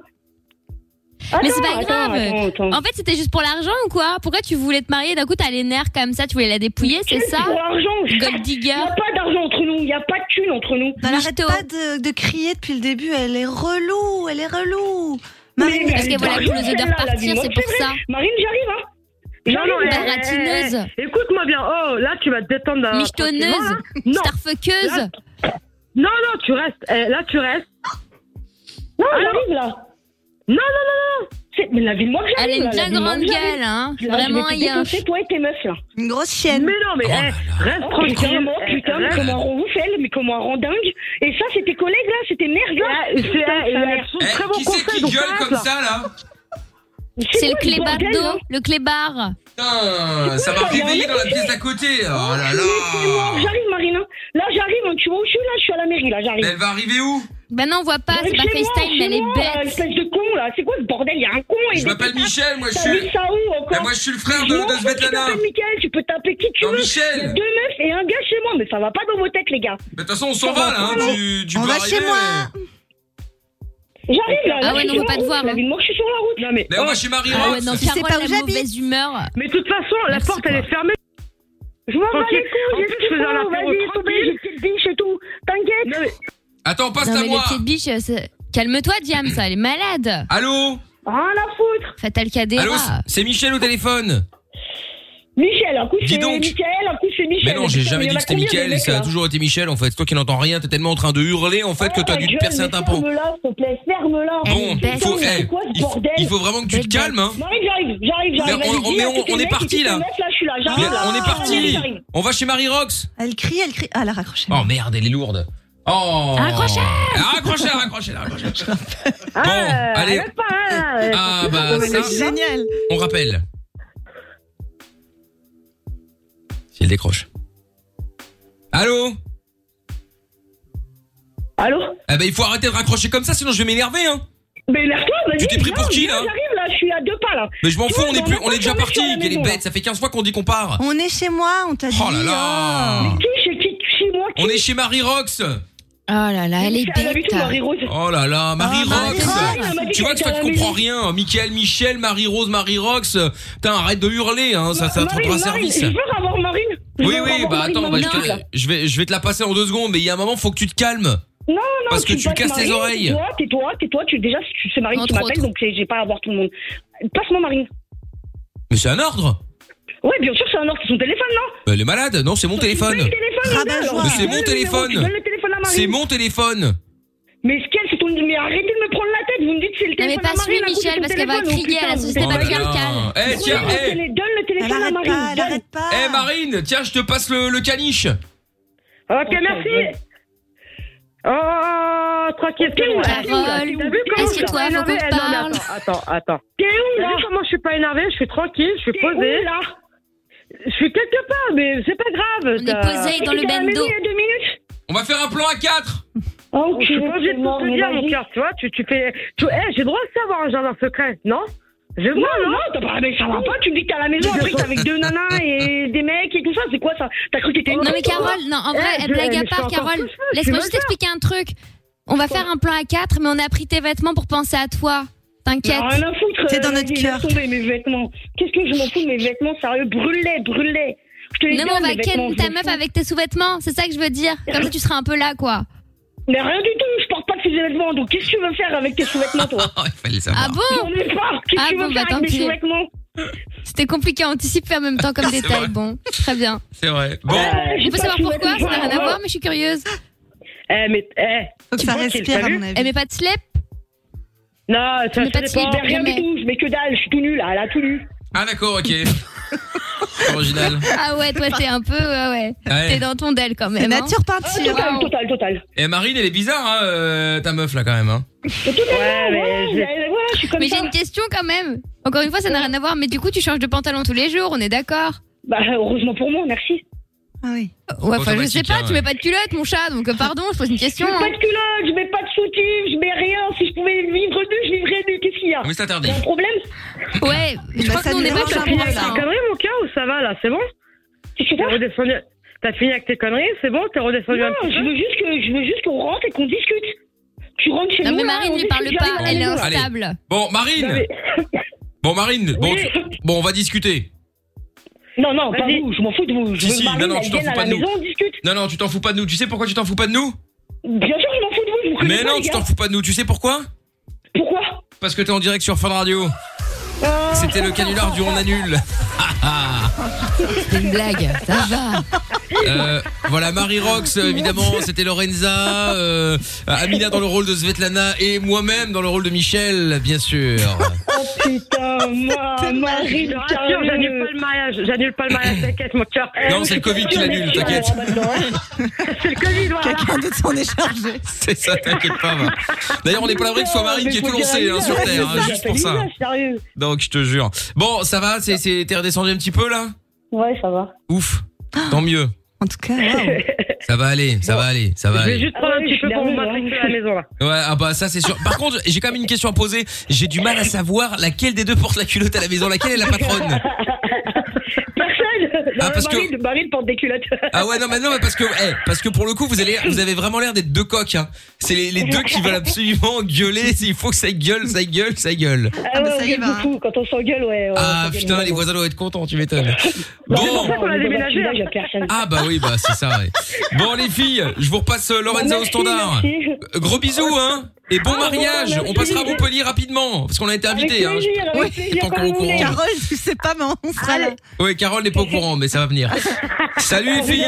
G: Mais c'est
M: Ah
G: pas
M: Attends,
G: grave.
M: attends, attends, attends.
G: En fait, c'était juste pour l'argent ou quoi Pourquoi tu voulais te marier D'un coup, t'as les nerfs comme ça, tu voulais la dépouiller, c'est
M: Quel
G: ça
M: pour l'argent
G: Gold digger.
M: Il n'y a pas d'argent entre nous, il n'y a pas de thune entre nous.
E: Elle
G: Mais
E: Bah, arrête
G: je te-
E: pas de, de crier depuis le début. Elle est relou, elle est relou. Marine,
M: Mais-
G: Parce qu'elle voit la
M: T'as
G: boule
M: raison,
G: aux odeurs
M: celle-là, la
G: partir,
M: vie,
G: c'est
M: non,
G: pour
M: c'est
G: ça.
M: Marine, j'arrive, hein
L: Non, non,
M: J'arrive,
L: eh,
M: hein.
G: Baratineuse.
L: eh, eh, Écoute-moi bien. Oh, là, tu vas te détendre. d'un- tranquillement,
G: Michetonneuse,
L: là. Non,
G: starfuckeuse.
L: non, hein. non, tu restes.
M: Euh,
L: Eh, Là, tu restes.
M: Ah, Non, j'arrive là.
L: Non, non, non, non.
M: C'est- Mais la ville, moi, j'arrive.
G: Elle a une
M: là, la
G: bien
M: ville, moi,
G: grande
M: j'arrive.
G: gueule, hein.
M: Là,
G: Vraiment
M: je
G: un
M: vais te
G: yinche.
M: défoncer, toi et tes meufs là.
E: une grosse chienne.
L: Mais non, mais eh, reste
M: Oh,
L: tranquille.
M: Vraiment,
L: eh,
M: putain, mais
L: reste-
M: comment on vous fait, mais comment on rend dingue. Et ça, c'est tes collègues là, Ah, c'est tes merdes là.
L: Eh, C'est
M: Putain,
L: eh,
M: sa
L: eh,
M: mère.
L: ce sont de
B: Eh,
L: très bons
B: qui c'est
L: conseils,
B: qui
L: donc
B: gueule
L: arrête,
B: comme
L: là.
B: ça là
G: C'est le
M: quoi ce
G: clébardo,
M: bordel, là
G: le clébar.
B: Putain, ça m'a
M: quoi, il y a un
B: réveillé
M: mec
B: dans la
M: qui-
B: pièce d'à côté. Oh là
M: Mais c'est moi,
B: là.
M: J'arrive, Marine. hein. Là, j'arrive. hein. Tu vois où je suis là Je suis à la mairie là,
B: Mais
M: j'arrive.
B: elle va arriver où
G: Bah non, on voit pas, c'est pas FaceTime, mais elle est
M: Une
G: bête.
M: euh, espèce de con là, c'est quoi ce bordel Il y a un con
B: Je
M: et des
B: m'appelle
M: pétasses.
B: Michel, moi, je
M: T'as
B: suis-
M: vu ça où encore
B: Mais moi, je suis le frère de-
M: Je m'en
B: de
M: fous, Tu
B: Svetlana.
M: t'appelles Michel, tu peux taper qui tu
B: Non,
M: veux.
B: Michel.
M: Il y a deux meufs et un gars chez moi, mais ça va pas dans vos têtes, les gars.
B: Mais de toute façon, on
M: Ça
B: s'en va
M: va,
B: là, hein,
M: non
B: tu, tu
M: On
B: peux
M: va
B: arriver.
M: chez moi. J'arrive là,
G: Ah
M: là,
G: ouais,
M: je
G: non,
M: suis
G: on va pas te
M: sur la
G: voir,
M: route,
G: hein.
M: là, mais moi je suis sur la route.
L: Non, mais-
B: Mais moi, je suis Marie
G: Ah
B: Rox.
G: ouais, non,
L: Tu sais
G: Carole,
L: pas où
G: la
L: j'habite
G: mauvaise humeur.
L: Mais de toute façon, la porte, elle est fermée.
M: Je m'en bats les
L: Tranquille. En
M: couilles,
L: plus,
M: j'ai ce
L: je faisais un
M: qu'il faut,
L: apéro
M: vas-y, tomber,
L: tranquille.
M: j'ai une petite biche et tout. T'inquiète.
B: Attends, passe
G: non,
B: à
G: mais les
B: moi.
G: petites biches, euh, c'est- calme-toi, Diam, ça, elle est malade.
B: Allô
M: Rien Ah, la foutre.
G: Fatal Cadera.
B: Allô, c'est- c'est Michel au téléphone.
M: Michel, un coup
B: Dis
M: c'est
B: donc.
M: Michel, un coup c'est Michel.
B: Mais non, j'ai
M: Putain,
B: jamais
M: il y
B: dit
M: en
B: que
M: a
B: c'était
M: combien,
B: Michel,
M: des
B: ça a
M: mecs, là
B: toujours été Michel en fait. C'est toi qui n'entends rien, t'es tellement en train de hurler en fait que t'as dû te percer un tampon.
M: Ferme-la, s'il te plaît, ferme-la.
B: Bon,
M: Putain,
B: faut-
M: mais
B: eh,
M: c'est quoi ce
B: il faut-
M: bordel
B: il faut vraiment que tu te calmes, hein.
M: J'arrive, j'arrive, j'arrive,
B: Mais
M: j'arrive.
B: on-
M: Vas-y,
B: on-
M: dis
B: mais
M: à
B: on-
M: tous les
B: on est
M: mecs,
B: parti,
M: tous les
B: là.
M: mecs, Là, je suis là,
B: Mais
M: j'arrive. là.
B: on est parti.
M: J'arrive.
B: On va chez Marie Rox.
E: Elle crie, elle crie. Ah, elle a raccroché.
B: Oh merde, elle est lourde. Oh.
E: Raccrochez-la.
B: Raccrochez-la, raccrochez-la, raccrochez-la.
E: Ah,
B: Bon, allez. Ah bah
E: Oh,
B: ça,
E: c'est génial.
B: on rappelle. Si elle décroche. Allô
M: Allô
B: Eh ben il faut arrêter de raccrocher comme ça, sinon je vais m'énerver hein.
M: Mais lève-toi, vas-y.
B: Tu t'es pris pour
M: viens,
B: qui,
M: viens,
B: là
M: J'arrive là, je suis à deux pas là.
B: Mais je m'en
M: Tu
B: fous,
M: vois,
B: on est
M: dans
B: plus,
M: même
B: on
M: pas
B: est déjà
M: cinq minutes, je
B: parti,
M: suis à la
B: qu'elle est
M: maison, là.
B: bête, ça fait 15 fois qu'on dit qu'on part.
E: On est chez moi, on t'a dit.
B: Oh là là
M: Qui chez qui Chez moi
B: On est chez Marie Rox
G: Oh là là, elle est
M: Elle habite où, Marie
G: bête.
M: Rose
B: Oh là
M: Ah,
B: là, Marie Rox
M: elle m'a dit
B: Tu vois
M: qu'elle
B: que toi
M: était à
B: tu
M: la
B: comprends
M: maison.
B: rien Michael, Michel, Marie Rose, Marie Rox Putain, arrête de hurler, hein, ça, ça te
M: Marine,
B: rendra
M: Marine,
B: service
M: Je veux avoir Marine. Je
B: Oui,
M: veux
B: oui,
M: avoir
B: bah
M: Marine
B: attends,
M: dans
B: bah,
M: ma
B: je, te-
M: tête, là.
B: je vais, je vais te la passer en deux secondes, mais il y a un moment, faut que tu te calmes
M: Non, non,
B: Parce que tu
M: passes
B: casses
M: Marine,
B: tes oreilles.
M: Tais-toi, tais-toi, tais-toi. Tu, déjà, tu sais Marine qui
G: Entre
M: m'appelle,
G: autres.
M: donc j'ai j'ai pas à voir tout le monde. Passe-moi Marine.
B: Mais c'est un ordre
M: Ouais, bien sûr, c'est un ordre, c'est son téléphone, non
B: Bah, Elle est malade Non, c'est mon téléphone
M: Téléphone, mon gars, alors.
B: Mais
M: Tu
B: c'est
M: donnes
B: mon
M: le numéro, tu
B: téléphone
M: donnes le téléphone à Marine.
B: C'est mon téléphone
M: Mais ce qu'elle, c'est ton. Mais arrêtez de me prendre la tête, vous me dites que c'est le
G: Non, mais
M: téléphone à
G: passe-lui,
M: Marine. un coup, c'est
G: Michel,
M: ton
G: parce qu'elle va
M: téléphone, oh,
G: crier à la
M: putain,
G: société
B: Oh là là.
G: patriarcale.
B: Eh,
M: Oui,
B: tiens,
M: donne
B: eh.
M: le télé- Donne le téléphone à
E: Elle arrête
M: Marine.
E: pas, elle
M: donne.
E: arrête pas.
B: Eh Marine, tiens, je te passe le, le caniche
L: Ok, merci. Oh, tranquille,
M: T'es où, là
L: T'as vu
G: Carole,
L: comment
G: est-ce
L: je
G: que
L: suis
G: toi,
L: pas
G: faut
L: énervée
G: qu'on
L: Eh, non, mais
G: parle
L: Attends, attends, attends.
M: T'es où,
L: T'as
M: là
L: vu comment je suis pas énervée Je suis tranquille, je suis
M: T'es où,
L: posée.
M: là
L: Je suis quelque part, mais c'est pas grave.
G: On
L: t'as-
G: est posé dans le
M: T'es à la maison
G: bendo.
M: il y a deux minutes
B: On va faire un plan à 4
M: Oh,
L: Je suis pas obligée de
M: mort,
L: tout te
M: mais
L: dire, mon
M: vas-y.
L: cœur, tu vois. Tu, tu fais. Tu... Eh, j'ai le droit de savoir un jardin secret, non Je
M: Non,
L: vois, hein.
M: non,
L: non
M: t'as pas, mais ça va pas, tu me dis que t'es à la maison, après que t'es avec deux nanas et des mecs et tout ça, c'est quoi ça T'as cru que t'étais une
G: Non, mais
M: meuf, toi
G: Carole, non, en vrai,
M: Eh,
G: elle
M: je-
G: blague à
M: mais je
G: part,
M: suis encore
G: Carole.
M: toute seule,
G: Laisse-moi
M: tu
G: juste
M: veux
G: t'expliquer un truc. On va faire un plan à 4, mais on a pris tes vêtements pour penser à toi.
M: J'en ai
G: T'inquiète.
M: Rien à foutre.
E: C'est
M: euh,
E: dans notre
M: vas-y, laisse
E: cœur.
M: tomber mes vêtements. Qu'est-ce que je m'en fous de mes vêtements, sérieux Brûlez, brûlez. Je te hein, les
G: Non, mais
M: donne,
G: on va
M: mes vêtements,
G: ken
M: je
G: ta
M: m'en
G: meuf
M: fous.
G: avec tes sous-vêtements, c'est ça que je veux dire. Comme ça, tu seras un peu là, quoi.
M: Mais rien du tout, je porte pas de ces vêtements, donc qu'est-ce que tu veux faire avec tes sous-vêtements, toi
B: Oh, il fallait
G: Ah
B: savoir
M: J'en
G: bon
M: ai pas. Qu'est-ce
G: Ah
M: que tu
G: bon,
M: veux
G: bah,
M: faire
G: tant
M: avec mes
G: pis.
M: sous-vêtements
G: C'était compliqué à anticiper en même temps comme détail.
B: vrai.
G: Bon, très bien.
B: C'est vrai Bon
G: Je peux savoir pourquoi, ça n'a rien à voir, mais je suis curieuse.
L: Eh, mais. Eh.
E: Faut que
L: Tu
E: ça
L: vois qu'il-
E: respire,
L: t'as
E: à
L: vu
E: mon avis.
G: Elle met pas de slip
L: Non, ça,
G: Mais
L: ça
G: pas de
L: dépend.
G: slip.
M: Mais rien du
G: Jamais.
M: tout, je mets que dalle, je suis tout nu là, là, tout nu.
B: Ah d'accord, ok Original
G: Ah ouais, toi, t'es un peu. Ouais, ouais.
B: Ouais.
G: T'es dans ton del quand
E: C'est
G: même. hein.
E: nature
M: Ah,
E: peinture.
M: total,
G: Wow.
M: total, total.
B: Eh Marine, elle est bizarre, hein, euh, ta meuf là quand même hein.
M: Mais totalement,
L: Ouais, mais
M: ouais,
L: je-
M: ouais, ouais, je suis comme
G: Mais
M: ça.
G: j'ai une question quand même. Encore une fois, ça n'a rien à voir, mais du coup, tu changes de pantalon tous les jours, on est d'accord
M: Bah, heureusement pour moi, merci.
E: Ah oui.
G: Ouais, enfin, je sais
B: Automatique,
G: pas,
B: hein,
G: tu mets pas de culotte, mon chat, donc euh, pardon, je pose une
M: Je
G: question.
M: mets
G: hein.
M: pas de culotte, je mets pas de soutif, je mets rien. Si je pouvais vivre nu, je vivrais nu. Qu'est-ce qu'il y a
B: Mais c'est interdit
M: Y'a un problème
G: Ouais, je
E: Bah,
G: crois
E: ça
G: que nous, on
E: nous
G: est pas
E: dérange
G: fait
E: un
G: pour
E: peu,
G: ça.
E: là.
G: hein.
L: T'as conneries, mon cœur, ou ça va, là C'est bon
M: Qu'est-ce que tu
L: T'es
M: veux faire
L: redescendu. T'as fini avec tes conneries, c'est bon T'es redescendu un
M: Non,
L: petit
M: je
L: peu
M: veux juste que je veux juste qu'on rentre et qu'on discute. Tu rentres chez
G: Non, mais
M: nous. là,
G: Marine
M: on
G: ne
M: discute,
G: parle
M: j'arrive
G: pas,
M: à la
G: elle est
M: maison.
B: Allez.
G: instable.
B: Bon Marine
M: Non, mais-
B: Bon Marine, bon,
M: Oui.
B: tu- bon on va discuter
M: Non, non, pas
L: Vas-y.
M: vous. Je m'en fous de vous. Je
B: Si,
M: veux
B: si,
M: que Marine,
B: non, non,
M: elle
B: tu t'en
M: vienne
B: fous
M: à
B: pas
M: la
B: de nous.
M: maison, on discute.
B: Non non, tu t'en fous pas de nous, tu sais pourquoi tu t'en fous pas de nous
M: Bien sûr, je m'en fous de vous. Je vous connais
B: Mais
M: pas,
B: non,
M: les
B: tu
M: gars.
B: t'en fous pas de nous, tu sais pourquoi
M: Pourquoi Euh,
B: Parce que t'es en direct sur Fun Radio C'était le canular du on annule
G: C'est une blague, ça va.
B: Euh, voilà Marie Rox euh, évidemment c'était Lorenza euh, Amina dans le rôle de Svetlana et moi-même dans le rôle de Michel bien sûr
M: Oh putain, moi,
L: Je
M: Marine,
L: te rassure, j'annule pas le mariage, j'annule pas le mariage, t'inquiète, mon cœur.
B: non c'est le Covid qui l'annule t'inquiète
L: Ah, bah, C'est le Covid, voilà.
E: Quelqu'un d'autre s'en est chargé.
B: c'est ça t'inquiette pas va. d'ailleurs on n'est pas l'abri que ce soit
L: Ah,
B: Marine qui est tout lancée hein, sur terre hein, juste pour ça
M: Sérieux.
B: donc je te jure bon ça va c'est c'est- t'es redescendu un petit peu là
M: Ouais, ça va.
B: ouf tant mieux
E: En tout cas, waouh.
B: Ça va aller, ça va aller, ça va
L: Je vais
B: aller.
L: juste
M: Ah,
L: prendre un petit peu pour m'immatriculer
M: hein.
L: à la maison là.
B: Ouais, ah bah ça c'est sûr. Par contre, j'ai quand même une question à poser. J'ai du mal à savoir laquelle des deux porte la culotte à la maison, laquelle est la patronne.
M: Personne
B: Ah, parce que-
M: Marie, Marie porte des culottes.
B: Ah ouais non mais non mais parce que eh, parce que pour le coup vous allez vous avez vraiment l'air d'être deux coqs. Hein. C'est les, les deux qui veulent absolument gueuler. Il faut que ça gueule, ça gueule, ça gueule.
M: Ah ouais, on gueule beaucoup. Quand on s'engueule, ouais. ouais,
B: Ah
M: on s'engueule Bah,
B: putain les
M: énormément.
B: voisins doivent être contents, tu m'étonnes.
M: Non, C'est pour ça qu'on
L: On
M: a
L: est dans
M: déménagé.
L: un
M: hein.
B: Ah bah oui bah c'est ça. ouais. Bon les filles, je vous repasse euh, Lorenza
M: Bah,
B: au
M: merci,
B: standard.
M: merci.
B: Euh, Gros bisous hein et bon
M: Ah, bon,
B: mariage.
M: merci.
B: On passera à Montpellier rapidement parce qu'on a été
E: Avec
B: invités. hein.
E: plaisir, avec
B: Oui,
E: plaisir,
B: pas encore
E: quand
B: au
E: vous
B: courant.
E: voulez. Carole, tu sais pas, mais on sera là.
B: Oui, Carole n'est pas au courant, mais ça va venir. Salut les filles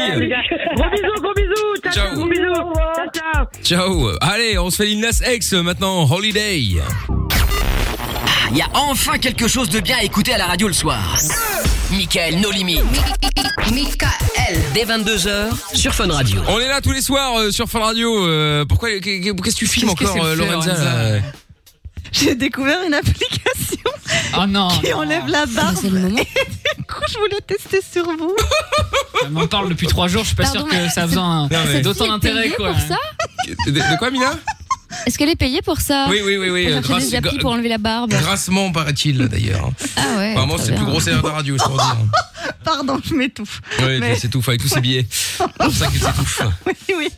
L: Gros bisous, gros bisous. Ciao,
B: Ciao.
L: Gros bisous. Ciao, ciao.
B: Ciao Allez, on se fait Lil Nas X euh, maintenant, Holiday
A: Il y a enfin quelque chose de bien à écouter à la radio le soir. Michael, nos limites. Michael. Dès 22h sur Fun Radio.
B: On est là tous les soirs euh, sur Fun Radio. euh, pourquoi qu'est- qu'est- Qu'est-ce que tu filmes
E: Qu'est-ce que
B: encore,
E: c'est
B: euh,
E: le fleur,
B: Lorenza
E: Lorenza
B: là
E: J'ai découvert une application
B: Ah,
E: qui enlève la barbe. Et du coup, je voulais tester sur vous.
D: On m'en parle depuis trois jours, je suis pas sûr
G: Pardon,
D: que ça a besoin
B: Non, mais-
G: Qui
D: d'autant
G: est
D: d'intérêt
G: payée
D: quoi.
G: pour ça
B: De, de quoi, Mina
G: Est-ce qu'elle est payée pour ça
B: Oui, oui, oui, oui,
G: On
B: euh,
G: cherchait
B: grâce-
G: des applis
B: gra-
G: pour enlever la barbe.
B: Grassement, paraît-il, d'ailleurs.
G: Ah ouais.
B: Apparemment,
G: très
B: c'est le plus
G: bien.
B: gros erreur de la radio, je crois dire.
E: Pardon, je m'étouffe.
B: Oui,
E: Mais-
B: elle s'étouffe avec tous ses billets. C'est pour ça qu'elle s'étouffe.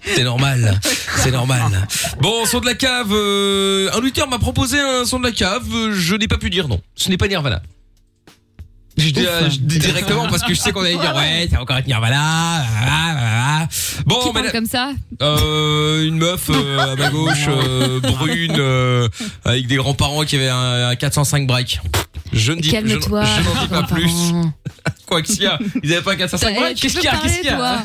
B: C'est normal. C'est normal. Bon, son de la cave. euh, un lutteur m'a proposé un son de la cave. euh, Je n'ai pas pu dire non. Ce n'est pas Nirvana. Je dis, euh, je dis directement parce que je sais qu'on allait dire ouais, ça va encore être Nirvana. ah, blablabla, blablabla.
G: Qui
B: ah. Bon,
G: parle
B: mais
G: comme ça
B: euh, une meuf euh, à ma gauche, euh, brune, euh, avec des grands-parents qui avaient un, un 405 break. Je ne dis, je, je
G: Calme-toi,
B: n'en dis pas plus. Quoi que si, ils n'avaient pas un 405
G: Eh,
B: break.
G: tu peux parler, toi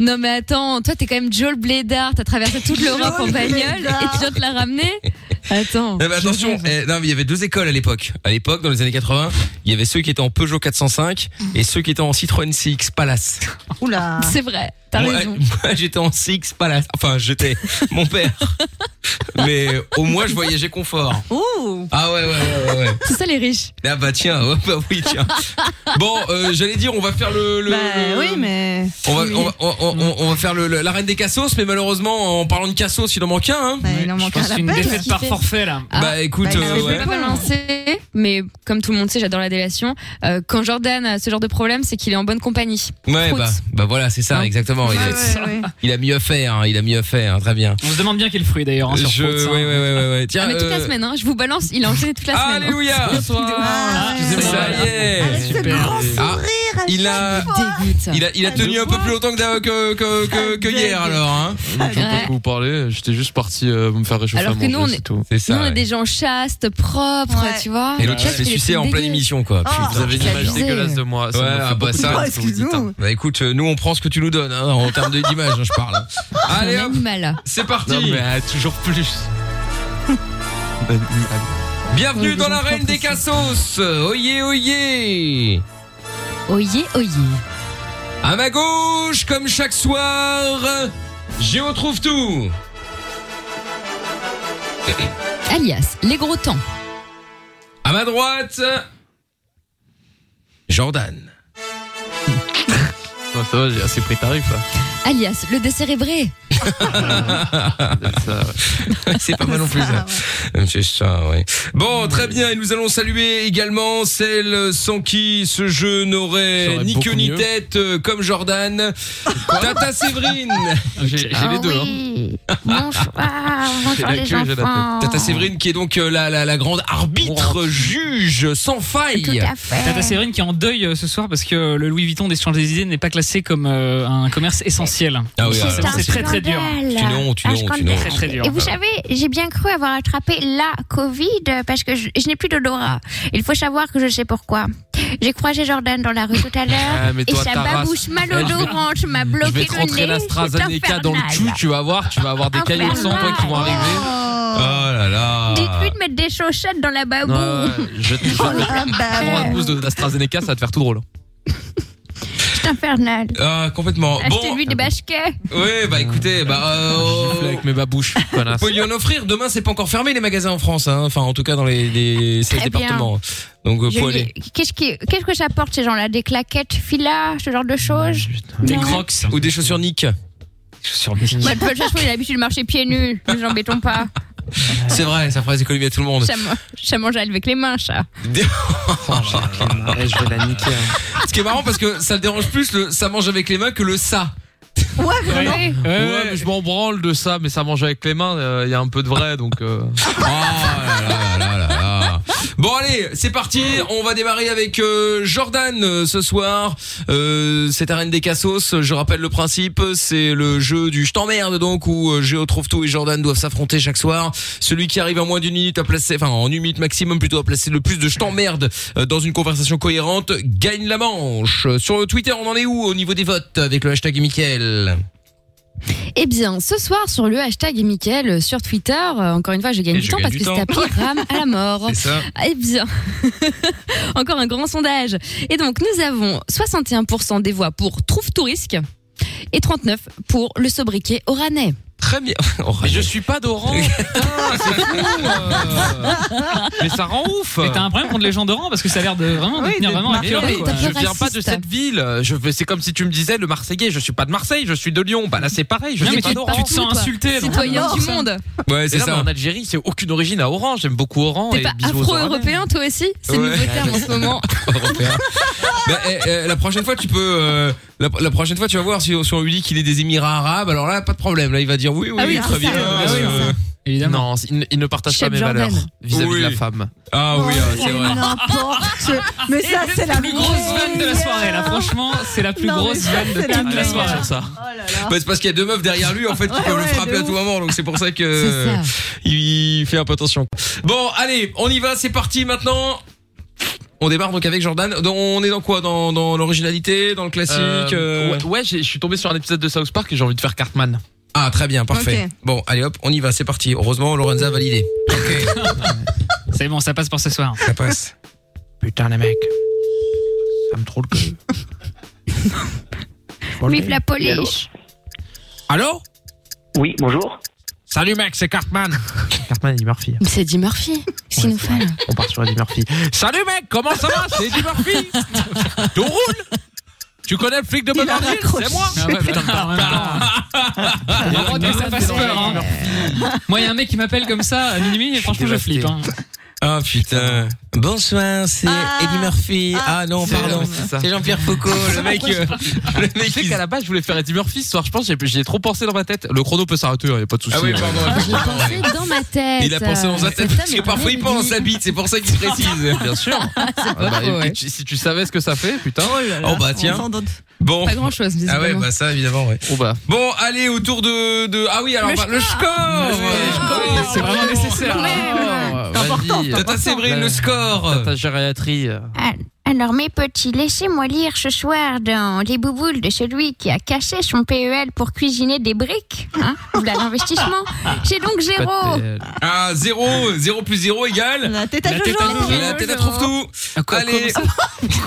G: Non mais attends, toi t'es quand même Joel Blédard, t'as traversé toute l'Europe en
E: Joel
G: bagnole et
E: Blédard.
G: tu viens te la ramener Attends.
B: Non, mais attention, eh, non, mais il y avait deux écoles à l'époque. À l'époque, dans les années 80, il y avait ceux qui étaient en Peugeot 405 et ceux qui étaient en Citroën CX Palace.
E: Oula.
G: C'est vrai, t'as
B: moi,
G: raison.
B: moi, j'étais en CX Palace. Enfin, j'étais mon père. Mais au moins, je voyageais confort.
E: Ouh.
B: Ah ouais, ouais, ouais, ouais. ouais.
G: C'est ça les riches.
B: Ah bah tiens, ouais, bah oui, tiens. Bon, euh, j'allais dire, on va faire le. le-
E: Bah
B: le-
E: oui, mais.
B: On va, on, va, on, on- on va faire le, le- la reine des cassos, mais malheureusement, en parlant de cassos, il en manque un. Hein.
E: il en
D: Je
E: manque un
D: pense
E: à la
D: que c'est une
E: pelle.
D: défaite par forfait là.
B: bah écoute,
G: Je
B: euh,
G: vais
B: ouais.
G: pas balancer, mais comme tout le monde sait, j'adore la délation. Euh, quand Jordan a ce genre de problème, c'est qu'il est en bonne compagnie.
B: Ouais, bah, bah voilà, c'est ça, exactement. il, a, il a mieux fait, hein, il a mieux fait, hein, très bien.
D: On se demande bien quel fruit d'ailleurs. hein, sur
B: Je, ouais,
D: Fruits, hein.
B: ouais, ouais, ouais, ouais. Tiens,
G: Ah, mais toute la
B: euh,
G: semaine, hein, je vous balance, il a enchaîné toute la semaine. hein.
B: Alléluia Ah, ça y est. Ah, il a, il a, il a tenu un peu plus longtemps que, d'a- que, que, que, que hier alors. Hein.
C: Je peux pas vous parler, j'étais juste parti euh, me faire réchauffer
G: Alors
C: à
G: que nous, on
C: manger,
G: est-
C: c'est tout.
B: C'est
G: Nous, on est des gens chastes, propres, tu vois.
B: Et l'autre,
G: Tu
B: il se
G: vois,
B: fait
G: il est
B: sucer
G: tout
B: en pleine
G: dégueu.
B: émission, quoi.
G: Oh,
B: Putain,
C: Vous avez une
G: c'est
C: image
G: abusé.
C: dégueulasse de moi. ça
B: ouais,
C: me fait
B: ah bah
C: beaucoup de mal,
B: ça,
C: ce que vous dites, hein.
B: Bah écoute, euh, nous on prend ce que tu nous donnes, hein, en termes de- d'image, hein, je parle. Allez
G: Un
B: hop,
G: animal.
B: c'est parti.
C: Non, mais ah, toujours plus.
B: Bienvenue dans la reine des cassos. Oyez, oyez.
G: Oyez, oyez.
B: À ma gauche, comme chaque soir, j'y retrouve tout.
G: Alias, les gros temps.
B: À ma droite, Jordan.
C: Ouais, ça va, j'ai assez pris tarif là.
G: Alias, le décérébré.
B: C'est pas mal non plus. ça. C'est ça, ouais. Bon, très bien. Et nous allons saluer également celle sans qui ce jeu
C: Ça
B: n'aurait
C: aurait
B: ni
C: beaucoup
B: queue ni
C: mieux.
B: tête, euh, comme Jordan. Tata Séverine.
C: Ah, J'ai j'ai les deux. hein. J'ai la queue, j'ai la tête.
B: Tata Séverine qui est donc euh, la, la, la grande arbitre, juge, sans faille.
D: Tata Séverine qui est en deuil euh, ce soir parce que euh, le Louis Vuitton d'échange des idées n'est pas classé comme euh, un commerce essentiel.
B: Ah oui,
D: C'est-
B: alors,
D: c'est-
B: c'est
D: c'est très très dur.
B: Tu une honte,
E: Ah,
I: Ah,
B: une honte, une honte.
D: Très très dur.
I: Et vous savez, j'ai bien cru avoir attrapé la Covid euh, parce que je, je n'ai plus d'odorat. Il faut savoir que je sais pourquoi. J'ai croisé Jordan dans la rue tout à
C: Ah,
I: l'heure
C: mais
I: et
C: toi,
I: sa
C: ta race.
I: babouche
C: Eh,
I: malodorante m'a
C: Je vais
I: bloqué
C: te
I: le
C: rentrer
I: nez.
C: l'AstraZeneca
I: C'est
C: dans le chou,
I: infernal.
C: tu vas voir, tu vas avoir des caillots de sang toi qui vont arriver.
B: Oh là là.
I: Dites-lui de mettre des chaussettes dans la babou.
C: Non, je te jure,
I: Ah, bah.
C: prends la pouce de l'AstraZeneca, ça va te faire tout drôle.
I: Je infernal.
B: Ah, complètement. Bon,
I: Achetez-lui des baskets.
B: ouais, bah écoutez, bah. avec mes babouches,
C: connasse.
B: Vous pouvez lui en offrir. Demain, c'est pas encore fermé les magasins en France, hein. enfin en tout cas dans les, les 16
I: Très bien.
B: départements. Donc, euh,
I: Je
B: faut
I: lui-
B: aller.
I: Qu'est-ce qui- qu'est-ce que ça apporte ces gens-là Des claquettes, filas, ce genre de choses
B: Des crocs ou des chaussures Nick. Chaussures Nick.
I: Moi, de toute façon, il a l'habitude de marcher pieds nus. Nous embêtons pas.
B: C'est vrai, ça fera des économies à tout le monde.
I: Ça, man- ça mange avec les mains, ça.
B: je vais la niquer. hein. Ce qui est marrant parce que ça le dérange plus le ça mange avec les mains que le ça.
I: Ouais,
J: Ouais,
I: vraiment.
J: ouais, mais je m'en branle de ça, mais ça mange avec les mains, il
B: euh,
J: y a un peu de vrai, donc. euh.
B: Oh, Bon allez, c'est parti, on va démarrer avec euh, Jordan euh, ce soir. Euh, c'est Arène des Cassos, je rappelle le principe, c'est le jeu du je t'emmerde donc où euh, Géo trouve tout et Jordan doivent s'affronter chaque soir. Celui qui arrive en moins d'une minute à placer, enfin en une minute maximum plutôt à placer le plus de je t'emmerde euh, dans une conversation cohérente gagne la manche. Euh, Sur le Twitter, on en est où au niveau des votes avec le hashtag Mickaël
G: Eh bien, ce soir, sur le hashtag et Mickaël, euh, sur Twitter, euh, encore une fois, je gagne
B: Et
G: du
B: je
G: temps
B: gagne
G: parce
B: du
G: que c'est
B: temps.
G: appelé Ram à la mort.
B: C'est ça.
G: Eh bien, encore un grand sondage. Et donc, nous avons 61% des voix pour Trouve tout risque et 39% pour le sobriquet oranais.
B: Très bien.
J: Mais je suis pas d'Oran. mais ça rend ouf.
D: euh. Mais t'as un problème contre les gens d'Oran parce que ça a l'air de vraiment de tenir vraiment à
J: Mais
D: cœur,
J: non, mais
D: quoi.
J: je viens pas de cette ville. Je veux- c'est comme si tu me disais le Marseillais. Je suis pas de Marseille. Je suis de Lyon. Bah là c'est pareil. Je
D: Non,
J: suis
D: mais
J: pas
D: tu-
J: d'Oran.
D: tu te sens insulté, donc.
G: Citoyen du monde.
B: Ouais, c'est
J: Mais non,
B: ça.
J: mais En Algérie, c'est aucune origine à Oran. J'aime beaucoup Oran.
G: T'es
J: et
G: pas
J: bisous aux Oranais.
G: afro-européen, toi aussi C'est le
B: Ouais.
G: nouveau terme en ce moment.
B: Européen. Bah, eh, eh, la prochaine fois, tu peux. euh, la, la prochaine fois, tu vas voir si, si on lui dit qu'il est des Émirats Arabes. Alors là, pas de problème. Là, il va dire oui, oui,
J: Ah oui,
B: très
J: c'est
B: bien.
J: ça. Ah oui,
B: euh,
C: Évidemment. Non, il, ne- il ne partage pas
B: Chef
C: mes
B: Jordan.
C: valeurs vis-à-vis
B: Oui.
C: de la femme.
B: Ah oui, ah, c'est vrai.
E: N'importe. Mais ça, c'est la
D: plus grosse vanne de la soirée, là. Franchement, c'est la plus
E: Non, mais
D: grosse
E: ça,
D: vanne de
E: c'est la
D: toute la
E: meilleure.
D: soirée.
B: Bah, c'est parce qu'il y a deux meufs derrière lui en fait qui peuvent le frapper à tout moment donc c'est pour ça que
D: C'est ça.
B: il fait un peu attention. Bon allez on y va c'est parti maintenant on démarre donc avec Jordan Donc, on est dans quoi dans, dans l'originalité dans le classique
J: Euh,
B: euh,
J: Ouais, ouais, j'ai- je suis tombé sur un épisode de South Park et j'ai envie de faire Cartman.
B: Ah très bien parfait
J: Ok.
B: bon allez hop on y va c'est parti heureusement Lorenza a validé
D: C'est bon, ça passe pour ce soir.
B: Ça passe.
C: Putain, les mecs. Ça me troll que.
I: Vive la police.
C: Allô
F: Oui, bonjour.
C: Salut mec, c'est Cartman. Cartman et Murphy.
G: Mais c'est Eddie Murphy. Qu'est-ce qu'il nous fait là
C: On part sur Eddie Murphy. Salut mec, comment ça va C'est Eddie Murphy. Tout roule Tu connais le flic de Beverly Hills C'est moi.
D: Ah ouais,
J: bah,
D: putain, en même temps. Par contre, que Ah. Oh, ça fasse peur, hein. Moi, il y a un mec qui m'appelle comme ça à minuit, et franchement, je flippe. hein.
B: Ah putain. Bonsoir, c'est Eddie Murphy. Ah, non, pardon. C'est Jean-Pierre Foucault, le mec. euh,
J: le mec sais qu'à la base, je voulais faire Eddie Murphy ce soir. Je pense j'ai j'y ai trop pensé dans ma tête. Le chrono peut s'arrêter, hein, y a pas de souci.
B: Ah oui, pardon, Ah,
G: J'ai pensé dans ma tête.
B: Il a pensé dans sa tête.
G: euh, Ça,
B: Parce
G: mais
B: que parfois il Ah,
G: rien
B: pense
G: dit.
B: sa bite, c'est pour ça qu'il précise. Bien sûr.
J: Bah, et puis, tu- Si tu savais ce que ça fait, putain.
B: Oh bah tiens. Bon.
G: Pas grand chose.
B: Ah ouais, bah ça évidemment, ouais. Bon, allez, autour de, de. Ah oui, alors
J: Le
B: bah, le score Oui, C'est vraiment nécessaire.
D: Ah,
B: Tata Séverine, le score
C: Ta gériatrie. euh.
I: Ah, Alors mes petits, laissez-moi lire ce soir dans Les Bouboules de celui qui a caché son PEL pour cuisiner des briques. Hein Voilà l'investissement. C'est donc zéro.
B: Ah, 0, 0 plus 0 égale. La tête
I: à Jojo.
B: La tête à trouve tout. Allez.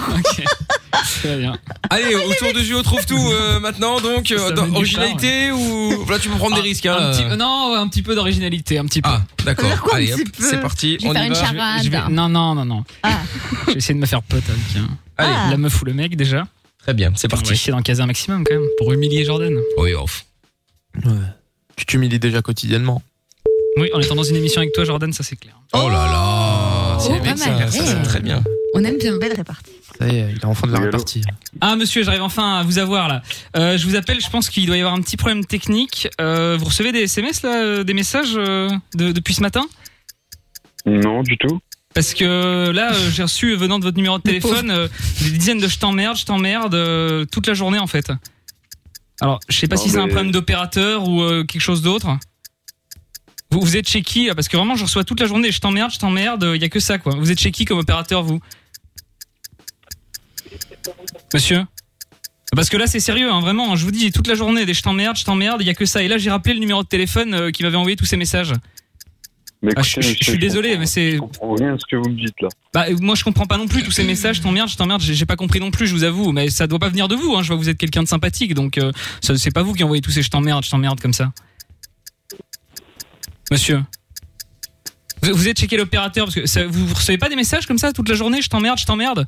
D: Très bien.
B: Allez, autour de Juo trouve tout euh, maintenant donc euh, dans- originalité ou là tu peux prendre des risques hein.
D: Bah, Ah, Un petit-
B: euh.
D: non, ouais, un petit peu d'originalité, un petit peu. Ah,
B: d'accord. Quoi, un Allez, hop, petit peu Ah. c'est parti, Je vais on y faire une va. charade.
D: Je vais- Non, non, non, non. Je vais essayer de me faire pote avec un-
B: Ah.
D: la meuf ou le mec déjà.
B: Très bien, c'est
D: parti. On va essayer d'en caser un maximum quand même pour humilier Jordan.
B: Oui, off.
C: Ouais. Tu t'humilies déjà quotidiennement.
D: Oui, en étant dans une émission avec toi, Jordan, ça c'est clair.
B: Oh là là,
G: c'est Oh, bien pas ça, mal. ça, c'est Eh. très
B: bien.
G: On aime bien.
E: Belle répartie.
C: Ça y est, il est en train de la répartie.
D: Ah monsieur, j'arrive enfin à vous avoir là. Euh, je vous appelle, je pense qu'il doit y avoir un petit problème technique. Euh, vous recevez des SMS là, euh, des messages euh, de- depuis ce matin
N: Non, du tout.
D: Parce que là, euh, j'ai reçu euh, venant de votre numéro de téléphone euh, des dizaines de je t'emmerde, je t'emmerde euh, toute la journée en fait. Alors, je sais pas
N: Non,
D: si c'est un
N: mais-
D: problème d'opérateur ou euh, quelque chose d'autre. Vous, vous êtes chez qui là Parce que vraiment, je reçois toute la journée je t'emmerde, je t'emmerde, il y a que ça quoi. Vous êtes chez qui comme opérateur vous Monsieur parce que là c'est sérieux, hein, vraiment, je vous dis toute la journée des je t'emmerde, je t'emmerde, il y a que ça. Et là j'ai rappelé le numéro de téléphone euh, qui m'avait envoyé tous ces messages.
K: Mais
D: Ah, je-
K: écoutez,
D: je- je suis
K: monsieur,
D: désolé, mais c'est.
K: je comprends rien à ce que vous me dites là.
D: Bah, euh, moi, je comprends pas non plus tous ces messages. Je T'emmerde, je t'emmerde. J'ai j'ai pas compris non plus, je vous avoue. Mais ça doit pas venir de vous. Hein. Je vois que vous êtes quelqu'un de sympathique, donc euh, ça- c'est pas vous qui envoyez tous ces je t'emmerde, je t'emmerde comme ça. Monsieur. Vous, vous êtes chez quel opérateur Parce que ça- vous, vous recevez pas des messages comme ça toute la journée Je t'emmerde, je t'emmerde.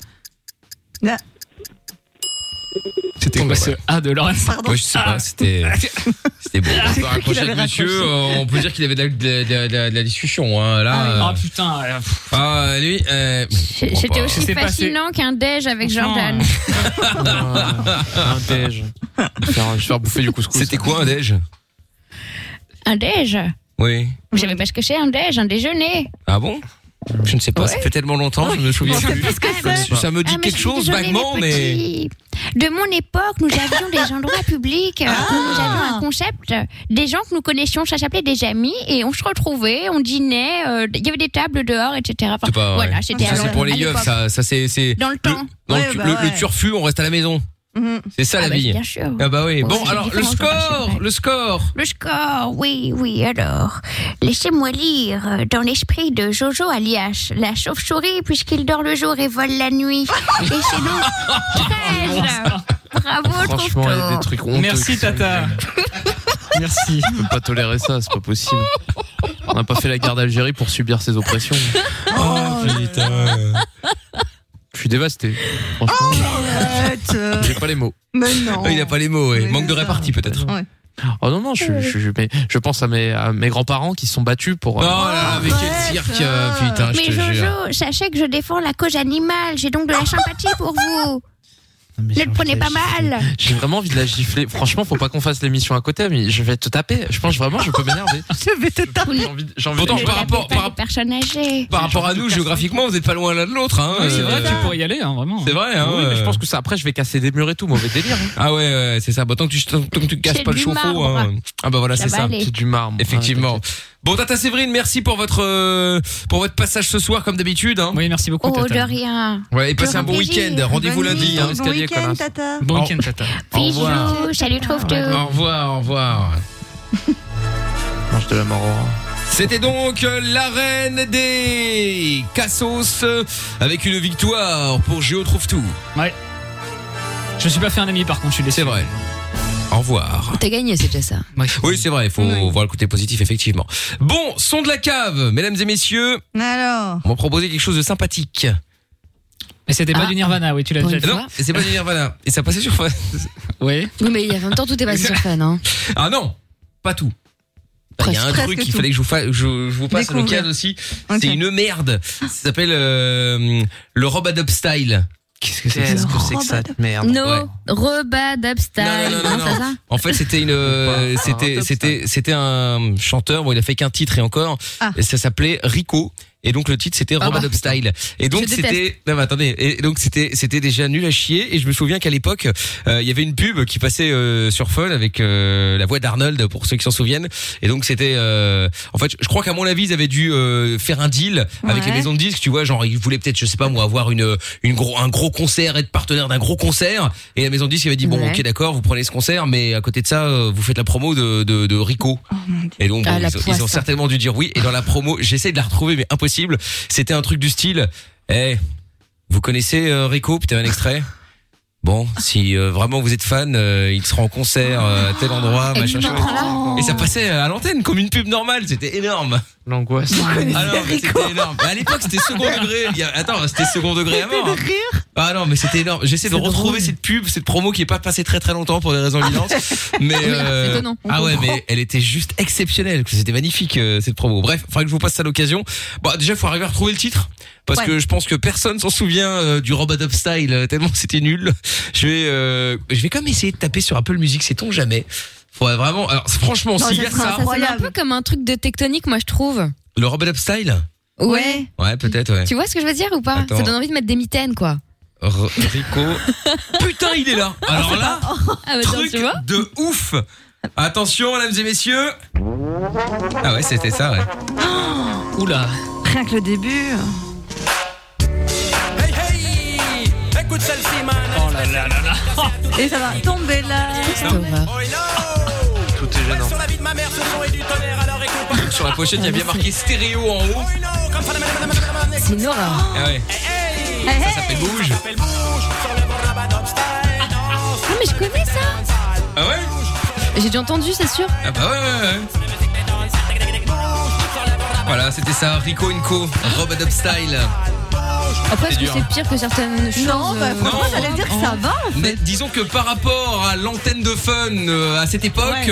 D: C'était quoi ce A de Ah. Laurence
M: Ouais, je sais pas, c'était.
O: euh,
M: C'était bon.
D: Ah,
B: On va
D: c'est vrai qu'il
B: raccrocher
D: avait
B: avec monsieur,
D: raccroché.
B: euh, on peut dire qu'il avait de la, de la- de la- de la discussion. Hein, là,
D: Ah putain. euh, pff.
B: euh, ah, lui. euh, bon,
I: C'était
B: bah,
I: aussi fascinant qu'un déj avec Jordan.
O: Un déj. Je vais faire- je vais faire bouffer du couscous.
B: C'était quoi un déj euh,
I: Un déj
B: Oui.
I: Vous savez pas ce que c'est un déj, un déjeuner
B: Ah bon Je ne sais pas, ça fait tellement longtemps, je ne me souviens
I: Vous savez
B: plus.
I: pas ce que c'est
B: Ça me dit
I: Ah, mais je
B: quelque
I: suis
B: chose
I: désolée,
B: vaguement,
I: mes
B: mais. Ah.
I: petits. De mon époque, nous avions des endroits publics, euh, où nous avions un concept, des gens que nous connaissions, ça s'appelait des amis, et on se retrouvait, on dînait, euh, il y avait des tables dehors, etc. Enfin,
B: C'est pas-
I: voilà,
B: ouais.
I: c'était
B: Ça,
I: à
B: c'est pour les
I: à
B: yeux,
I: l'époque.
B: ça, ça c'est. c'est-
I: Dans le temps.
B: Donc,
I: Ouais, bah
B: le, le
I: ouais.
B: turfu, on reste à la maison.
I: Mhm.
B: C'est ça
I: Ah
B: la
I: bah,
B: vie.
I: bien sûr.
B: Ah bah oui.
I: Bon,
B: Bon,
I: c'est
B: alors, le
I: différent quand même,
B: score Le score
I: Le score, oui, oui, alors. Laissez-moi lire euh, dans l'esprit de Jojo Alias, la chauve-souris, puisqu'il dort le jour et vole la nuit. Et c'est donc 13. Bravo,
O: Franchement, il y a des trucs honteux.
D: Merci, Tata. Merci.
O: Je peux pas tolérer ça, c'est pas possible. On n'a pas fait la guerre d'Algérie pour subir ces oppressions.
B: Oh putain.
O: Je suis dévasté. Franchement. J'ai pas les mots.
E: Mais non.
O: Il a
B: pas les mots, Manque de répartie peut-être.
O: Oh non, non, je, je, je- mais je pense à mes, à mes grands-parents qui se sont battus pour.
B: Oh là, mais quel cirque, euh,
I: Ah,
B: putain,
I: Mais Jojo, sachez que je défends la cause animale, j'ai donc de la sympathie pour vous. Ne le prenez pas mal.
O: J'ai vraiment envie de la gifler. Franchement, faut pas qu'on fasse l'émission à côté, mais je vais te taper. Je pense vraiment, je peux m'énerver.
E: Je vais te taper.
B: Pourtant,
I: Ne l'appelez
B: par rapport-
I: pas
B: par
I: des personnes âgées.
B: Par rapport à nous, géographiquement, vous n'êtes pas loin l'un de l'autre. Hein,
O: Oui, c'est vrai, tu
D: pourrais y aller, vraiment.
B: C'est vrai, hein.
O: Oui, mais je pense
B: que ça, après, je vais casser des murs et tout, mauvais délire. Ah ouais, ouais c'est ça. Bah, tant que tu, tant que tu casses
O: C'est
B: pas le
O: du
B: chauffe-eau.
O: marbre.
B: hein. Ah bah voilà,
O: Ça
B: c'est
O: va
B: ça.
O: aller. C'est du marbre.
B: Effectivement. Bon, Tata Séverine, merci pour votre, euh, pour votre passage ce soir, comme d'habitude. hein.
D: Oui, merci beaucoup.
I: Oh, de rien.
B: Ouais, et passez
I: Grand
B: un bon
I: plaisir.
B: week-end. Rendez-vous
I: Bonne
B: lundi.
I: nuit.
B: hein,
I: Bon
B: escalier,
I: week-end,
B: connasse.
I: Tata.
D: Bon
B: Au-
D: week-end, Tata.
B: Au revoir.
I: Bisous, salut,
D: Euh.
I: trouve-tout.
B: Au revoir, au revoir.
O: Mange de la mort.
B: C'était donc euh, l'arène des Cassos euh, avec une victoire pour Géo Trouve Tout.
D: Ouais. Je me suis pas fait un ami par contre, je suis déçu. C'est
B: vrai. Au revoir.
G: T'as gagné, c'est déjà ça.
B: Oui, c'est vrai, il faut voir le côté positif, effectivement. Bon, son de la cave, mesdames et messieurs.
E: Alors.
B: On m'a proposé quelque chose de sympathique.
D: Mais c'était
O: Ah.
D: pas du Nirvana, Ah oui, tu l'as déjà dit.
B: Non, c'est pas du Nirvana. Et ça passait sur Fun.
D: Oui.
G: Oui, mais il y a 20 ans, tout est passé sur fan. Hein.
B: Ah non, pas tout. Il y a un
G: Presque
B: truc
G: tout.
B: qu'il fallait que je vous, fasse- je, je vous passe le
G: Découvrir.
B: cadre aussi. C'est une merde. Ça s'appelle euh, le Rob Adobe Style. Qu'est-ce que c'est que
O: Qu'est-ce
B: ça
O: que c'est que cette merde
G: No,
B: Ouais.
G: Reba Dubstyle.
B: Non, non, non, non. En fait, c'était une, euh, c'était, c'était, c'était un chanteur. Bon, il a fait qu'un titre et encore.
G: Ah.
B: Et ça s'appelait Rico. Et donc le titre c'était
M: Ah
B: Rob
M: bah.
B: Adobe Style. Et donc
M: Je déteste.
B: c'était, non mais attendez. Et donc c'était, c'était déjà nul à chier. Et je me souviens qu'à l'époque, euh, il y avait une pub qui passait euh, sur Fun avec euh, la voix d'Arnold pour ceux qui s'en souviennent. Et donc c'était, euh, en fait, je crois qu'à mon avis ils avaient dû euh, faire un deal avec
M: Ouais.
B: les maisons de disques. Tu vois, genre ils voulaient peut-être, je sais pas moi, avoir une, une gros, un gros concert, être partenaire d'un gros concert. Et la maison de disques avait dit bon,
M: Ouais.
B: ok, d'accord, vous prenez ce concert, mais à côté de ça, euh, vous faites la promo de, de, de Rico. et donc,
M: Ah,
B: bon,
M: la
B: ils, ont- ils
M: poisse.
B: ont certainement dû dire oui. Et dans la promo, j'essaie de la retrouver, mais impossible. C'était un truc du style, eh, vous connaissez euh, Rico Putain, un extrait Bon, si euh, vraiment vous êtes fan, euh, il sera en concert euh, à tel endroit,
M: Et
B: machin,
M: non.
B: chose. Et ça passait euh, à l'antenne comme une pub normale, c'était énorme.
O: L'angoisse.
B: Alors, c'était énorme. Mais à l'époque, c'était second degré. Il y a- Attends, c'était second degré à mort. hein. Ah non, mais c'était énorme. J'essaie de
M: C'est
B: retrouver cette pub, cette promo qui est pas passée très très longtemps pour des raisons évidentes. Mais
M: Oui,
B: euh,
M: c'est étonnant. On
B: ah ouais,
M: comprend.
B: mais elle était juste exceptionnelle. C'était magnifique euh, cette promo. Bref, faudrait que je vous passe ça à l'occasion. Bon, déjà, faut arriver à retrouver le titre parce
M: Ouais.
B: que je pense que personne s'en souvient euh, du Rob Adobe Style euh, tellement c'était nul. Je vais, euh, je vais quand même essayer de taper sur Apple Music. C'est ton jamais. Faudrait vraiment. Alors franchement, s'il y a ça,
G: sonne un peu comme un truc de tectonique, moi, je trouve.
B: le Rob Adobe Style.
G: Ouais.
B: Ouais, peut-être. Ouais.
G: Tu vois ce que je veux dire ou pas
B: Attends.
G: Ça donne envie de mettre des mitaines, quoi.
B: R- Rico. Putain, il est là. Alors là.
G: Ah, bah, tiens,
B: truc
G: tu vois
B: de ouf. Attention, mesdames et messieurs. Ah ouais, c'était ça, ouais.
D: Oula.
E: Oh, Rien que le début.
B: Écoute celle-ci, man.
D: Oh là là là là.
E: Et ça va tomber là.
B: Tout est gênant.
P: la vie de ma mère, ce son est du tonnerre, alors écoute
B: sur la pochette, il y a bien marqué stéréo en haut.
G: C'est une horreur.
B: Ah ouais. Ça s'appelle bouge.
G: Non, mais je connais ça.
B: Ah ouais
G: J'ai déjà entendu, c'est sûr.
B: Ah bah ouais, ouais, ouais. Voilà, c'était ça, Rico Co, Rob Adobe Style.
G: Euh, Après, est-ce
B: C'est
G: que
B: dur.
G: c'est pire que certaines choses Non, bah,
B: franchement, j'allais
G: dire que ça va.
B: Mais disons que par rapport à l'antenne de fun euh, à cette époque,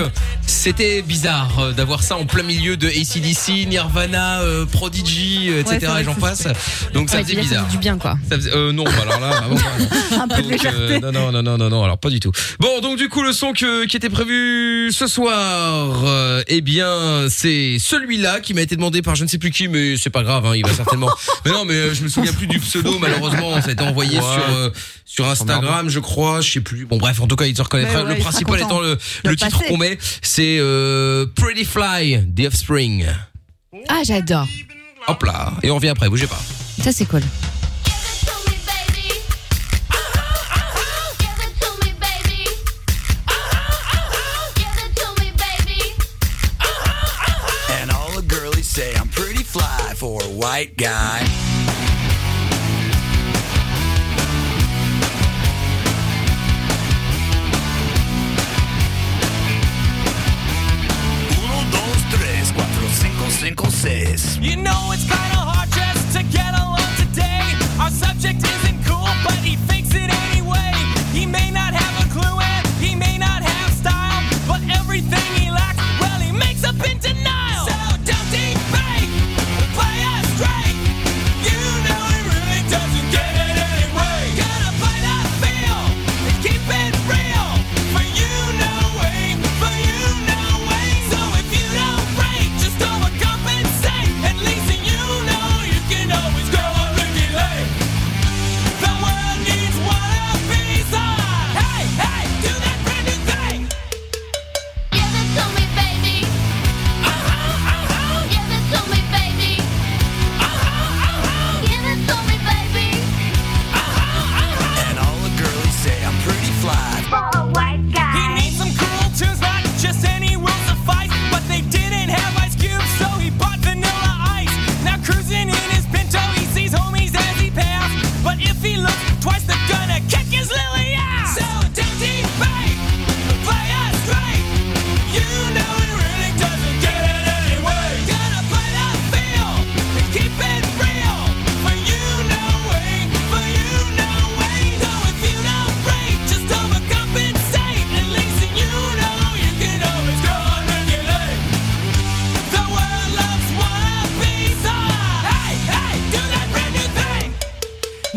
B: c'était bizarre euh, d'avoir ça en plein milieu de ACDC, Nirvana, euh, Prodigy, euh,
G: Ouais, c'est
B: etc.
G: vrai
B: et j'en
G: que
B: passe. Donc ça
G: Ouais,
B: faisait
G: déjà,
B: bizarre.
G: fait du bien, quoi.
B: Ça faisait- euh, non, bah alors là, vraiment pas.
G: Un peu de
B: Donc, euh,
G: légèreté.
B: non, non, non, non, non, non, alors pas du tout. Bon, donc du coup, le son que, qui était prévu ce soir, euh, eh bien, c'est celui-là qui m'a été demandé par je ne sais plus qui, mais c'est pas grave, hein, il va certainement. mais non, mais euh, je me souviens plus du pseudo, malheureusement, ça a été envoyé
K: Ouais.
B: sur euh, sur Instagram, je crois, je sais plus. Bon, bref, en tout cas, il se reconnaîtra.
K: Mais ouais,
B: le
K: il sera
B: principal
K: content
B: étant le,
K: de
B: le titre
G: passer.
B: qu'on met, c'est euh, Pretty Fly, The Offspring.
G: Ah, j'adore.
B: Hop là, et on revient après, bougez pas.
G: Ça, c'est cool.
Q: And all the girlies say I'm pretty fly for a white guy. Uno, dos, tres, cuatro, cinco, cinco, seis.
R: You know it's kinda hard just to get along today. Our subject isn't cool, but he fakes it anyway. He may not have a clue and he may not have style, but everything he lacks, well, he makes up in denial. So don't think fake, play us straight. You know he really doesn't get it anyway. Gotta fight that feel and keep it real. For you no way, for you no way. So if you don't break, just overcompensate. At least you know you can always go a Ricky Lake. The world needs one of these. Hey, hey, do that brand new thing. Give it to me, baby. Uh huh, uh huh. Give it to me, baby. Uh huh, uh huh. Give it to me, baby.
Q: And all the girlies say I'm pretty fly.
R: He needs some cool tunes, not just any will suffice. But they didn't have ice cubes, so he bought vanilla ice. Now cruising in his pinto, he sees homies as he passed. But if he looks twice, they're gonna kick his lily ass. So don't debate, play us straight. You know he really doesn't get it anyway. Gotta play that feel and keep it real. For you no way, for you no way. So if you don't break, just overcompensate. At least you know you can always go on regulate. The world loves one of these. Hey, hey, do that brand new thing.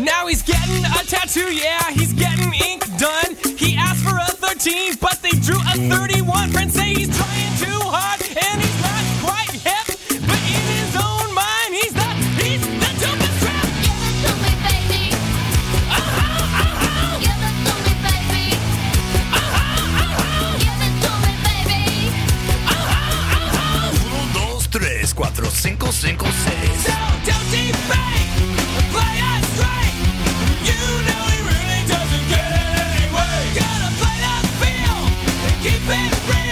R: Now he's getting a tattoo, yeah, he's getting ink done. He asked for a 13, but they drew a 31. Friends say he's trying too hard and he's not quite hip. But in his own mind, he's the, he's the dopest crap. Give it to me, baby. Uh-huh, uh-huh. Give it to me, baby. Uh-huh, uh-huh. Give it to me, baby. Uh-huh, uh-huh.
Q: Uno, dos, tres, cuatro, cinco, cinco, seis.
R: So don't debate, play us straight. You know he really doesn't get it anyway. Gotta play that feel and keep it real.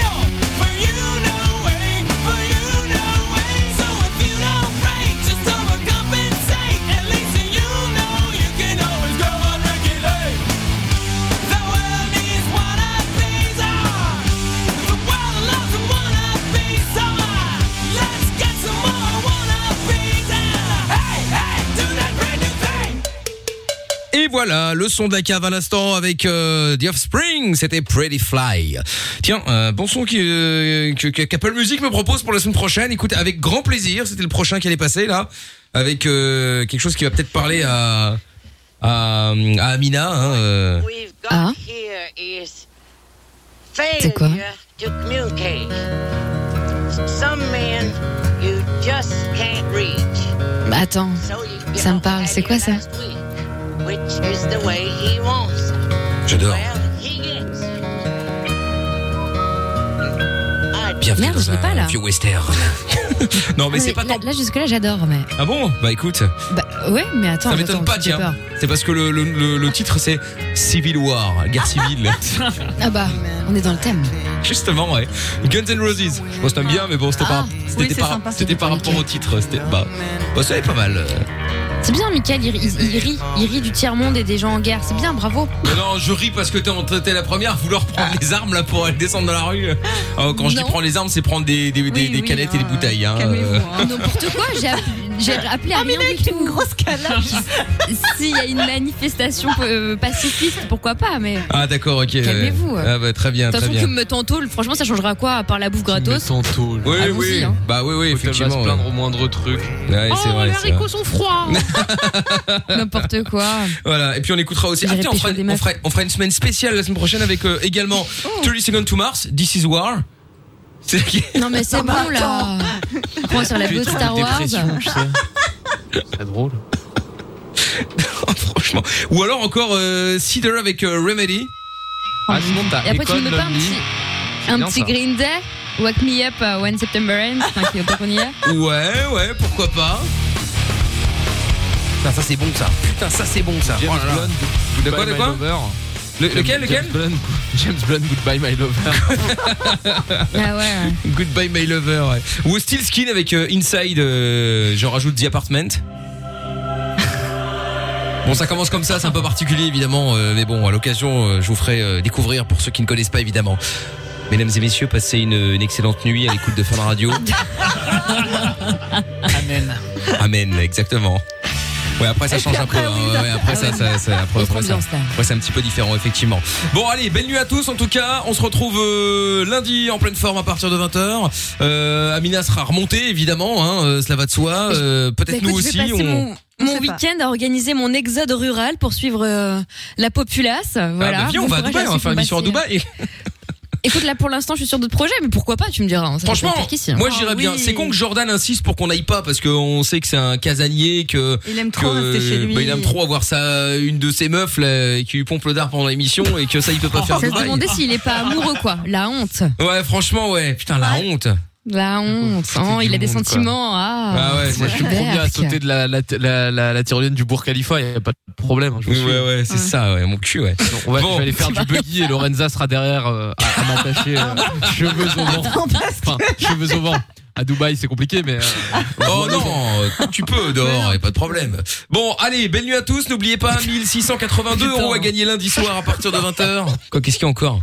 R: For you no way, for you no way. So if you don't break, just overcompensate. At least you know you can always go on regulate. The world needs one of these. ah. The world loves one of these. ah. Let's get some more one of these. ah. Hey, hey, do that brand new thing.
B: Et voilà, le son de la cave à l'instant avec euh, The Offspring, c'était Pretty Fly. Tiens, euh, bon son qui, euh, que- que- qu'Apple Music me propose pour la semaine prochaine. Écoute, avec grand plaisir, c'était le prochain qui allait passer là, avec euh, quelque chose qui va peut-être parler à, à, à Amina. hein, euh.
G: Ah.
S: here is
G: C'est quoi
S: failure to communicate. Some men you just can't reach,
G: Bah, attends, ça me parle. C'est quoi ça
S: which is the way he wants it.
B: J'adore.
S: He gets it.
B: Bienvenue
G: Merde,
B: dans
G: je l'ai
B: un
G: pas, là. Ah,
B: vieux western. non mais c'est pas
G: là,
B: tant.
G: là, jusque-là, j'adore, mais.
B: Ah bon Bah écoute.
G: Bah, ouais, mais attends.
B: ça m'étonne
G: attends,
B: pas,
G: j'ai peur.
B: tiens. C'est parce que le, le, le- le titre c'est Civil War, guerre civile.
G: Ah bah, on est dans le thème.
B: Justement, ouais. Guns N' Roses. Moi, je t'aime bien, mais bon, c'était pas, c'était
G: Ah, c'est
B: par-
G: sympa,
B: c'était par rapport au titre. C'était, bah, bah, ça est pas mal.
G: C'est bien, Michael, il, il- il rit. Il rit du tiers-monde et des gens en guerre. C'est bien, bravo.
B: Mais non, je ris parce que t'es en- t'es la première à vouloir prendre les armes là pour aller descendre dans la rue. Euh, quand je dis
G: Ah. Non.
B: prendre les armes, c'est prendre des, des, des- des canettes et des bouteilles. Hein. Euh,
G: N'importe quoi, j'ai app- j'ai appelé à rien du tout. Ah, une grosse
T: calage.
G: S'il y a une manifestation euh, pacifiste, pourquoi pas, mais...
B: Ah d'accord, ok.
G: Calmez-vous. hein.
B: Ah bah très bien,
G: De toute
B: très
G: façon,
B: bien.
G: tu me tantôle, franchement, ça changera quoi à part la bouffe gratos
B: Oui, oui.
G: hein.
B: Bah oui, oui, effectivement.
K: se
B: plaindre au moindre truc. Ouais, c'est vrai. c'est vrai.
G: Oh, sont froids N'importe quoi.
B: Voilà, et puis on écoutera aussi. Ah,
G: J'irai
B: tiens, on,
G: pécho
B: fera,
G: des
B: on
G: meufs. Oh.
B: fera- on fera une semaine spéciale la semaine prochaine avec euh, également 30 Seconds to Mars, This is War. C'est
G: Non mais c'est bon là Prends sur la
B: Putain,
G: bio de Star Wars.
B: dépression, je sais.
K: C'est drôle.
B: Franchement. Ou alors encore euh, Cedar avec euh, Remedy. Ah, sinon, t'as
G: Et après tu
B: Econ
G: me mets pas un
B: Lonely.
G: petit,
B: C'est
G: un
B: bien,
G: petit
B: ça.
G: Green Day Wake Me Up uh, When September Ends, enfin, qui est pas qu'on y est.
B: Ouais, ouais, pourquoi pas. Putain, ça c'est bon ça. Putain, ça c'est bon ça.
K: James
B: Oh là là.
K: Blunt,
B: de
K: Goodbye
B: quoi, de
K: My
B: quoi
K: Lover.
B: Le- lequel,
K: James-
B: lequel
K: James Blunt, James Blunt, Goodbye My Lover.
G: Ah ouais.
B: Goodbye My Lover, ouais. Ou Steel Skin avec euh, Inside, euh, j'en rajoute The Apartment. Bon, ça commence comme ça, c'est un peu particulier évidemment, euh, mais bon, à l'occasion, euh, je vous ferai euh, découvrir pour ceux qui ne connaissent pas évidemment. Mesdames et messieurs, passez une, une excellente nuit à l'écoute de Fun Radio.
D: Amen.
B: Amen, exactement. Ouais, après ça
D: Et
B: change
D: puis
B: un peu.
D: après,
B: hein.
D: oui,
B: Ouais, ouais, après
D: ah
B: ça,
D: ouais.
B: ça, ça- après,
D: Autre
B: après, ça-
D: ambiance, là.
B: après, c'est un petit peu différent, effectivement. Bon, allez, belle nuit à tous. En tout cas, on se retrouve euh, lundi en pleine forme à partir de 20h. Euh, Amina sera remontée, évidemment. Hein, euh, cela va de soi. Euh,
G: Bah,
B: Peut-être
G: écoute,
B: nous
G: je vais
B: aussi.
G: passer
B: on- Ah,
G: Mon, mon week-end à organiser mon exode rural pour suivre euh, la populace. Voilà.
B: Ah bah, viens, on
G: Bon
B: va à
G: courage
B: Dubaï.
G: à ceux
B: On va
G: qui
B: faire une
G: vont
B: mission à
G: passer.
B: Dubaï.
G: Écoute, là pour l'instant, je suis sur d'autres projets, mais pourquoi pas Tu me diras. hein, ça, ça peut
B: Franchement,
G: être ici, hein.
B: moi j'irais
G: Ah
B: bien.
G: oui.
B: C'est con que Jordan insiste pour qu'on aille pas parce qu'on sait que c'est un casanier, que
T: Il aime trop
B: que-
T: rester chez lui.
B: bah, il aime trop avoir sa une de ses meufs là, qui lui pompe le dard pendant l'émission et que ça il peut pas faire.
G: Oh, Ça se
B: Dubaï.
G: demandait s'il est pas amoureux, quoi. La honte.
B: Ouais, franchement, ouais. Putain, la honte.
G: La honte. Oh, il a des sentiments. Ah,
K: Ah ouais, moi je suis le premier à
G: Berk.
K: sauter de la, la, la, la, la tyrolienne du Bourg Khalifa, y a pas de problème. hein, Je
B: Ouais, ouais, c'est ça, ouais, mon cul, ouais.
K: On va,
B: Bon.
K: Je vais aller faire du buggy et Lorenza sera derrière euh, à, à m'attacher euh, cheveux au vent. Enfin, cheveux au vent. À Dubaï, c'est compliqué, mais. euh,
B: Oh non, tu peux dehors, y a pas de problème. Bon, allez, belle nuit à tous. N'oubliez pas 1682 euros à gagner lundi soir à partir de 20h. Quoi, qu'est-ce qu'il y a encore